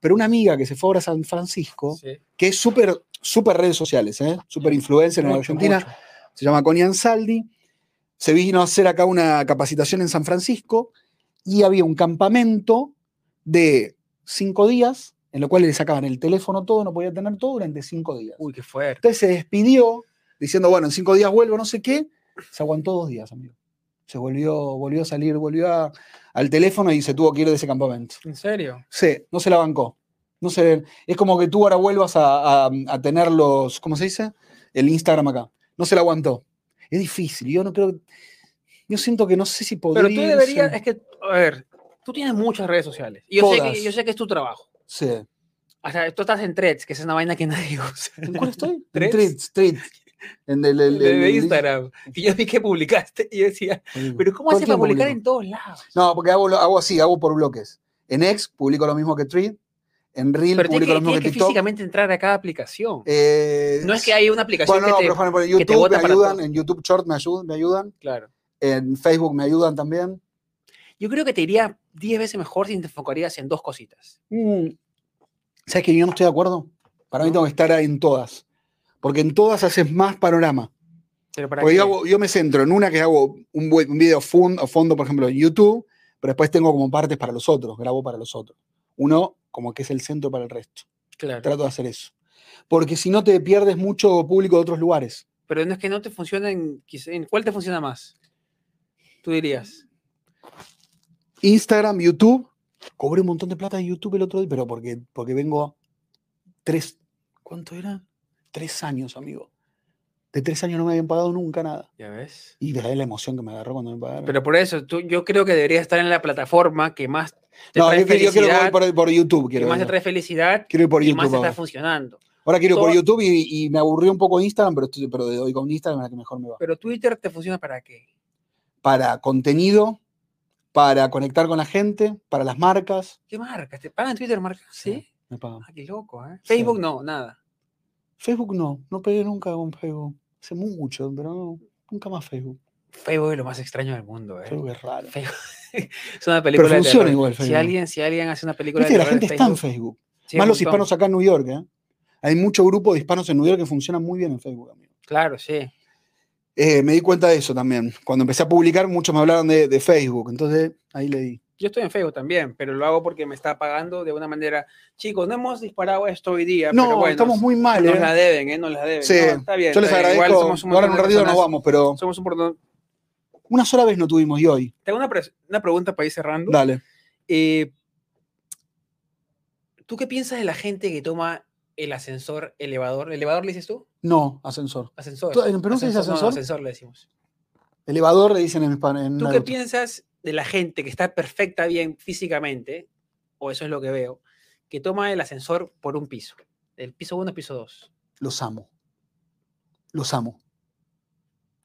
[SPEAKER 1] Pero una amiga que se fue ahora a San Francisco,
[SPEAKER 2] sí.
[SPEAKER 1] que es súper, súper redes sociales, ¿eh? súper influencer en
[SPEAKER 2] Mucho,
[SPEAKER 1] Argentina,
[SPEAKER 2] mucho.
[SPEAKER 1] se llama Connie Ansaldi, se vino a hacer acá una capacitación en San Francisco y había un campamento de cinco días, en lo cual le sacaban el teléfono todo, no podía tener todo durante cinco días.
[SPEAKER 2] Uy, qué fuerte.
[SPEAKER 1] Entonces se despidió diciendo, bueno, en cinco días vuelvo, no sé qué. Se aguantó dos días, amigo. Se volvió, volvió a salir, volvió a- al teléfono y se tuvo que ir de ese campamento.
[SPEAKER 2] ¿En serio?
[SPEAKER 1] Sí, no se la bancó. No se, es como que tú ahora vuelvas a, a- a tener los, ¿cómo se dice? El Instagram acá. No se la aguantó. Es difícil. Yo no creo. Yo siento que no sé si podría.
[SPEAKER 2] Pero tú deberías,
[SPEAKER 1] irse.
[SPEAKER 2] eh, es que, a ver, tú tienes muchas redes sociales. Y Yo sé,
[SPEAKER 1] Todas.
[SPEAKER 2] que, yo sé que es tu trabajo.
[SPEAKER 1] Sí.
[SPEAKER 2] O sea, tú estás en threads, que es una vaina que nadie usa.
[SPEAKER 1] ¿En cuál estoy?
[SPEAKER 2] ¿Tres?
[SPEAKER 1] Threads, Threads. En el, el-
[SPEAKER 2] de,
[SPEAKER 1] el-
[SPEAKER 2] de
[SPEAKER 1] el-
[SPEAKER 2] Instagram. Y yo vi que publicaste y yo decía, pero ¿cómo
[SPEAKER 1] ¿Todo
[SPEAKER 2] haces
[SPEAKER 1] el tiempo
[SPEAKER 2] para publicar
[SPEAKER 1] publico.
[SPEAKER 2] en todos lados?
[SPEAKER 1] No, porque hago, lo- hago así, hago por bloques. En X publico lo mismo que Thread, en Reel
[SPEAKER 2] Pero tienes
[SPEAKER 1] publico
[SPEAKER 2] que,
[SPEAKER 1] lo mismo que
[SPEAKER 2] tienes que
[SPEAKER 1] TikTok.
[SPEAKER 2] físicamente entrar a cada aplicación.
[SPEAKER 1] Eh,
[SPEAKER 2] no es que hay una aplicación
[SPEAKER 1] bueno, no,
[SPEAKER 2] que te...
[SPEAKER 1] pero por ejemplo, en
[SPEAKER 2] que te
[SPEAKER 1] YouTube me
[SPEAKER 2] bota para
[SPEAKER 1] ayudan,
[SPEAKER 2] todo.
[SPEAKER 1] en YouTube Short me ayudan, me ayudan,
[SPEAKER 2] Claro.
[SPEAKER 1] en Facebook me ayudan también.
[SPEAKER 2] Yo creo que te iría 10 veces mejor si te enfocarías en dos cositas.
[SPEAKER 1] Mm, ¿Sabes que yo no estoy de acuerdo? Para mí
[SPEAKER 2] ¿No?
[SPEAKER 1] tengo que estar en todas, porque en todas haces más panorama.
[SPEAKER 2] Pero para
[SPEAKER 1] Porque
[SPEAKER 2] qué?
[SPEAKER 1] Pues yo, hago- yo me centro en una que hago un, buen- un video fun- a fondo, por ejemplo, en YouTube, pero después tengo como partes para los otros, grabo para los otros. Uno como que es el centro para el resto.
[SPEAKER 2] Claro.
[SPEAKER 1] trato de hacer eso. Porque si no te pierdes mucho público de otros lugares.
[SPEAKER 2] Pero no es que no te funciona en... quizá- ¿En cuál te funciona más? Tú dirías.
[SPEAKER 1] Instagram, YouTube. Cobré un montón de plata en YouTube el otro día, pero porque, porque vengo tres, ¿cuánto era? Tres años, amigo. De tres años no me habían pagado nunca nada.
[SPEAKER 2] Ya ves.
[SPEAKER 1] Y de ahí la emoción que me agarró cuando me pagaron.
[SPEAKER 2] Pero por eso, tú- yo creo que deberías estar en la plataforma que más te
[SPEAKER 1] no,
[SPEAKER 2] trae
[SPEAKER 1] yo, quiero- yo quiero
[SPEAKER 2] felicidad,
[SPEAKER 1] ir por, por YouTube.
[SPEAKER 2] que
[SPEAKER 1] Quiero,
[SPEAKER 2] más te
[SPEAKER 1] ir.
[SPEAKER 2] trae felicidad
[SPEAKER 1] Quiero ir por
[SPEAKER 2] y
[SPEAKER 1] YouTube.
[SPEAKER 2] más te está
[SPEAKER 1] Ahora.
[SPEAKER 2] funcionando.
[SPEAKER 1] Ahora quiero ir por
[SPEAKER 2] todo-
[SPEAKER 1] YouTube y, y me aburrió un poco Instagram, pero, estoy, pero de hoy con Instagram es la que mejor me va.
[SPEAKER 2] Pero Twitter te funciona para qué?
[SPEAKER 1] Para contenido, para conectar con la gente, para las marcas.
[SPEAKER 2] ¿Qué marcas? ¿Te pagan Twitter marcas? Sí.
[SPEAKER 1] Me pagan.
[SPEAKER 2] Ah, qué loco, ¿eh?
[SPEAKER 1] Sí.
[SPEAKER 2] Facebook no, nada.
[SPEAKER 1] Facebook no, no pegué nunca con Facebook. Hace mucho, pero no, nunca más Facebook.
[SPEAKER 2] Facebook es lo más extraño del mundo, ¿eh?
[SPEAKER 1] Facebook es raro.
[SPEAKER 2] Facebook- es una película de
[SPEAKER 1] funciona
[SPEAKER 2] terror.
[SPEAKER 1] igual
[SPEAKER 2] Si
[SPEAKER 1] Facebook.
[SPEAKER 2] alguien, si alguien hace una película
[SPEAKER 1] Viste que
[SPEAKER 2] de
[SPEAKER 1] la
[SPEAKER 2] terror
[SPEAKER 1] gente
[SPEAKER 2] en
[SPEAKER 1] está en
[SPEAKER 2] Facebook,
[SPEAKER 1] Facebook.
[SPEAKER 2] sí,
[SPEAKER 1] Más
[SPEAKER 2] un
[SPEAKER 1] los
[SPEAKER 2] montón.
[SPEAKER 1] hispanos acá en New York, ¿eh? Hay mucho grupo de hispanos en New York que funcionan muy bien en Facebook, amigo.
[SPEAKER 2] Claro, sí.
[SPEAKER 1] Eh, me di cuenta de eso también. Cuando empecé a publicar, muchos me hablaron de, de Facebook. Entonces, ahí le di.
[SPEAKER 2] Yo estoy en Facebook también, pero lo hago porque me está pagando de una manera. Chicos, no hemos disparado esto hoy día,
[SPEAKER 1] No,
[SPEAKER 2] pero bueno,
[SPEAKER 1] estamos muy mal.
[SPEAKER 2] nos
[SPEAKER 1] ¿eh?
[SPEAKER 2] la deben, ¿eh? Nos la deben.
[SPEAKER 1] Sí,
[SPEAKER 2] No, está bien.
[SPEAKER 1] Yo les
[SPEAKER 2] está bien. Igual
[SPEAKER 1] agradezco.
[SPEAKER 2] somos
[SPEAKER 1] Ahora en
[SPEAKER 2] montón
[SPEAKER 1] un
[SPEAKER 2] de
[SPEAKER 1] ratito nos
[SPEAKER 2] personas-
[SPEAKER 1] vamos, pero
[SPEAKER 2] Somos un montón-
[SPEAKER 1] una sola vez no tuvimos y hoy.
[SPEAKER 2] Tengo una, pres- una pregunta para ir cerrando.
[SPEAKER 1] Dale.
[SPEAKER 2] Eh, ¿Tú qué piensas de la gente que toma el ascensor, elevador? ¿Elevador le dices tú?
[SPEAKER 1] No, ascensor.
[SPEAKER 2] Ascensor.
[SPEAKER 1] ¿Tú- en Perú se dice
[SPEAKER 2] No, no,
[SPEAKER 1] ascensor?
[SPEAKER 2] ascensor le decimos.
[SPEAKER 1] Elevador le dicen en español. en
[SPEAKER 2] ¿Tú qué
[SPEAKER 1] Naruto.
[SPEAKER 2] piensas de la gente que está perfecta bien físicamente, o eso es lo que veo, que toma el ascensor por un piso? Del piso 1 al piso 2.
[SPEAKER 1] los amo. Los amo.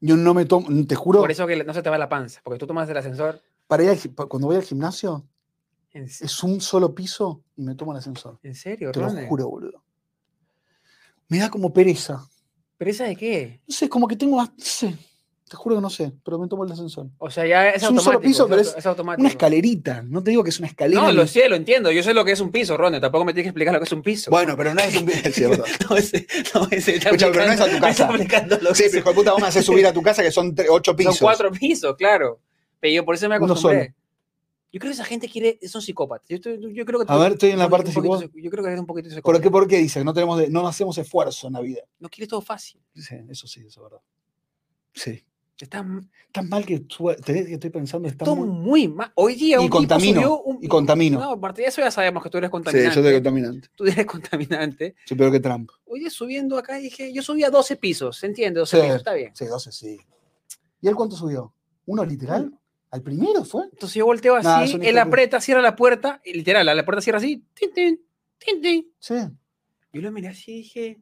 [SPEAKER 1] Yo no me tomo, te juro,
[SPEAKER 2] Por eso que no se te va la panza, porque tú tomas el ascensor
[SPEAKER 1] para ir al gi- pa- cuando voy al gimnasio
[SPEAKER 2] en, se-
[SPEAKER 1] es un solo piso y me tomo el ascensor.
[SPEAKER 2] ¿en serio,
[SPEAKER 1] Te lo
[SPEAKER 2] Ronald?
[SPEAKER 1] juro, boludo. Me da como pereza.
[SPEAKER 2] ¿Pereza de qué?
[SPEAKER 1] No sé, como que tengo más, no sé, te juro que no sé, pero me tomo el ascensor.
[SPEAKER 2] O sea, ya
[SPEAKER 1] Es
[SPEAKER 2] es,
[SPEAKER 1] un solo
[SPEAKER 2] automático,
[SPEAKER 1] piso, pero
[SPEAKER 2] auto-
[SPEAKER 1] es
[SPEAKER 2] automático.
[SPEAKER 1] Una escalerita, no te digo que es una escalera.
[SPEAKER 2] No,
[SPEAKER 1] ni-
[SPEAKER 2] lo sé, lo entiendo. Yo sé lo que es un piso, Ronald. Tampoco me tienes que explicar lo que es un piso.
[SPEAKER 1] Bueno, pero no es un es cierto.
[SPEAKER 2] No, ese- no, ese está
[SPEAKER 1] Escucha, pero no es a tu
[SPEAKER 2] aplicando- está
[SPEAKER 1] casa.
[SPEAKER 2] aplicando lo
[SPEAKER 1] Sí,
[SPEAKER 2] que
[SPEAKER 1] pero
[SPEAKER 2] se-
[SPEAKER 1] hijo de puta, vos me haces subir a tu casa que son tre- ocho pisos.
[SPEAKER 2] Son cuatro pisos, claro. Pero yo por eso me
[SPEAKER 1] Uno
[SPEAKER 2] acostumbré. Yo creo que esa gente quiere, son psicópatas. Yo, estoy- yo creo que
[SPEAKER 1] A ver, estoy en la
[SPEAKER 2] un
[SPEAKER 1] parte
[SPEAKER 2] poquito
[SPEAKER 1] psicópata.
[SPEAKER 2] psic- Yo creo que eres un poquito
[SPEAKER 1] ¿Por
[SPEAKER 2] psicópata.
[SPEAKER 1] qué, por qué dices? No, tenemos de- no hacemos esfuerzo en la vida.
[SPEAKER 2] No quieres todo fácil.
[SPEAKER 1] Sí, eso sí, eso es verdad. Sí.
[SPEAKER 2] Está, m-
[SPEAKER 1] tan mal que estuvo- tenés que estoy pensando está
[SPEAKER 2] todo
[SPEAKER 1] muy-
[SPEAKER 2] muy mal. Hoy día
[SPEAKER 1] Y
[SPEAKER 2] un tipo
[SPEAKER 1] contamino,
[SPEAKER 2] subió un-
[SPEAKER 1] y contamino.
[SPEAKER 2] No, aparte de eso ya sabemos que tú
[SPEAKER 1] Sí,
[SPEAKER 2] eres
[SPEAKER 1] yo
[SPEAKER 2] contaminante.
[SPEAKER 1] soy contaminante.
[SPEAKER 2] Tú eres contaminante.
[SPEAKER 1] Soy peor que Trump.
[SPEAKER 2] Hoy día subiendo acá dije, yo subía 12 pisos, ¿se entiende? 12
[SPEAKER 1] Sí.
[SPEAKER 2] pisos, está bien.
[SPEAKER 1] Sí, 12, sí. ¿Y él cuánto subió? ¿Uno literal? ¿Al primero fue?
[SPEAKER 2] Entonces yo volteo así,
[SPEAKER 1] Nah, es un hijo
[SPEAKER 2] él
[SPEAKER 1] de-
[SPEAKER 2] aprieta, cierra la puerta, y literal, la puerta cierra así, tin, tin, tin, tin.
[SPEAKER 1] Sí,
[SPEAKER 2] Yo lo miré así y dije.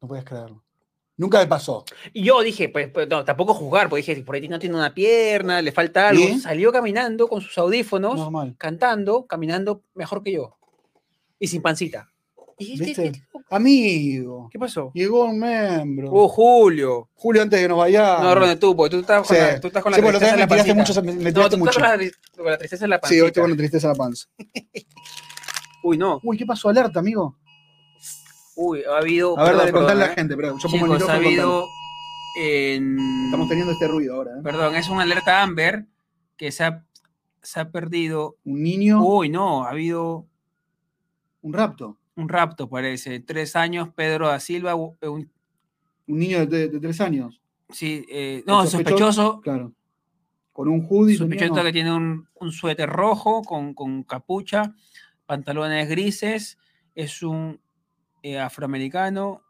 [SPEAKER 1] no podías creerlo. Nunca me pasó.
[SPEAKER 2] Y yo dije, pues, pues, no, tampoco juzgar, porque dije, por ahí no tiene una pierna, le falta algo.
[SPEAKER 1] ¿Y?
[SPEAKER 2] Salió caminando con sus audífonos,
[SPEAKER 1] Normal.
[SPEAKER 2] cantando, caminando mejor que yo. Y sin pancita. ¿Y qué-
[SPEAKER 1] ¿Viste?
[SPEAKER 2] qué-
[SPEAKER 1] Amigo,
[SPEAKER 2] ¿Qué pasó?
[SPEAKER 1] llegó un miembro.
[SPEAKER 2] Oh, Julio.
[SPEAKER 1] Julio, antes de que nos vayamos.
[SPEAKER 2] No, Ronald, tú, porque tú estás con
[SPEAKER 1] Ah. Sí.
[SPEAKER 2] la, tú estás con la
[SPEAKER 1] Sí, pues, bueno, otra vez
[SPEAKER 2] tristeza en la
[SPEAKER 1] me tiraste
[SPEAKER 2] pancita.
[SPEAKER 1] mucho. esa- Me, me
[SPEAKER 2] no, tú
[SPEAKER 1] tiraste
[SPEAKER 2] estás
[SPEAKER 1] mucho.
[SPEAKER 2] con la, con la tristeza en la
[SPEAKER 1] Sí,
[SPEAKER 2] pancita.
[SPEAKER 1] hoy tengo una tristeza en la panza.
[SPEAKER 2] Uy, no.
[SPEAKER 1] Uy, ¿qué pasó? Alerta, amigo.
[SPEAKER 2] Uy, ha habido...
[SPEAKER 1] A ver, dale,
[SPEAKER 2] perdón,
[SPEAKER 1] contale a la
[SPEAKER 2] ¿eh?
[SPEAKER 1] gente. Pero yo pongo el
[SPEAKER 2] Chicos,
[SPEAKER 1] micrófono.
[SPEAKER 2] ha
[SPEAKER 1] y contale.
[SPEAKER 2] habido... en-
[SPEAKER 1] Estamos teniendo este ruido ahora. ¿eh?
[SPEAKER 2] Perdón, es una alerta Amber que se ha, se ha perdido.
[SPEAKER 1] Un niño,
[SPEAKER 2] Uy, no, ha habido
[SPEAKER 1] un rapto.
[SPEAKER 2] un rapto, parece. Tres años, Pedro da Silva, u- eh, un-
[SPEAKER 1] Un niño de, de- de tres años,
[SPEAKER 2] sí, eh, no,
[SPEAKER 1] sospechoso?
[SPEAKER 2] sospechoso,
[SPEAKER 1] claro. Con un hoodie.
[SPEAKER 2] sospechoso
[SPEAKER 1] tenía, ¿no?
[SPEAKER 2] que tiene un, un suéter rojo con, con capucha, pantalones grises, es un eh, afroamericano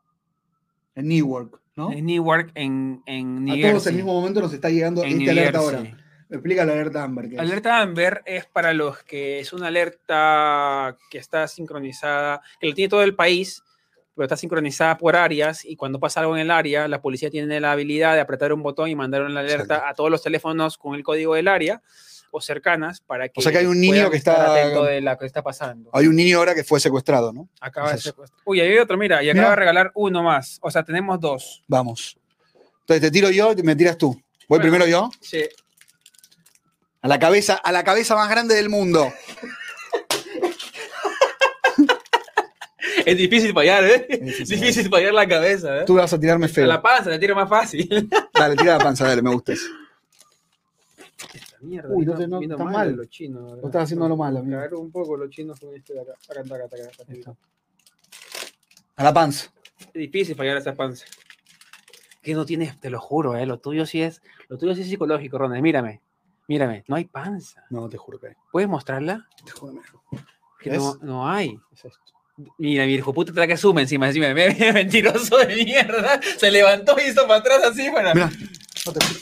[SPEAKER 1] En Newark, ¿no?
[SPEAKER 2] en Newark, en, en New
[SPEAKER 1] a todos en
[SPEAKER 2] Jersey.
[SPEAKER 1] el mismo momento nos está llegando
[SPEAKER 2] en
[SPEAKER 1] esta
[SPEAKER 2] New
[SPEAKER 1] alerta
[SPEAKER 2] Jersey.
[SPEAKER 1] ahora. Explica la alerta Amber. ¿qué es?
[SPEAKER 2] Alerta Amber es para los que es una alerta que está sincronizada, que lo tiene todo el país, pero está sincronizada por áreas y cuando pasa algo en el área, la policía tiene la habilidad de apretar un botón y mandar una alerta
[SPEAKER 1] Exacto.
[SPEAKER 2] a todos los teléfonos con el código del área o cercanas para que
[SPEAKER 1] sea que hay un niño
[SPEAKER 2] puedan
[SPEAKER 1] que
[SPEAKER 2] estar
[SPEAKER 1] está-
[SPEAKER 2] atento de la que está pasando.
[SPEAKER 1] Hay un niño ahora que fue secuestrado, ¿no?
[SPEAKER 2] Acaba de
[SPEAKER 1] es eso.
[SPEAKER 2] ser- Uy, ahí hay otro, mira, y acaba
[SPEAKER 1] Mira.
[SPEAKER 2] de regalar uno más. O sea, tenemos dos.
[SPEAKER 1] Vamos. Entonces te tiro yo y me tiras tú. Voy
[SPEAKER 2] Bueno.
[SPEAKER 1] primero yo.
[SPEAKER 2] Sí.
[SPEAKER 1] A la cabeza, a la cabeza más grande del mundo.
[SPEAKER 2] Es difícil fallar, ¿eh?
[SPEAKER 1] sí,
[SPEAKER 2] Es
[SPEAKER 1] sí.
[SPEAKER 2] difícil fallar la cabeza, ¿eh?
[SPEAKER 1] Tú vas a tirarme
[SPEAKER 2] A
[SPEAKER 1] feo.
[SPEAKER 2] la panza, la tiro más fácil.
[SPEAKER 1] Dale, tira la panza, dale, me gustes.
[SPEAKER 2] Esta mierda.
[SPEAKER 1] Uy, no
[SPEAKER 2] vino-
[SPEAKER 1] te- no,
[SPEAKER 2] vino
[SPEAKER 1] está
[SPEAKER 2] mal
[SPEAKER 1] mal.
[SPEAKER 2] Los chinos, ¿verdad?
[SPEAKER 1] estás haciendo lo malo,
[SPEAKER 2] Me
[SPEAKER 1] amigo.
[SPEAKER 2] cagaron un poco los chinos con este de acá. Acá, acá, acá, acá, acá.
[SPEAKER 1] A la panza.
[SPEAKER 2] Es difícil fallar esa panza. Que no tienes, te lo juro, ¿eh? lo tuyo sí es, lo tuyo sí es psicológico, Ronald. Mírame, mírame, no hay panza.
[SPEAKER 1] No, te juro que.
[SPEAKER 2] ¿Puedes mostrarla?
[SPEAKER 1] Te juro que.
[SPEAKER 2] Que
[SPEAKER 1] ¿Ves?
[SPEAKER 2] no, no hay.
[SPEAKER 1] Es esto.
[SPEAKER 2] Mira, mi hijo puta te la que suma encima, encima, me- me- mentiroso de mierda. Se levantó y hizo para atrás así para.
[SPEAKER 1] Mira, no te juro.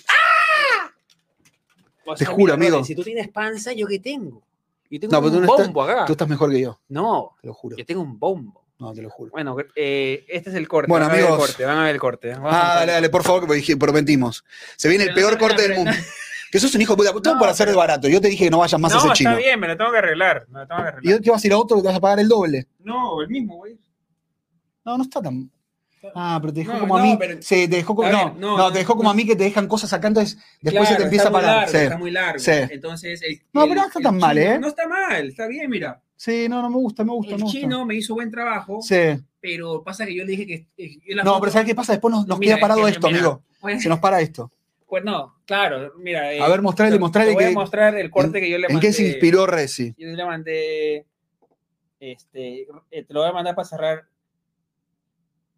[SPEAKER 2] O
[SPEAKER 1] te juro,
[SPEAKER 2] Ronald,
[SPEAKER 1] amigo.
[SPEAKER 2] Si tú tienes panza, yo qué tengo. Yo tengo
[SPEAKER 1] No, pero
[SPEAKER 2] un
[SPEAKER 1] tú no estás-
[SPEAKER 2] bombo acá.
[SPEAKER 1] Tú estás mejor que yo,
[SPEAKER 2] No,
[SPEAKER 1] te lo juro.
[SPEAKER 2] yo tengo un bombo.
[SPEAKER 1] No, te lo juro.
[SPEAKER 2] Bueno, gr- eh, este es el corte.
[SPEAKER 1] Bueno,
[SPEAKER 2] van a ver
[SPEAKER 1] amigos.
[SPEAKER 2] el corte, van a ver el corte. ¿eh? Vamos a
[SPEAKER 1] Ah,
[SPEAKER 2] ver.
[SPEAKER 1] dale, dale, por favor, que dije- prometimos. Se viene el
[SPEAKER 2] Pero no
[SPEAKER 1] peor
[SPEAKER 2] te van a
[SPEAKER 1] corte del mundo.
[SPEAKER 2] aprender.
[SPEAKER 1] Que sos un hijo de puta. Todo
[SPEAKER 2] No,
[SPEAKER 1] por hacer
[SPEAKER 2] pero-
[SPEAKER 1] barato. Yo te dije que no vayas más a
[SPEAKER 2] no,
[SPEAKER 1] ese chino.
[SPEAKER 2] está bien, me lo tengo que arreglar. Me lo tengo que
[SPEAKER 1] Y
[SPEAKER 2] arreglar.
[SPEAKER 1] hoy te vas a ir a otro que te vas a pagar el doble.
[SPEAKER 2] No, el mismo, güey.
[SPEAKER 1] No, no está tan. Ah, pero te dejó
[SPEAKER 2] No,
[SPEAKER 1] como a
[SPEAKER 2] no,
[SPEAKER 1] mí.
[SPEAKER 2] pero-
[SPEAKER 1] Sí, te dejó como.
[SPEAKER 2] A ver,
[SPEAKER 1] no,
[SPEAKER 2] no,
[SPEAKER 1] no,
[SPEAKER 2] no,
[SPEAKER 1] te dejó como a mí que te dejan cosas acá, entonces después se te
[SPEAKER 2] Claro,
[SPEAKER 1] empieza a
[SPEAKER 2] está muy
[SPEAKER 1] parar.
[SPEAKER 2] largo,
[SPEAKER 1] sí.
[SPEAKER 2] Está muy largo.
[SPEAKER 1] sí.
[SPEAKER 2] Entonces, el-
[SPEAKER 1] No, pero
[SPEAKER 2] el-
[SPEAKER 1] no está
[SPEAKER 2] el
[SPEAKER 1] tan mal,
[SPEAKER 2] chino-
[SPEAKER 1] ¿eh?
[SPEAKER 2] No está mal, está bien, mira.
[SPEAKER 1] sí, no, no me gusta, me gusta,
[SPEAKER 2] El
[SPEAKER 1] me gusta.
[SPEAKER 2] chino me hizo buen trabajo,
[SPEAKER 1] Sí.
[SPEAKER 2] pero pasa que yo le dije que. eh, yo la
[SPEAKER 1] No,
[SPEAKER 2] foto-
[SPEAKER 1] pero ¿sabes qué pasa? Después nos, nos
[SPEAKER 2] Mira,
[SPEAKER 1] queda parado
[SPEAKER 2] es que,
[SPEAKER 1] esto,
[SPEAKER 2] mira,
[SPEAKER 1] amigo.
[SPEAKER 2] Pues,
[SPEAKER 1] Se nos para esto.
[SPEAKER 2] pues no, claro, mira. eh,
[SPEAKER 1] A ver, mostrale,
[SPEAKER 2] te-
[SPEAKER 1] mostrale
[SPEAKER 2] Te voy
[SPEAKER 1] que-
[SPEAKER 2] a mostrar el corte que yo le mandé.
[SPEAKER 1] ¿En qué se inspiró Resi?
[SPEAKER 2] Yo le mandé. Este, eh, te lo voy a mandar para cerrar.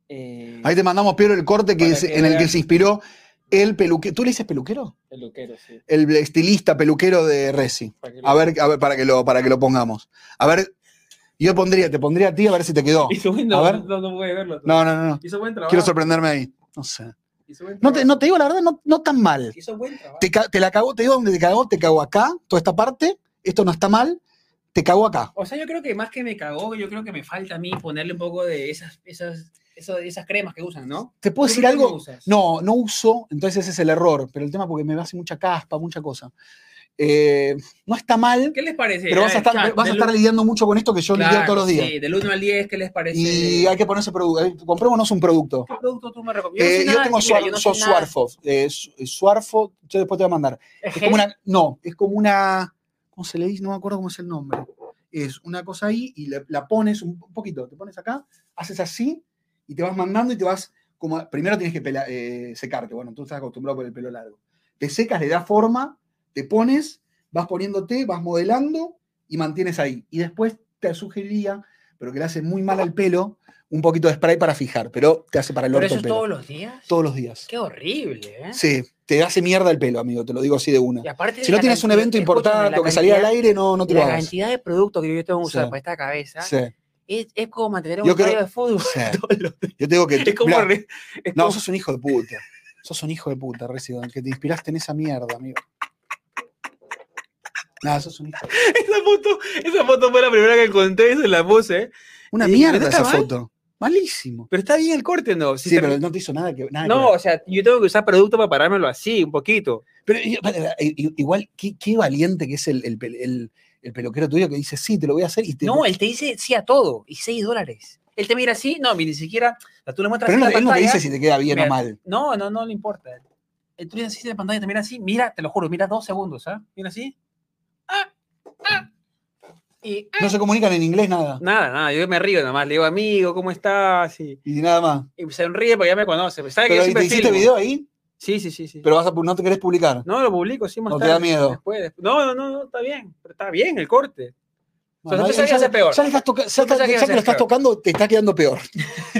[SPEAKER 2] eh,
[SPEAKER 1] Ahí te mandamos, Piero, el corte que
[SPEAKER 2] Para
[SPEAKER 1] es-
[SPEAKER 2] que
[SPEAKER 1] en el que
[SPEAKER 2] vean.
[SPEAKER 1] se inspiró el peluquero. ¿Tú le dices peluquero?
[SPEAKER 2] el loquero, sí,
[SPEAKER 1] El estilista peluquero de Resi.
[SPEAKER 2] para que lo-
[SPEAKER 1] A ver, a ver para, que lo, para que lo pongamos. A ver, yo pondría, te pondría a ti a ver si te quedó.
[SPEAKER 2] Hizo buen trabajo,
[SPEAKER 1] A ver.
[SPEAKER 2] No, no puede verlo.
[SPEAKER 1] No, no, no. no.
[SPEAKER 2] Hizo buen trabajo.
[SPEAKER 1] Quiero sorprenderme ahí. No sé.
[SPEAKER 2] hizo buen
[SPEAKER 1] No te,
[SPEAKER 2] trabajo,
[SPEAKER 1] no te digo la verdad, no, no tan mal.
[SPEAKER 2] Hizo buen trabajo.
[SPEAKER 1] Te, ca- te la cagó, te digo donde te cagó, te cagó acá, toda esta parte. Esto no está mal, te cagó acá.
[SPEAKER 2] O sea, yo creo que más que me cagó, yo creo que me falta a mí ponerle un poco de esas, esas, esas, esas cremas que usan, ¿no?
[SPEAKER 1] ¿Te puedo
[SPEAKER 2] ¿Tú
[SPEAKER 1] decir
[SPEAKER 2] qué crema
[SPEAKER 1] algo?
[SPEAKER 2] usas?
[SPEAKER 1] No, no uso, entonces ese es el error. Pero el tema porque me hace mucha caspa, mucha cosa. Eh, no está mal,
[SPEAKER 2] ¿Qué les parece?
[SPEAKER 1] pero vas a
[SPEAKER 2] ver,
[SPEAKER 1] estar,
[SPEAKER 2] chat,
[SPEAKER 1] vas a
[SPEAKER 2] del
[SPEAKER 1] estar
[SPEAKER 2] uno-
[SPEAKER 1] lidiando mucho con esto que yo lidio
[SPEAKER 2] Claro,
[SPEAKER 1] todos los días.
[SPEAKER 2] Sí, del 1 al 10, ¿qué les parece?
[SPEAKER 1] Y hay que ponerse producto. Comprémonos un producto.
[SPEAKER 2] ¿Qué producto tú me recomiendas?
[SPEAKER 1] Eh,
[SPEAKER 2] no
[SPEAKER 1] yo
[SPEAKER 2] sé nada,
[SPEAKER 1] tengo
[SPEAKER 2] mira,
[SPEAKER 1] Suar-
[SPEAKER 2] yo no sé
[SPEAKER 1] yo
[SPEAKER 2] nada.
[SPEAKER 1] Suarfo. eh, Su- Suarfo, yo después te voy a mandar.
[SPEAKER 2] Es
[SPEAKER 1] Es
[SPEAKER 2] gel.
[SPEAKER 1] como una. No, es como una. ¿Cómo se le dice? No me acuerdo cómo es el nombre. Es una cosa ahí y le- la pones un poquito. Te pones acá, haces así y te vas mandando y te vas. como Primero tienes que pela- eh, secarte. Bueno, tú estás acostumbrado por el pelo largo. Te secas, le das forma, te pones, vas poniéndote, vas modelando y mantienes ahí. Y después te sugeriría, pero que le hace muy mal al pelo, un poquito de spray para fijar, pero te hace para el
[SPEAKER 2] ¿Pero
[SPEAKER 1] orto
[SPEAKER 2] eso
[SPEAKER 1] el
[SPEAKER 2] es
[SPEAKER 1] pelo.
[SPEAKER 2] todos los días?
[SPEAKER 1] Todos los días.
[SPEAKER 2] Qué horrible, ¿eh?
[SPEAKER 1] Sí, te hace mierda el pelo, amigo, te lo digo así de una.
[SPEAKER 2] Y aparte de
[SPEAKER 1] Si no
[SPEAKER 2] la
[SPEAKER 1] tienes un
[SPEAKER 2] cantidad-
[SPEAKER 1] evento
[SPEAKER 2] escúchame,
[SPEAKER 1] importante
[SPEAKER 2] la
[SPEAKER 1] o que salía al
[SPEAKER 2] cantidad-
[SPEAKER 1] aire, no, no te lo
[SPEAKER 2] La
[SPEAKER 1] hagas.
[SPEAKER 2] cantidad de productos que yo tengo que usar
[SPEAKER 1] Sí.
[SPEAKER 2] para esta cabeza
[SPEAKER 1] Sí,
[SPEAKER 2] es, es como mantener un
[SPEAKER 1] Yo creo-
[SPEAKER 2] estadio de fútbol.
[SPEAKER 1] sí.
[SPEAKER 2] todos los-
[SPEAKER 1] Yo tengo que.
[SPEAKER 2] Es como...
[SPEAKER 1] mirá,
[SPEAKER 2] re- es
[SPEAKER 1] no,
[SPEAKER 2] como-
[SPEAKER 1] sos un hijo de puta. Sos un hijo de puta, Resident, que te inspiraste en esa mierda, amigo. No, sos un hijo. de-
[SPEAKER 2] Esa foto, esa foto fue la primera que encontré y se la puse.
[SPEAKER 1] Una
[SPEAKER 2] ¿Y no
[SPEAKER 1] mierda
[SPEAKER 2] está
[SPEAKER 1] esa
[SPEAKER 2] mal?
[SPEAKER 1] foto. Malísimo.
[SPEAKER 2] Pero está bien el corte, ¿no? Si
[SPEAKER 1] Sí,
[SPEAKER 2] está-
[SPEAKER 1] pero no te hizo nada que. nada que
[SPEAKER 2] no,
[SPEAKER 1] ver.
[SPEAKER 2] o sea, yo tengo que usar producto para parármelo así, un poquito.
[SPEAKER 1] Pero i- para- i- igual, qué, qué valiente que es el, el, pel- el- el peluquero tuyo que dice, sí, te lo voy a hacer y te.
[SPEAKER 2] No, él te dice sí a todo y 6 dólares. Él te mira así, no, ni siquiera. o sea, tú le muestras
[SPEAKER 1] Pero él no,
[SPEAKER 2] así la
[SPEAKER 1] él no te
[SPEAKER 2] pantalla.
[SPEAKER 1] dice si te queda bien
[SPEAKER 2] Mira,
[SPEAKER 1] o mal.
[SPEAKER 2] No, no, no le importa. Eh, Tú le dices así de pantalla, te mira así, mira, te lo juro, mira dos segundos, ¿ah? Mira así. Ah, ah, y ah.
[SPEAKER 1] No se comunican en inglés nada.
[SPEAKER 2] nada, nada, yo me río nada más, le digo, amigo, ¿cómo estás? Y,
[SPEAKER 1] Y nada más.
[SPEAKER 2] y sonríe porque ya me conoce. pues, ¿Sabe que yo
[SPEAKER 1] Pero ¿y
[SPEAKER 2] siempre
[SPEAKER 1] te hiciste
[SPEAKER 2] filmo.
[SPEAKER 1] video ahí,
[SPEAKER 2] Sí, sí, sí, sí.
[SPEAKER 1] pero vas a, pu- no te querés publicar.
[SPEAKER 2] no, lo publico, sí, más
[SPEAKER 1] ¿O te
[SPEAKER 2] tarde,
[SPEAKER 1] da miedo?
[SPEAKER 2] después. No, no, no, no, está bien, pero está bien el corte. O
[SPEAKER 1] Bueno,
[SPEAKER 2] sea, no te
[SPEAKER 1] ahí-
[SPEAKER 2] sabes
[SPEAKER 1] ya-
[SPEAKER 2] hacer peor.
[SPEAKER 1] Ya, le estás toca- ya
[SPEAKER 2] No te
[SPEAKER 1] estás-
[SPEAKER 2] sabes
[SPEAKER 1] ya
[SPEAKER 2] hacer
[SPEAKER 1] que lo estás
[SPEAKER 2] peor.
[SPEAKER 1] tocando, te está quedando peor.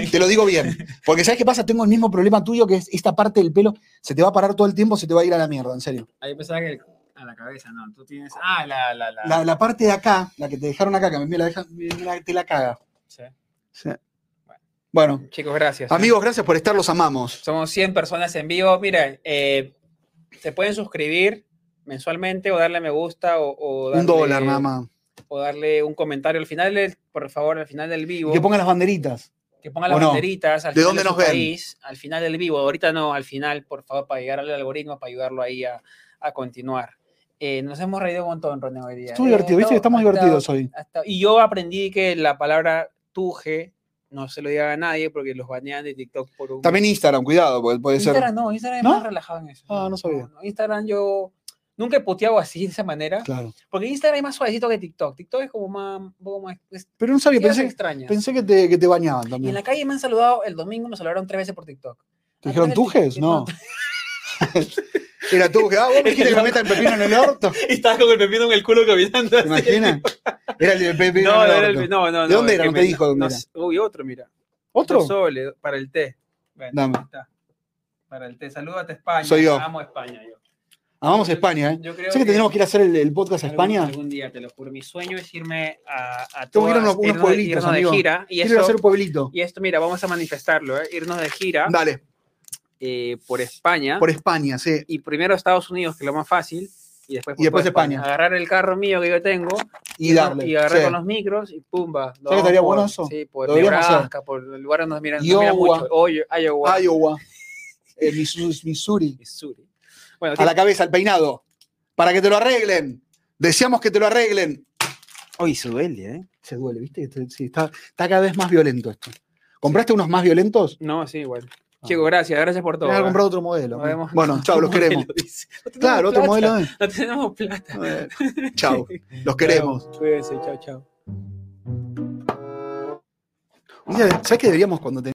[SPEAKER 1] te lo digo bien. Porque ¿sabes qué pasa? Tengo el mismo problema tuyo, que es esta parte del pelo se te va a parar todo el tiempo, se te va a ir a la mierda, en serio.
[SPEAKER 2] Ahí pensaba que a la cabeza, no, tú tienes. Ah, la, la, la.
[SPEAKER 1] La, la parte de acá, la que te dejaron acá, que me la, deja- me la- te la caga.
[SPEAKER 2] Sí.
[SPEAKER 1] Sí. Bueno,
[SPEAKER 2] Chicos, gracias. ¿eh?
[SPEAKER 1] amigos, gracias por estar, los amamos.
[SPEAKER 2] Somos 100 personas en vivo. Mira, eh, se pueden suscribir mensualmente o darle a me gusta o, o darle,
[SPEAKER 1] Un dólar nada más.
[SPEAKER 2] o darle un comentario al final, del- por favor, al final del
[SPEAKER 1] Y
[SPEAKER 2] vivo.
[SPEAKER 1] que pongan las banderitas.
[SPEAKER 2] que pongan las
[SPEAKER 1] o no.
[SPEAKER 2] banderitas. Al
[SPEAKER 1] ¿De
[SPEAKER 2] final
[SPEAKER 1] dónde
[SPEAKER 2] su
[SPEAKER 1] nos ven?
[SPEAKER 2] país, al final del vivo. Ahorita no, al final, por favor, para llegar al algoritmo, para ayudarlo ahí a, a continuar. Eh, nos hemos reído un montón, René, hoy día.
[SPEAKER 1] Estuvo
[SPEAKER 2] Eh,
[SPEAKER 1] divertido, ¿viste?
[SPEAKER 2] no,
[SPEAKER 1] Estamos
[SPEAKER 2] hasta-
[SPEAKER 1] divertidos hoy.
[SPEAKER 2] hasta- y yo aprendí que la palabra tuje no se lo diga a nadie porque los banean de TikTok por un...
[SPEAKER 1] También Instagram, cuidado, puede, puede ser.
[SPEAKER 2] Instagram no, Instagram es
[SPEAKER 1] ¿No?
[SPEAKER 2] más relajado en eso.
[SPEAKER 1] Ah, no sabía.
[SPEAKER 2] Instagram yo nunca he puteado así de esa manera.
[SPEAKER 1] Claro.
[SPEAKER 2] Porque Instagram es más suavecito que TikTok. TikTok es como más. Un poco más es-
[SPEAKER 1] Pero no sabía,
[SPEAKER 2] cosas
[SPEAKER 1] pensé,
[SPEAKER 2] extrañas.
[SPEAKER 1] pensé que, te, que te bañaban
[SPEAKER 2] Y en
[SPEAKER 1] también.
[SPEAKER 2] la calle me han saludado el domingo, nos saludaron tres veces por TikTok.
[SPEAKER 1] ¿Te dijeron
[SPEAKER 2] Ah, entonces,
[SPEAKER 1] tujes? No. Era tú que, ah, vos me dijiste que me meta el pepino en el orto.
[SPEAKER 2] y estabas con el pepino en el culo caminando.
[SPEAKER 1] ¿Te
[SPEAKER 2] así.
[SPEAKER 1] imaginas? Era el del pepino
[SPEAKER 2] No,
[SPEAKER 1] en
[SPEAKER 2] no,
[SPEAKER 1] el
[SPEAKER 2] era
[SPEAKER 1] orto.
[SPEAKER 2] el- no, no,
[SPEAKER 1] ¿De
[SPEAKER 2] no,
[SPEAKER 1] dónde
[SPEAKER 2] el
[SPEAKER 1] era?
[SPEAKER 2] que
[SPEAKER 1] No te
[SPEAKER 2] me-
[SPEAKER 1] dijo dónde
[SPEAKER 2] no
[SPEAKER 1] era.
[SPEAKER 2] sé. Uy, otro, mira. Dos
[SPEAKER 1] ¿Otro?
[SPEAKER 2] soles para el té. Bueno,
[SPEAKER 1] Dame.
[SPEAKER 2] ahí está. Para el té. Salúdate España.
[SPEAKER 1] Soy yo.
[SPEAKER 2] Amo España yo.
[SPEAKER 1] Amamos España, ¿eh?
[SPEAKER 2] Yo creo
[SPEAKER 1] ¿Sabes que tenemos que ir a hacer el, el podcast a
[SPEAKER 2] Algún-
[SPEAKER 1] España?
[SPEAKER 2] Algún día, te lo juro. Mi sueño es irme a, a
[SPEAKER 1] Tengo que ir a unos-
[SPEAKER 2] todas-
[SPEAKER 1] unos
[SPEAKER 2] irnos de-
[SPEAKER 1] pueblitos,
[SPEAKER 2] irnos de
[SPEAKER 1] amigo.
[SPEAKER 2] gira.
[SPEAKER 1] Quiero
[SPEAKER 2] Y
[SPEAKER 1] ir a
[SPEAKER 2] esto,
[SPEAKER 1] hacer pueblito.
[SPEAKER 2] y esto, mira, vamos a manifestarlo, ¿eh? Irnos de gira
[SPEAKER 1] Dale,
[SPEAKER 2] eh, por España.
[SPEAKER 1] por España, sí.
[SPEAKER 2] Y primero Estados Unidos, que es lo más fácil. Y
[SPEAKER 1] Y
[SPEAKER 2] después, por
[SPEAKER 1] después
[SPEAKER 2] toda
[SPEAKER 1] España.
[SPEAKER 2] Agarrar el carro mío que yo tengo.
[SPEAKER 1] Y darle.
[SPEAKER 2] Y agarrar
[SPEAKER 1] sí.
[SPEAKER 2] con los micros y pumba. nos
[SPEAKER 1] que
[SPEAKER 2] vamos
[SPEAKER 1] estaría
[SPEAKER 2] por-
[SPEAKER 1] bueno eso?
[SPEAKER 2] Sí, por
[SPEAKER 1] Lo deberíamos hacer.
[SPEAKER 2] Nebraska, por lugares donde nos miran, nos miran
[SPEAKER 1] Iowa.
[SPEAKER 2] mucho. Oy- Iowa.
[SPEAKER 1] Iowa, eh, Missu- Missouri.
[SPEAKER 2] Missouri. Bueno,
[SPEAKER 1] A la cabeza, al peinado. Para que te lo arreglen. Deseamos que te lo arreglen.
[SPEAKER 2] hoy se duele, ¿eh?
[SPEAKER 1] Se duele, ¿viste? Este- sí, está, está cada vez más violento esto. ¿Compraste unos más violentos?
[SPEAKER 2] No, sí, igual.
[SPEAKER 1] Ah.
[SPEAKER 2] Chicos, gracias, gracias por todo.
[SPEAKER 1] Tenés que
[SPEAKER 2] ¿eh?
[SPEAKER 1] comprar otro modelo.
[SPEAKER 2] Nos vemos.
[SPEAKER 1] Bueno, chao, los queremos.
[SPEAKER 2] Dice. No tenemos
[SPEAKER 1] Claro, otro
[SPEAKER 2] plata,
[SPEAKER 1] modelo. ¿eh?
[SPEAKER 2] No tenemos plata.
[SPEAKER 1] Eh, Chao, los queremos.
[SPEAKER 2] Cuídense, chao, chao.
[SPEAKER 1] Mira, ¿Sabes eh, qué deberíamos cuando te